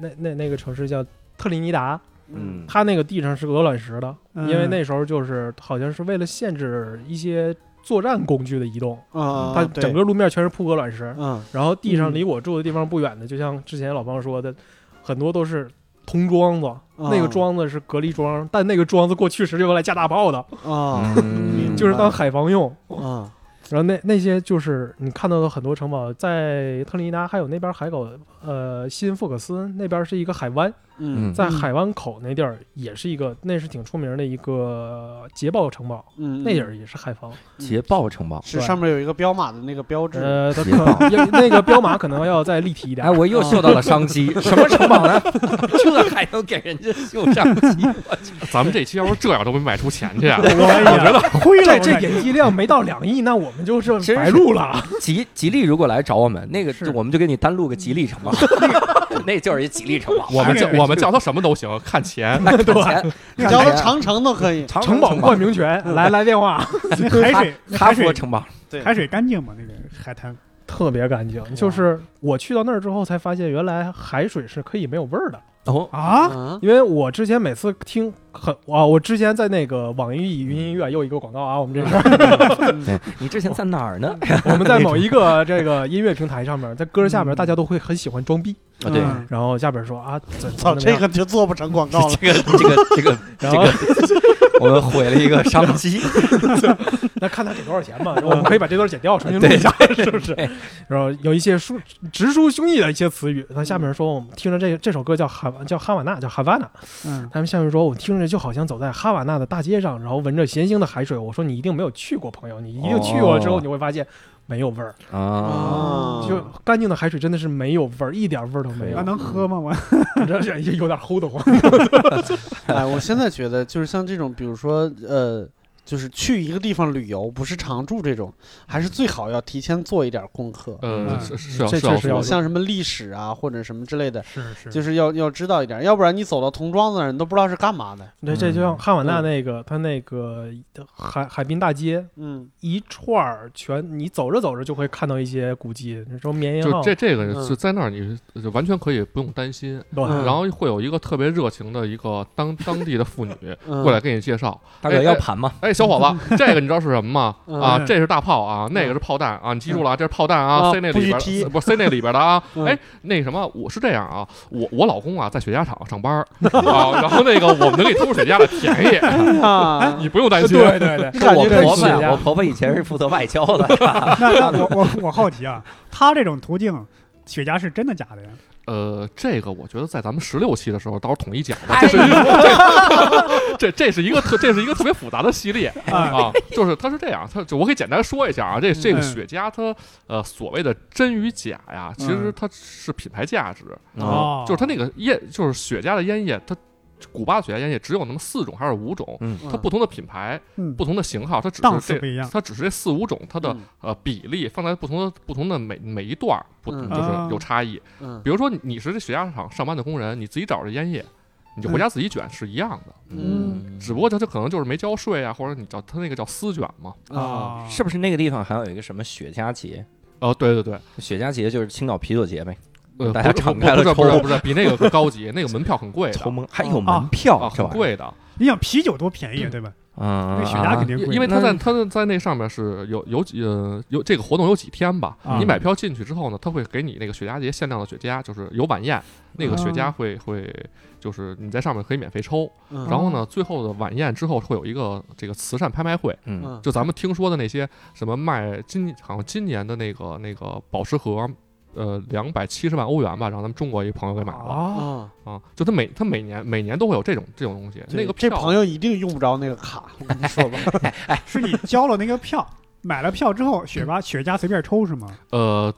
S6: 那那那个城市叫特立尼达，
S1: 嗯，
S6: 它那个地上是鹅卵石的，因为
S2: 嗯
S6: 那时候就是好像是为了限制一些作战工具的移动，
S4: 啊，
S6: 它
S4: 对
S6: 整个路面全是铺鹅卵石，
S4: 嗯
S6: 然后地上
S2: 嗯
S6: 离我住的地方不远的，就像之前老方说的，很多都是铜桩子，那个桩子是隔离桩，但那个桩子过去时就用来架大炮的，
S4: 啊
S1: 嗯
S6: 就是当海防用。
S4: 啊
S6: 然后那那些就是你看到的很多城堡，在特立尼达还有那边海口，呃，新福克斯那边是一个海湾，
S4: 嗯
S6: 在海湾口那地儿也是一个，那是挺出名的一个捷豹城堡，
S4: 嗯，
S6: 那也是也是海防。
S1: 捷豹城堡。
S4: 是上面有一个彪马的那个标志，
S6: 呃，它
S1: 捷豹
S6: *laughs* 可因为那个彪马可能要再立体一点
S1: 哎，。我又嗅到了商机，什么城堡呢？这还能给人家嗅商机？
S7: 咱们这期要是这样都没卖出钱
S6: *laughs*
S7: 去啊，
S2: 我觉得灰了，
S6: 哎
S2: 我
S6: 这这
S2: 感觉
S6: 点击量没到两亿，那我们就是
S1: 真
S6: 白
S1: 是
S6: 录
S2: *laughs*
S6: 了。
S1: 吉吉利如果来找我们，那个
S6: 是
S1: 就我们就给你单录个吉利城堡，那就是一吉利城堡。
S7: *laughs* 我们叫
S2: 哎
S7: 我们叫他什么都行， *laughs* 看钱，
S1: 看钱，
S4: 你叫他
S1: 看钱
S4: 长城都可以，
S1: 长
S6: 城堡冠名权，
S2: 嗯
S6: 来来
S2: *laughs*
S6: 电话，
S2: *laughs* 那海水那
S1: 哈
S2: 海
S1: 佛
S2: 水
S1: 城堡，
S2: 海水干净吗？那个海滩
S6: 特别干净。就是我去到那儿之后才发现，原来海水是可以没有味儿的。
S1: 哦，
S2: 啊，
S4: 啊
S6: *laughs* 因为我之前每次听很啊，我之前在那个网易云音乐又一个广告啊，我们这边
S1: 你之前在哪儿呢？
S6: 我们在某一个这个音乐平台上面，在歌下边大家都会很喜欢装逼，
S1: 啊，对，
S2: 嗯
S6: 然后下边说啊，怎怎
S4: 操，
S6: 么
S4: 这
S6: 怎么样
S4: 个就做不成广告了，
S1: 哦这个这个这个
S6: 然后
S1: 这我们毁了一个商机。
S6: *laughs* 那看他给多少钱嘛，然后我们可以把这段剪掉，重新录
S1: 嗯对
S6: 一下，是不是？然后有一些疏直抒胸臆的一些词语。那下面说，我们听着这这首歌叫哈叫哈瓦那，叫哈瓦那。
S2: 嗯，
S6: 他们下面说，我听着就好像走在哈瓦那的大街上，然后闻着咸腥的海水。我说你一定没有去过，朋友，你一定去过之后，
S1: 哦
S6: 你会发现没有味儿，
S4: 哦
S1: 啊，
S4: 嗯
S6: 就干净的海水真的是没有味儿，一点味儿都没
S2: 那
S6: *laughs* 有。
S2: 能喝吗？我
S6: 这这有点齁得 *laughs* 慌。
S4: 哎，我现在觉得就是像这种，比如说呃，就是去一个地方旅游，不是常住这种，还是最好要提前做一点功课，
S7: 呃，
S2: 嗯
S7: 是是要
S6: 这
S7: 是要
S6: 确实要
S7: 说
S4: 像什么历史啊或者什么之类的，
S2: 是是
S4: 就是要要知道一点，要不然你走到童庄子那儿，你都不知道是干嘛的。
S6: 这这就像哈瓦那那个，它那个海海滨大街，
S4: 嗯，
S6: 一串儿全，你走着走着就会看到一些古迹，你说绵延
S7: 就
S6: 号，
S7: 这这个
S4: 嗯
S7: 就在那儿，你就完全可以不用担心。
S6: 对
S4: 嗯
S7: 然后会有一个特别热情的一个当当地的妇女
S4: 嗯
S7: 过来给你介绍，
S1: 大哥要盘吗？
S7: 哎，小伙
S4: *laughs*
S7: 子，这个你知道是什么吗？
S4: 嗯
S7: 啊，这是大炮啊，那个是炮弹啊，你记住了啊，这是炮弹啊
S4: 啊
S7: 塞那
S4: 不
S7: 里
S4: 许
S7: 边
S4: 踢
S7: 的，不是塞那里边的啊。
S4: *laughs* 嗯
S7: 哎，那什么，我是这样啊，我我老公啊在雪茄厂上班儿啊，然后那个我们能给偷雪茄的便
S4: *laughs*
S7: 宜，
S4: 啊，
S7: 你不用担心。
S6: *laughs* 对对对，
S4: 感
S1: 我
S4: 觉
S1: 婆
S4: 很
S1: 婆
S4: 喜
S1: 呀，我婆婆以前是负责外交的，
S2: 那那我我我好奇啊，他这种途径，雪茄是真的假的呀？
S7: 呃，这个我觉得在咱们十六期的时候，到时候统一讲
S1: *laughs*
S7: 吧。这是一个，这这是一个特，这是一个特别复杂的系
S4: *laughs*
S7: 列
S4: 哎
S2: 啊，
S7: 啊。就是它是这样，它就我可以简单说一下啊。这这个
S2: 嗯
S7: 雪茄它呃所谓的真与假呀，其实
S2: 嗯
S7: 它是品牌价值，
S1: 哦
S2: 哦，
S7: 就是它那个烟，就是雪茄的烟叶，它古巴的雪茄烟叶只有那么四种还是五种。
S1: 嗯
S7: 它不同的品牌、
S2: 嗯
S7: 不同的型号，它只
S2: 档次
S7: 是
S2: 不一
S7: 这
S2: 样，
S7: 它只是这四五种，它的
S4: 嗯
S7: 呃比例放在不同的不同的每每一段儿不
S4: 嗯
S7: 就是
S2: 啊
S7: 有差异。
S4: 嗯
S7: 比如说你你是这雪茄厂上班的工人，你自己找着烟叶，你就回
S2: 嗯
S7: 家自己卷是一样的，
S1: 嗯，
S7: 只不过它这可能就是没交税啊，或者你叫它那个叫私卷嘛。
S4: 啊，
S2: 啊，
S1: 是不是那个地方还有一个什么雪茄节？
S7: 哦，对对对，
S1: 雪茄节就是青岛啤酒节呗，
S7: 呃，
S1: 大家
S7: 不是
S1: 敞
S7: 不
S1: 开了
S7: 不是不是
S1: 抽
S7: 不是比那个更高级，那个门票很
S1: *laughs*
S7: 贵
S1: 抽
S7: 的
S1: 蒙还有
S2: 啊
S1: 门票
S7: 啊，
S1: 这
S7: 很
S1: 玩意儿，
S7: 贵的，
S2: 你想啤酒多便宜啊，对吧？
S1: 嗯，
S2: 那雪茄肯定
S7: 因
S2: 贵，
S7: 因为它
S1: 那
S7: 在它在那上面是有有几呃有这个活动有几天吧，
S2: 啊
S7: 你买票进去之后呢，它会给你那个雪茄节限量的雪茄，就是有晚宴，那个雪茄
S2: 啊
S7: 会会就是你在上面可以免费抽，
S4: 然
S7: 然后呢，最后的晚宴之后会有一个这个慈善拍卖会。
S1: 嗯，
S7: 就咱们听说的那些什么卖今好像今年的那个那个宝石盒，呃，两百七十万欧元吧，让咱们中国一朋友给买了
S6: 啊，
S4: 啊，
S7: 啊。就他每他每年每年都会有这种这种东西，那个
S4: 这
S7: 票啊
S4: 朋友一定用不着那个卡，我跟你
S7: *laughs*
S4: 说吧，
S2: 是你交了那个票，买了票之后，雪吧雪茄随便抽是吗？
S7: 呃。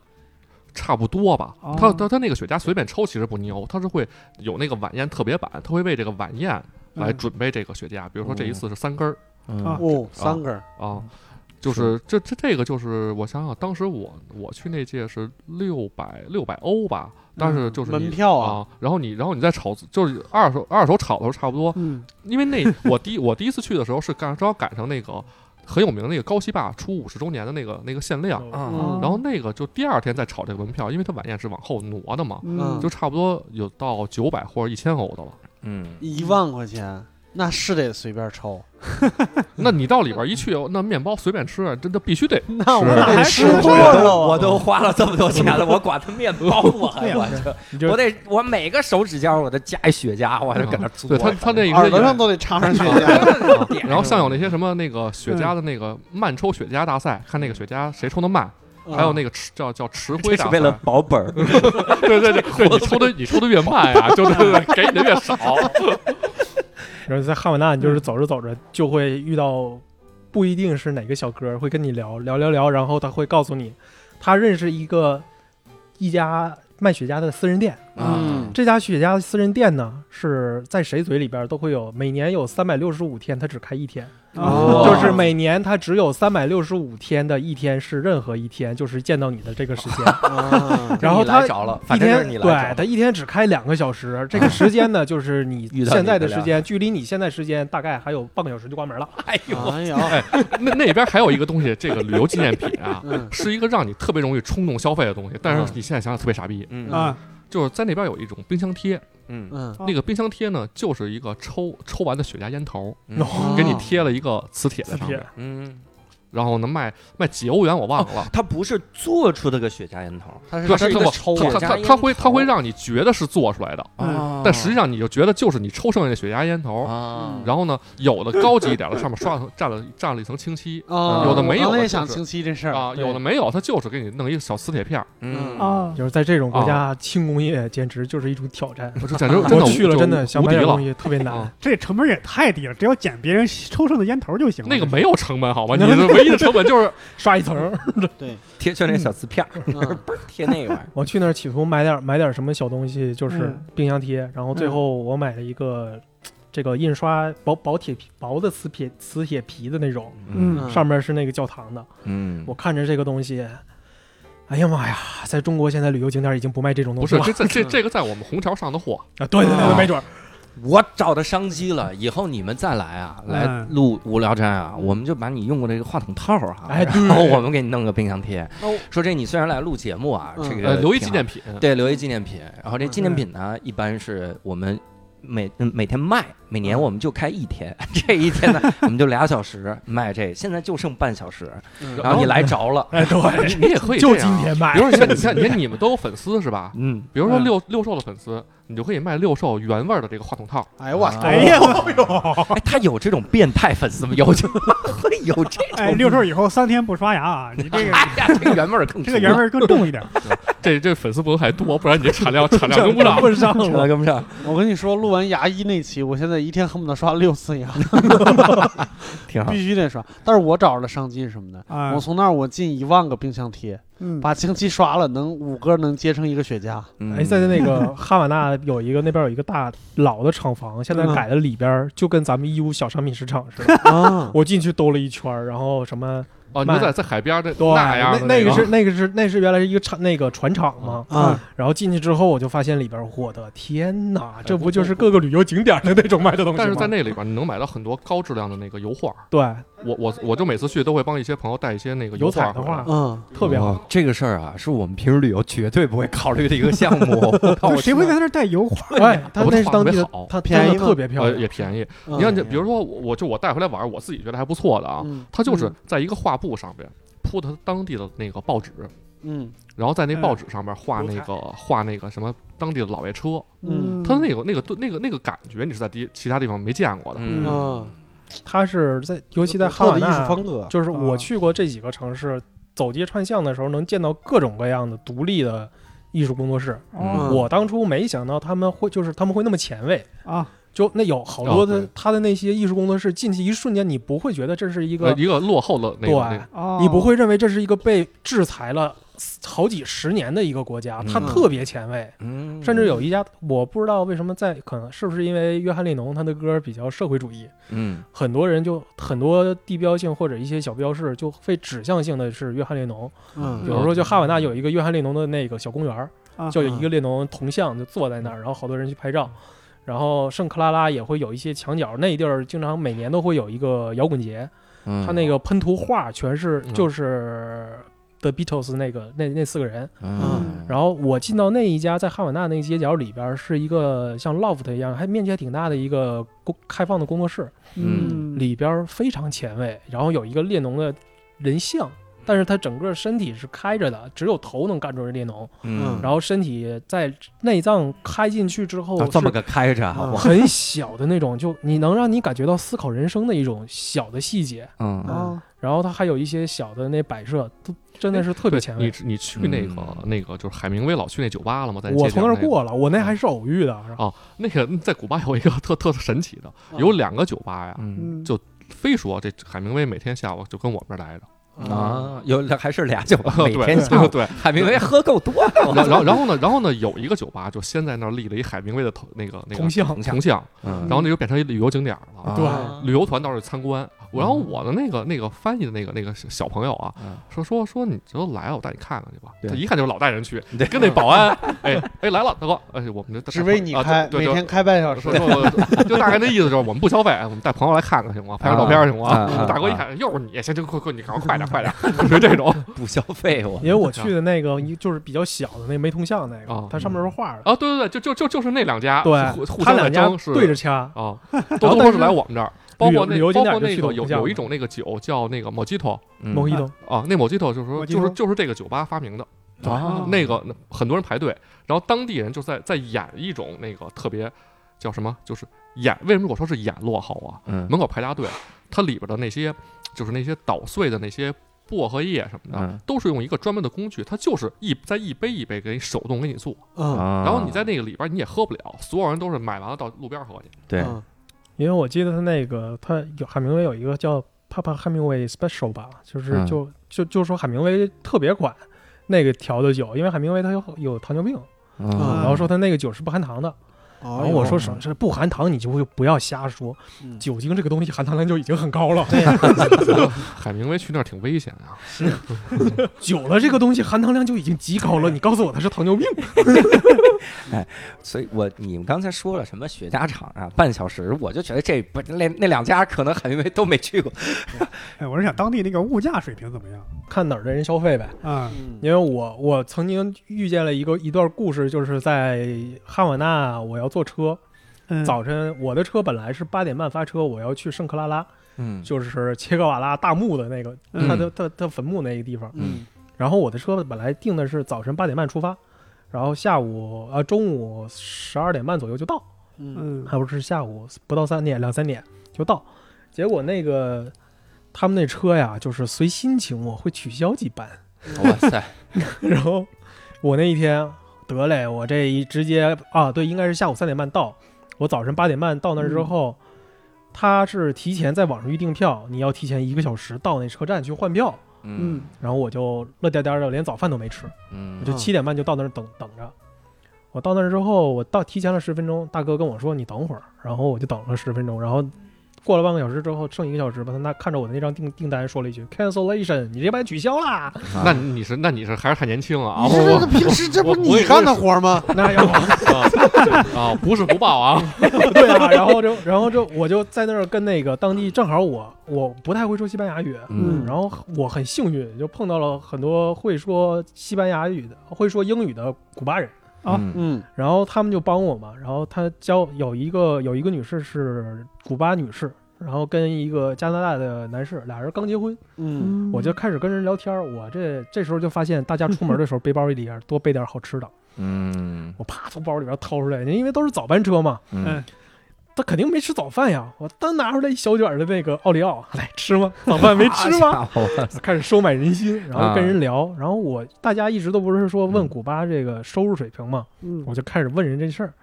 S7: 差不多吧
S2: 哦，
S7: 他他他那个雪茄随便抽其实不牛，他是会有那个晚宴特别版，他会为这个晚宴来
S2: 嗯
S7: 准备这个雪茄，比如说这一次是三根儿
S1: 嗯
S2: 啊
S4: 哦，三根儿，
S7: 啊，就是这这这个就是我想想，当时我我去那届是六百六百欧吧，但是就是你
S4: 门票啊
S7: 啊，然后你然后你再炒，就是二手二手炒的时候差不多，
S2: 嗯，
S7: 因为那我第一我第一次去的时候是赶正好赶上那个很有名的那个高希坝出五十周年的那个那个限量，
S2: 哦
S1: 啊
S7: 然后那个就第二天再炒这个门票，因为它晚宴是往后挪的嘛，
S4: 嗯
S7: 就差不多有到九百或者一千欧的了。
S1: 嗯，
S4: 一万块钱，那是得随便抽，
S7: 那你到里边一去，那面包随便吃，啊这这必须得
S4: *laughs* 那我
S7: 是
S4: 得
S1: 还
S4: 吃
S1: 我
S4: 破
S1: 都
S4: 了，
S1: 我都花了这么多钱了，我管他面包我还
S2: 对啊
S1: 我这
S6: 你就
S1: 我得我每个手指尖我都加一雪茄，我就搁那嘬。
S7: 对他他那
S4: 耳朵
S7: 个啊
S4: 上都得插上去。
S1: 点
S7: 然后像有那些什么那个雪茄的那个
S1: 嗯
S7: 慢抽雪茄大赛，看那个雪茄谁抽的慢，
S4: 嗯
S7: 还有那个吃
S1: *laughs*
S7: 叫叫持
S1: 啊这
S7: 灰
S1: 是
S7: 大
S1: 为了
S7: 赛，
S1: 保本儿，
S7: 对对对对，你抽的你抽的越慢呀，
S1: *laughs*
S7: 就对对，给你的越少。
S6: 然后在哈瓦那，你就是走着走着就会遇到，不一定是哪个小哥会跟你聊聊聊聊，然后他会告诉你，他认识一个一家卖雪茄的私人店，
S4: 嗯，
S6: 这家雪茄私人店呢是在谁嘴里边都会有，每年有三百六十五天，他只开一天。
S2: 哦
S6: 就是每年它只有三百六十五天的一天是任何一天，就是见到你的这个时间。
S4: 啊
S6: 然后
S1: 你来
S6: 他
S1: 着了，*laughs*
S6: 一
S1: 反正就是
S6: 天
S1: 你
S6: 对
S1: 来着
S6: 它
S1: 了。
S6: 一天只开两个小时，这个时间呢，就是你
S1: *laughs* 遇到你
S6: 现在的
S1: 的
S6: 时间，距离你现在时间大概还有半个小时就关门了。
S1: 哎呦，
S7: *laughs*
S4: 哎呦，
S7: 那那边还有一个东西，这个旅游纪念品啊，
S4: 嗯
S7: 是一个让你特别容易冲动消费的东西，但是你现在想想特别傻逼，
S1: 嗯
S2: 啊，
S7: 就是在那边有一种冰箱贴，
S1: 嗯
S7: *laughs*
S4: 嗯，
S2: 哦
S7: 那个冰箱贴呢就是一个抽抽完的雪茄烟头，
S1: 嗯
S4: 哦
S7: 给你贴了一个磁铁在上面。
S1: 嗯，
S7: 然后能卖卖几欧元我忘了。
S1: 它不是做出的个雪茄烟头
S4: 它是
S7: 对，
S4: 真
S7: 它
S4: 的
S7: 不
S4: 抽
S1: 它
S7: 它
S1: 哦雪
S7: 它
S1: 茄烟
S7: 它会它会
S1: 头
S7: 让你觉得是做出来的，
S2: 嗯
S1: 啊
S7: 但
S2: 哦
S7: 实际上你就觉得就是你抽剩下的雪茄烟头。
S1: 啊，
S7: 然后呢，有的高级一点的上面刷了层蘸了蘸了一层清漆
S4: 啊，
S1: 有的
S7: 没有
S4: 我刚才
S7: 的
S4: 也
S7: 就
S4: 想
S7: 是
S4: 清晰这事儿
S7: 啊，有的没有，它就是给你弄一个小磁铁片儿，
S1: 嗯
S2: 啊，
S6: 就是在这种国
S7: 啊
S1: 哦
S6: 家，轻工业简直就是一种挑战。
S7: 不是
S6: *laughs*
S7: 简直真的
S6: 我去了，
S7: 就
S6: 真的想
S7: 无
S6: 买
S7: 敌
S6: 点
S7: 了
S6: 东。西特别难
S1: 哦
S7: 啊。
S2: 这成本也太低了，只要捡别人抽剩的烟头就行了。
S7: 那个没有成本
S6: *laughs*
S7: 好吗？你的唯一的成本就是
S6: 刷一层，
S1: 贴就那小瓷片儿，
S4: 嗯
S1: *laughs* 不是贴那玩意儿。
S6: 我去那儿企图买点买点什么小东西，就是
S2: 嗯
S6: 冰箱贴，然后最后我买了一个这个印刷薄薄铁皮薄的磁铁磁铁皮的那种，
S2: 嗯
S6: 上面是那个教堂的。
S1: 嗯
S6: 我看着这个东西，哎呀妈呀，在中国现在旅游景点已经不卖这种东
S7: 不
S6: 西
S7: 是
S6: 了
S7: 这这这这个在我们虹桥上的货，
S6: 啊！对对对
S1: 啊
S6: 对，没准儿
S1: 我找到商机了，以后你们再来啊，
S2: 嗯
S1: 来录无聊斋啊，我们就把你用过这个话筒套啊，
S6: 哎
S1: 然后我们给你弄个冰箱贴
S4: 哦，
S1: 说这你虽然来录节目啊，
S4: 嗯
S1: 这
S7: 呃
S1: 个，
S7: 留一
S1: 挺
S7: 纪
S1: 好
S7: 念品。
S1: 对，留一纪念品。然后这纪念品呢，一般是我们每嗯每天卖，每年我们就开一天， *laughs* 这一天呢，我们就俩小时卖这，现在就剩半小时，
S4: 嗯
S1: 然后你来着了，
S6: 哎，对，
S7: 你你也可以
S6: 就
S7: 这样啊
S6: 今天买
S7: 比，如说像你像你看你们都有粉丝是吧？
S1: 嗯，
S7: 比如说
S2: 嗯
S7: 六六兽的粉丝，你就可以卖六兽原味儿的这个话筒套。
S4: *laughs* 哎呦我
S1: 啊
S4: 操
S2: 哎呀，哎呦，
S1: 哎，他有这种变态粉丝吗？有就会有这种，
S2: 哎，六兽以后三天不刷牙啊，你这个
S1: 哎呀，这个原味儿
S6: *laughs*
S1: 更
S2: 这个原味儿更重一点。
S7: 这这粉丝不能还多，不然你这产
S6: *laughs*
S7: 量产量跟不上。
S6: 问上
S1: 扯
S6: 了。
S1: 了跟不上，
S4: 我跟你说，录完牙医那期，我现在一天恨不得刷六次牙，
S1: 挺好。
S4: 必须得刷。但是我找着了商机是什么呢？
S2: 啊
S4: 我，从那儿我进一万个冰箱贴，
S2: 嗯，
S4: 把星期刷了，能五个能结成一个雪茄。
S1: 嗯
S6: 哎，在那个哈瓦那有一个那边有一个大老的厂房，现在改的里边儿就跟咱们义乌小商品市场
S4: *laughs*
S6: 似的。
S4: 啊，
S6: 我进去兜了一圈儿，然后什么
S7: 哦，你
S6: 卖
S7: 就在在海边儿的
S6: 对，
S7: 那样
S6: 那
S7: 的
S6: 那
S7: 个
S6: 个是那个是那是原来是一个厂那个船厂嘛。
S4: 啊，
S6: 然后进去之后，我就发现里边儿，我的天哪，这不就是各个旅游景点儿的那种卖的东西吗？
S7: 哎但是在那里边，你能买到很多高质量的那个油画。
S6: 对
S7: 我我我就每次去都会帮一些朋友带一些那个
S6: 油彩
S7: 画啊
S6: 的
S7: 回来
S6: 话，
S4: 嗯，
S6: 特别好。
S1: 哇这个事儿啊，是我们平时旅游绝对不会考虑的一个项目。
S2: 就谁会在那儿带油画？
S6: 哎，它
S7: 我
S6: 那是
S7: 特
S6: 当地
S7: 别
S6: 的
S7: 好，
S6: 它
S4: 便宜
S6: 真的
S4: 吗
S6: 特别漂
S7: 呃
S6: 亮，
S7: 也便宜。
S4: 嗯
S7: 你看，就比如说我我就我带回来玩儿，我自己觉得还不错的啊，
S4: 嗯
S7: 它就是在一个画布上边铺它当地的那个报纸，
S4: 嗯
S7: 然后在那
S2: 嗯
S7: 报纸上面画那
S2: 油
S7: 个画那个什么当地的老爷车，
S4: 嗯
S7: 它那个那个那个那个感觉你是在地其他地方没见过的。
S1: 嗯
S4: 啊，
S6: 它是在尤其在哈
S4: 特的
S6: 瓦
S4: 艺术
S6: 那，
S4: 风格。
S6: 就是我
S2: 啊
S6: 去过这几个城市，走街串巷的时候能见到各种各样的独立的艺术工作室。
S2: 哦
S4: 嗯
S6: 我当初没想到他们会，就是他们会那么前卫。
S2: 啊，
S6: 就那有好多
S7: 哦
S6: 的
S7: 对
S6: 他的那些艺术工作室，进去一瞬间，你不会觉得这是一
S7: 呃
S6: 个，
S7: 一个落后的那
S6: 对
S7: 个那个，
S2: 哦，
S6: *laughs* 你不会认为这是一个被制裁了好几十年的一个国家，它
S1: 嗯
S6: 特别前卫。
S1: 嗯
S6: 甚至有一家，我不知道为什么在，可能是不是因为约翰列侬他的歌比较社会主义，
S1: 嗯
S6: 很多人就很多地标性或者一些小标示就会指向性的是约翰列侬，比
S4: 嗯
S6: 如说就哈瓦那有一个约翰列侬的那个小公园儿，
S2: 啊嗯
S6: 就有一个列侬铜像就坐在那儿，然后好多人去拍照。然后圣克拉拉也会有一些墙角，那地儿经常每年都会有一个摇滚节，
S1: 嗯，
S6: 他那个喷涂画全是
S7: 嗯
S6: 就是。The Beatles 那个那那四个人，
S1: 嗯，
S6: 然后我进到那一家在哈瓦那那个街角里边儿，是一个像 loft 一样，还面积还挺大的一个工开放的工作室，
S1: 嗯
S2: 嗯，
S6: 里边儿非常前卫，然后有一个列侬的人像，但是他整个身体是开着的，只有头能干出来列侬，
S1: 嗯，
S6: 然后身体在内脏开进去之后
S1: 啊这么
S6: 是嗯
S1: 个开着啊，我
S6: 很小的那种，就你能让你感觉到思考人生的一种小的细节，
S1: 嗯
S2: 啊，
S6: 然后它还有一些小的那摆设，都真的是特别前
S7: 你
S6: 卫。
S7: 你去那个、
S1: 嗯
S7: 那个就是海明威老去那酒吧了吗？在街
S6: 我从那儿
S7: 角
S6: 过了，我那还是偶遇的，然后
S7: 那个那个在古巴有一个特特神奇的，
S6: 嗯
S7: 有两个酒吧呀，
S1: 嗯
S2: 嗯，
S7: 就非说这海明威每天下午就跟我们这儿来着。
S4: 嗯
S1: 啊，有还是俩酒吧，每
S7: 对
S1: 天下
S7: 对
S1: 午
S7: 对，
S1: 海明威喝够多
S7: 然后
S1: 了，
S7: 然后然后呢，然后呢，有一个酒吧就先在那儿立了一海明威的头那个那个
S6: 铜像
S7: 铜像，
S1: 嗯
S7: 然后那就变成一旅游景点了。
S1: 对
S4: 啊
S7: 旅游团到那儿去参观，然
S6: 嗯
S7: 后我的那个那个翻译的那个那个小小朋友啊，说说说你就来了，我带你看看去吧。
S1: 对
S7: 他一看就是老带
S6: *laughs*
S7: 人去，
S1: 对
S7: 跟那保安，哎哎来了，大哥，哎我们就
S4: 只为你
S7: 啊
S4: 开，
S7: 对
S4: 每
S7: 对就
S4: 天开半小时
S7: 说。说说 *laughs* 就大概那意思就是我们不消费，我们带朋友来看看行吗？拍张照片行
S1: 啊啊啊啊
S7: 吗？大哥一看又是你，行行，快快你赶快快点
S6: *laughs*
S7: 快点，就是这种
S1: 不消费我
S6: 因为我去的那个一就是比较小的那个没铜像那
S7: 哦
S6: 个，它上面是画的，
S7: *laughs* 啊，对对对，就就就就是那两家，
S6: 对
S7: 互互，
S6: 它
S7: 相
S6: 两
S7: 在
S6: 家
S7: 争
S6: *laughs*
S7: 是
S6: 对着掐，
S7: 啊，都都说是来我们这儿，包括
S6: 旅
S7: 那
S6: 游景点
S7: 包括
S6: 就
S7: 那
S6: 去
S7: 个
S6: 的
S7: 有
S6: 不像
S7: 有一
S6: 了
S7: 种那个酒叫那个 Mojito
S1: 嗯
S6: 某一头
S7: 啊，那 Mojito 就是说就是
S2: Mojito
S7: 就是这个酒吧发明的。
S2: 哦
S1: 啊
S7: 那个那很多人排队，然后当地人就在在演一种那个特别叫什么，就是演为什么我说是演落后啊？
S1: 嗯
S7: 门口排大队，它里边的那些就是那些捣碎的那些薄荷叶什么的，
S1: 嗯
S7: 都是用一个专门的工具，它就是一在一杯一杯给你手动给你做，
S4: 嗯，
S1: 啊，
S7: 然后你在那个里边你也喝不了，所有人都是买完了到路边
S1: *laughs*
S7: 喝去。
S1: 对
S4: 嗯
S6: 因为我记得他那个他有海明威有一个叫 Papa Hemingway Special 吧，就是
S1: 嗯
S6: 就、就就说海明威特别款那个调的酒，因为海明威他有有糖尿病，
S1: 嗯
S6: 然后说他那个酒是不含糖的。
S4: 然
S6: 然后我说什么是不含糖，你就就不要瞎说，
S4: 嗯
S6: 酒精这个东西含糖量就已经很高了。对，
S7: 海明威去那儿挺危险啊，
S6: 酒了这个东西含糖量就已经极高了，你告诉我他是糖尿病？
S1: 所以我你们刚才说了什么雪家厂啊，半小时，我就觉得这不那那两家可能海明威都没去过。
S2: 哎，我是想当地那个物价水平怎么样
S6: 看哪儿的人消费呗。
S2: 啊？
S4: 嗯
S6: 因为我我曾经遇见了一个一段故事，就是在哈瓦那，我要坐车，
S2: 嗯，
S6: 早晨我的车本来是八点半发车，我要去圣克拉拉，
S1: 嗯
S6: 就是切格瓦拉大墓的那个
S2: 嗯
S6: 他的他他坟墓那个地方。
S4: 嗯
S6: 然后我的车本来定的是早晨八点半出发，然后下午呃中午十二点半左右就到，
S4: 嗯
S2: 嗯
S6: 还不是下午不到三点两三点就到。结果那个他们那车呀，就是随心情我会取消几班，
S1: 哇塞，
S6: *laughs* 然后我那一天得嘞，我这一直接啊，对，应该是下午三点半到，我早晨八点半到那儿之后，他是提前在网上预订票，你要提前一个小时到那车站去换票，
S1: 嗯
S6: 然后我就乐颠颠的，连早饭都没吃，我
S1: 嗯
S6: 就
S4: 啊
S6: 七点半就到那儿等等着。我到那儿之后，我到提前了十分钟，大哥跟我说你等会儿，然后我就等了十分钟，然后过了半个小时之后，剩一个小时吧，他那看着我的那张订订单说了一句 cancellation，你这班取消啦。
S1: 啊
S7: 那你是那你是还是太年轻了啊！
S1: *laughs*
S7: *laughs*
S4: 你
S7: 我
S4: 这
S7: 我
S4: 这平时这不
S7: 我
S4: 是
S7: 我也
S4: 你干的活
S7: *laughs*
S4: 吗？
S6: 那要不
S7: 啊，不是不报啊，
S6: *laughs* 对啊，然后就然后就我就在那儿跟那个当地，正好我我不太会说西班牙语，
S1: 嗯
S6: 然后我很幸运就碰到了很多会说西班牙语的、会说英语的古巴人，
S2: 啊
S1: 嗯
S4: 嗯
S6: 然后他们就帮我嘛，然后他教有一个有一个女士是古巴女士。然后跟一个加拿大的男士，俩人刚结婚，
S4: 嗯
S6: 我就开始跟人聊天儿。我这这时候就发现，大家出门的时候背包里边多备点好吃的。
S1: 嗯
S6: 我啪从包里边掏出来，因为都是早班车嘛，
S7: 哎
S1: 嗯
S6: 他肯定没吃早饭呀！我单拿出来一小卷儿的那个奥利奥来吃吗？早饭没吃吗？
S1: 好家伙
S6: 开始收买人心，然后跟
S1: 啊嗯
S6: 人聊，然后我大家一直都不是说问古巴这个收入水平嘛，
S2: 嗯
S6: 我就开始问人这事儿。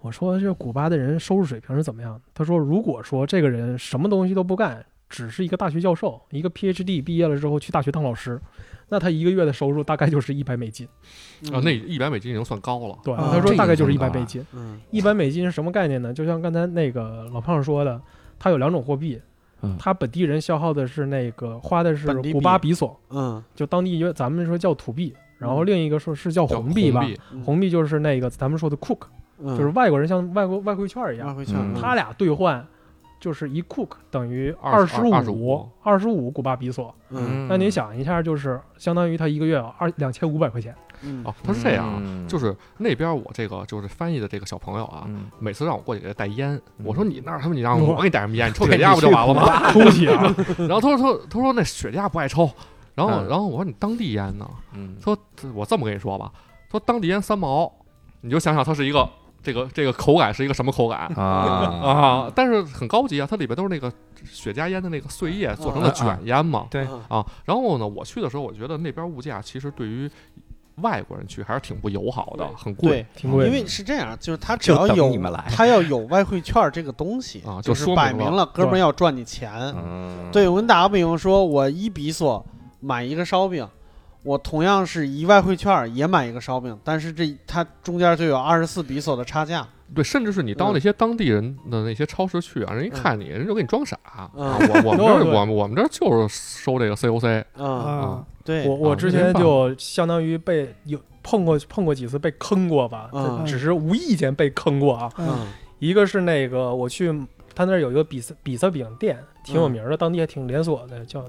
S6: 我说这古巴的人收入水平是怎么样的？他说，如果说这个人什么东西都不干，只是一个大学教授，一个 PhD 毕业了之后去大学当老师，那他一个月的收入大概就是一百美金。
S7: 啊，那一百美金已经算高了。
S6: 对，
S2: 啊
S6: 他说
S1: 这
S6: 大概
S1: 个
S6: 就是一
S1: 挺
S6: 百
S1: 高
S6: 美
S1: 啊
S6: 金。
S4: 嗯
S6: 一般美金是什么概念呢？就像刚才那个老胖说的，它有两种货币
S1: 嗯，
S6: 它本地人消耗的是那个花的是
S4: 本地币
S6: 古巴比索，
S4: 嗯
S6: 就当地约咱们说叫土币，然后另一个说是叫
S7: 叫
S6: 红币吧，
S7: 币
S4: 嗯
S6: 红币就是那个咱们说的 cook，
S4: 嗯
S6: 就是外国人像外国外汇券一
S4: 拉
S6: 样，
S4: 回去，
S1: 嗯
S6: 他俩兑换。就是一 cook 等于
S7: 二十
S6: 十五
S7: 25，
S6: 二十五古巴比索。
S4: 嗯
S6: 那你想一下，就是相当于他一个月二两千五百块钱。
S4: 嗯
S7: 哦，他是这样啊，
S1: 嗯
S7: 就是那边我这个就是翻译的这个小朋友啊，
S1: 嗯
S7: 每次让我过去给他带烟，
S1: 嗯
S7: 我说你那儿他们你让
S6: 嗯
S7: 我给你带什么烟？你抽
S1: *laughs*
S7: 雪茄不就完了吗？
S6: 恭喜啊！
S7: 然后他说他说他说那雪茄不爱抽，然后、
S1: 嗯
S7: 然后我说你当地烟呢？
S1: 嗯
S7: 说我这么跟你说吧，说当地烟三毛，你就想想它是一个这个这个口感是一个什么口感。
S1: 啊
S7: 啊，但是很高级啊，它里边都是那个雪茄烟的那个碎叶做成的
S1: 嗯
S7: 卷烟嘛。
S1: 对
S4: 啊
S7: 啊，然后呢，我去的时候，我觉得那边物价其实对于外国人去还是挺不友好的，很贵。
S4: 对，
S6: 挺
S4: 因
S6: 贵的，
S4: 为是这样，就是他只
S1: 就
S4: 要
S1: 等
S4: 有
S1: 你们来
S4: 他要有外汇券这个东西
S7: 啊就
S4: 就是
S7: 说
S4: 摆
S7: 明
S4: 明
S7: 了
S4: 了哥们儿
S6: 对
S4: 要赚你钱。
S7: 啊
S1: 嗯
S4: 对，我打个比方说，我一比索买一个烧饼，我同样是一外汇券也买一个烧饼，但是这它中间就有二十四比索的差价。
S7: 对，甚至是你
S4: 嗯
S7: 到那些当地人的那些超市去啊，
S6: 嗯
S7: 人一看你，人就给你装傻啊！
S4: 嗯
S7: 我我们这
S6: 对
S7: 儿
S6: 对
S7: 我们我们这儿就是收这个 COC
S6: *laughs*
S4: 嗯，
S2: 啊
S4: 对
S6: 我，我
S7: 啊
S6: 之
S7: 真
S6: 前
S7: 棒
S6: 就相当于被有碰过碰过几次被坑过吧，
S4: 嗯
S6: 这只是无意间被坑过啊。
S4: 嗯
S6: 一个是那个我去他那儿有一个比萨比萨饼店，挺有名儿的，当地还挺连锁的，叫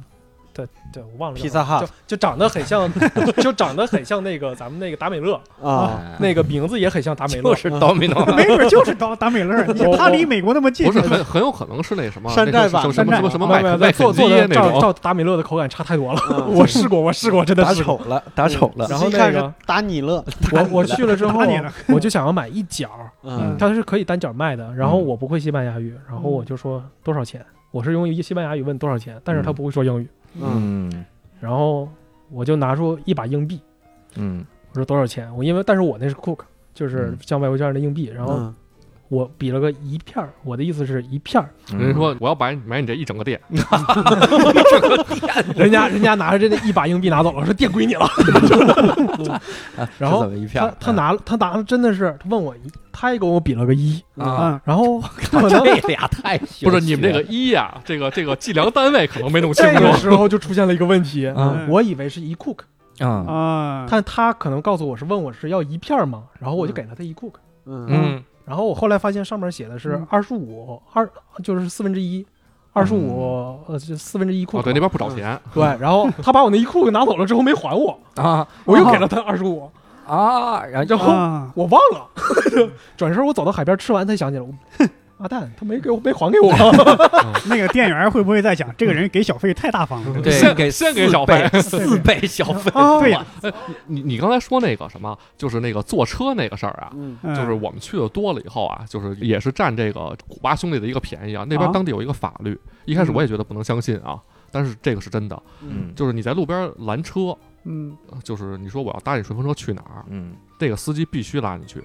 S6: 对对，我忘了叫
S4: 披萨
S6: 什么
S4: 哈
S6: 就就长得很像， *laughs* 就长得很像那个咱们那个达美乐，
S4: 啊，
S1: 哎
S6: 那个名字也很像达美乐
S1: 就，是 domino，
S2: 啊
S7: 嗯
S2: 没准就是达达美乐，你
S6: 我
S2: 他离美国那么近，
S7: 不是很很有可能是那什么
S4: 山寨
S7: 那
S4: 版
S7: 个什么什么什么什么
S6: 啊没
S7: 麦
S6: 有没有
S7: 麦肯
S6: 做做
S7: 基
S6: 的
S7: 那
S6: 照
S7: 种
S6: 照达美乐的口感差太多了，
S4: 嗯
S6: *laughs* 我试过我试过，真的
S1: 打
S6: 试过。
S1: 丑了，打丑了。
S6: 然后
S4: 一
S6: 那
S4: 看
S6: 个
S4: 是打你乐，
S6: 我我去了之后
S2: 打你了，
S6: 我就想要买一角儿，
S4: 嗯
S6: 它是可以单角卖的。然后
S1: 嗯
S6: 我不会西班牙语，然后我就说多少钱？我是用西班牙语问多少钱，但是他
S1: 嗯
S6: 不会说英语。
S4: 嗯
S1: 嗯
S6: 然后我就拿出一把硬币，
S1: 嗯
S6: 我说多少钱？我因为但是我那是 cook，就是
S1: 嗯
S6: 像外国这样的硬币。然后
S4: 嗯，
S6: 我比了个一片儿，我的意思是一片儿。
S1: 嗯，
S7: 人家说我要买买你这一整个店，
S6: 人家人家拿着这一把硬币拿走了，说店归你了。
S1: 啊，
S6: 然
S1: 这
S6: 后
S1: 怎么一片
S6: 他
S1: 儿
S6: 他拿了他拿了真的是，他问我一，他也给我比了个一，
S1: 啊，
S2: 嗯，
S6: 然后可能
S1: 这俩太
S7: 不
S1: 不
S7: 是你们这个一呀，这个这个计量单位可能
S6: *laughs*
S7: 没弄清
S6: 啊这个
S7: 楚。嗯
S6: 时候就出现了一个问题，
S1: 啊
S2: 嗯
S6: 我以为是一 cook，
S1: 啊
S2: 啊，
S6: 但他可能告诉我是问我是要一片儿嘛，然后我就给了他一 cook，
S4: 嗯
S7: 嗯，
S6: 然后我后来发现上面写的是
S2: 嗯
S6: 二十五二就是四分之一，二十五
S2: 嗯
S6: 呃就四分之一 cook，
S7: 哦，对，那边不找钱，
S6: 对，然后他把我那一 cook 拿走了之后没还
S2: *laughs*
S6: 我，
S1: 啊
S6: 我又给了他二十五，
S1: 啊，然后就
S6: 然后
S2: 啊，
S6: 我忘了， *laughs* 转身我走到海边吃完才想起来，我
S2: *laughs*
S6: 妈蛋，他没给我没还给我，
S2: 那个店员会不会在想，这个人给小费太大方了？
S1: 对
S7: 先
S1: 给
S7: 先给
S1: 四
S7: 小
S1: 倍
S7: 费
S1: 四倍小费，
S2: 啊， *laughs*
S6: *laughs*
S2: 对呀，
S7: 你你刚才说那个什么，就是那个坐车那个事儿啊，
S4: 嗯
S2: 嗯
S7: 就是我们去的多了以后啊，就是也是占这个古巴兄弟的一个便宜啊。那嗯边
S2: 啊
S7: 当地有一个法律，一开始我也觉得不能相信啊，但是这个是真的，
S1: 嗯
S7: 就是你在路边拦车，
S2: 嗯，
S7: 就是你说我要搭你顺风车去哪儿，
S1: 嗯，
S7: 这个司机必须拉你去。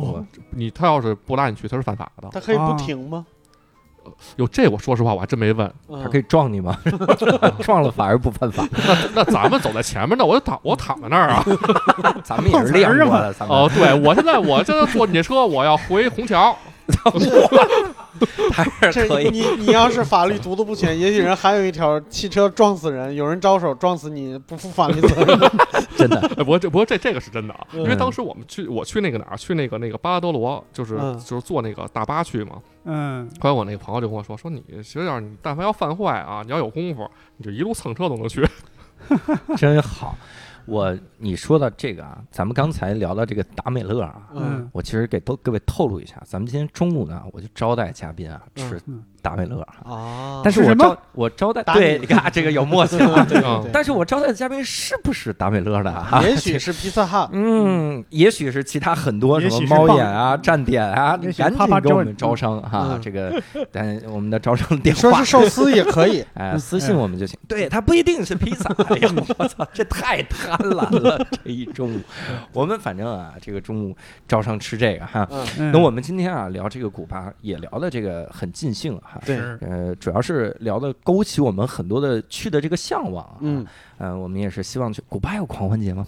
S1: 我
S7: 你他要是不拉你去，他是犯法的。
S4: 他可以不
S2: 啊
S4: 停吗？
S7: 有这我说实话我还真没问。
S4: 嗯
S1: 他可以撞你 *laughs* 吗？撞了反而不犯法，
S7: 那咱们走在前面呢，我就躺我躺在那儿啊。
S1: *laughs* 咱们也是练过的，咱们
S7: 哦，对我现在我现在坐你这车，我要回虹桥。
S1: 还是可
S4: 这
S1: 以。
S4: 你你要是法律读的不全，也许人还有一条：汽车撞死人，有人招手撞死你，不负法律
S1: *laughs*
S4: 责任。
S1: 真的，
S7: *laughs* 哎不过这不过这这个是真的啊，
S4: 嗯
S7: 因为当时我们去我去那个哪儿去那个那个巴拉多罗，就是
S4: 嗯
S7: 就是坐那个大巴去嘛。
S2: 嗯，
S7: 后来我那个朋友就跟我说，说你其实要是你但凡要犯坏啊，你要有功夫，你就一路蹭车都能去。
S1: *laughs* 真好。我你说到这个啊，咱们刚才聊到这个达美乐啊，
S2: 嗯，
S1: 我其实给都各位透露一下，咱们今天中午呢，我就招待嘉宾啊吃
S2: 嗯
S1: 达美乐啊，
S4: 啊
S1: 但是
S2: 吃
S1: 我
S2: 什么
S1: 招我招待
S4: 达美
S1: 对，你看这个有默契啊。
S4: 对对
S7: 嗯
S4: 对，
S1: 但是我招待的嘉宾是不是达美乐的啊？
S4: *laughs* 也许
S1: *laughs*
S4: 是披萨哈，
S1: 嗯，也许是其他很多什
S2: 也
S1: 么
S2: 许是
S1: 猫
S2: 棒
S1: 眼啊、站点啊，
S2: 也
S1: 你
S2: 许
S1: 赶
S2: 啪
S1: 紧
S2: 啪
S1: 给我
S2: 照
S1: 们招商哈
S4: 嗯，
S1: 这个 *laughs* 咱我们的招商电
S4: 你说
S1: 话
S4: 是，寿司也可以。
S1: 哎，私信我们就行。对，它不一定是披萨。哎呀，我操，这太贪婪了！这一中午，我们反正啊，这个中午招商吃这个哈。
S4: 嗯，
S2: 嗯
S1: 那我们今天啊聊这个古巴，也聊的这个很尽兴啊哈。
S4: 对，
S2: 是
S1: 呃，主要是聊的勾起我们很多的去的这个向往啊。
S4: 嗯，
S1: 呃，我们也是希望去古巴有狂欢节吗？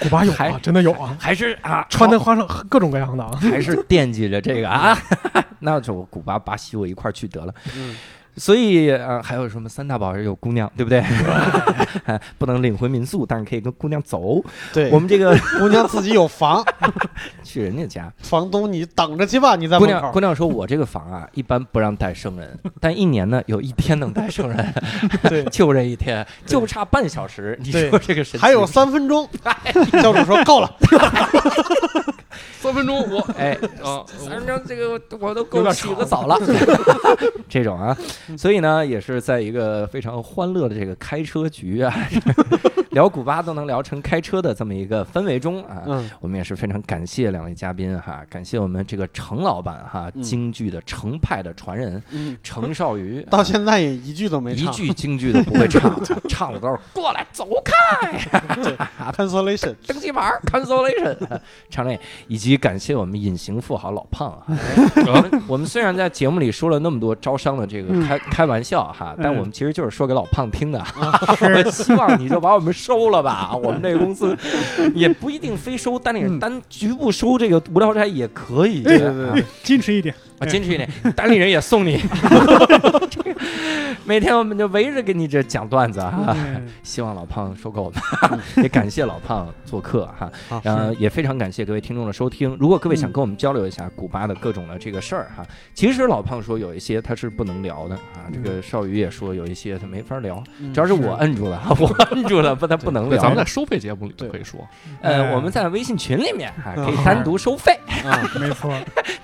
S6: 古巴有
S1: 还
S6: 啊，真的有啊，
S1: 还是啊，
S6: 穿的花上各种各样的啊。
S1: 还是惦记着这个
S4: *laughs*
S1: 啊， *laughs* 那就古巴、巴西我一块儿去得了。
S4: 嗯
S1: 所以呃，还有什么三大宝有姑娘，对
S4: *laughs*
S1: 不对？哎不能领回民宿，但是可以跟姑娘走。
S4: 对，
S1: 我们这个 *laughs*
S4: 姑娘自己有房，
S1: 去人家
S4: *laughs*
S1: 家，
S4: 房东你等着去吧，你在
S1: 姑
S4: 门
S1: 娘
S4: 口
S1: 姑。娘说，我这个房啊，一般不让带生人，但一年呢，有一天能带生人， *laughs*
S4: 对
S1: 就这一天，就差半小时。你
S4: 对
S1: 说这个神奇？
S4: 还有三
S1: *laughs*
S4: 分钟，教主说够了，
S7: 三分钟我
S1: 哎，
S7: 啊，
S1: 反正这个我都
S6: 有
S1: 够
S6: 点
S1: 洗个澡了， *laughs* 这种啊，所以呢，也是在一个非常欢乐的这个开车局啊， *laughs* 聊古巴都能聊成开车的这么一个氛围中啊，
S4: 嗯，
S1: 我们也是非常感谢两位嘉宾哈，感谢我们这个程老板哈，
S4: 嗯
S1: 京剧的程派的传人
S4: 嗯，
S1: 程少瑜，
S4: 到现在也一句都没
S1: 一
S4: 唱。
S1: 句京剧都不会
S4: *laughs*
S1: 唱，唱的都是过来走开。啊
S4: Cancellation，
S1: 登记 *laughs* 牌 cancellation，常磊，以及感谢我们隐形富豪老胖
S4: *laughs*
S1: 啊。我们我们虽然在节目里说了那么多招商的这个
S4: 嗯
S1: 开开玩笑哈，但我们其实就是说给老胖听的。
S4: 啊
S1: *laughs* 我希望你就把我们收了
S4: *laughs*
S1: 吧，我们这个公司也不一定非收，但是
S2: 嗯
S1: 单局部收这个无聊斋也可以。
S4: 对对对
S1: 啊
S2: 矜持一点，
S1: 啊，坚持一点，单立人也送
S4: *laughs*
S1: 你。 *laughs* 每天我们就围着给你这讲段子啊，
S2: 嗯
S1: 希望老胖收购我们，*laughs*
S7: 嗯
S1: 也感谢老胖做客哈、
S4: 好
S1: 然后也非常感谢各位听众的收听。如果各位
S7: 嗯
S1: 想跟我们交流一下古巴的各种的这个事儿哈、其实老胖说有一些他是不能聊的
S7: 嗯
S1: 啊，这个少宇也说有一些他没法聊，主
S4: 嗯
S1: 要是我摁住了，我摁住了，不他不能
S7: 对，
S1: 聊。
S7: 咱们在嗯收费节目里
S4: 对
S7: 可以说，
S1: 呃，
S2: 哎
S1: 我们在微信群里面啊，
S7: 嗯
S1: 可以单独收费，
S2: 没错，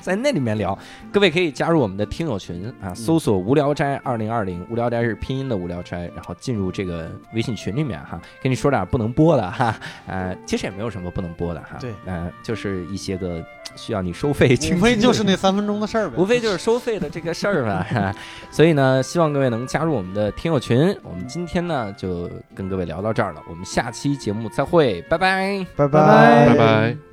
S1: 在那里面聊。各位可以加入我们的听友群啊，搜索“无聊斋二零二零”，无聊斋是拼音的无聊斋，然后进入这个微信群里面哈，跟你说点不能播的哈，呃，其实也没有什么不能播的哈，
S4: 对
S1: 呃，就是一些个需要你收费，
S4: 无非就是那三分钟的事儿呗，
S1: 无非就是收费的这个事儿嘛、哈所以呢，希望各位能加入我们的听友群。我们今天呢就跟各位聊到这儿了，我们下期节目再会，拜拜。
S4: 拜
S6: 拜
S7: 拜拜。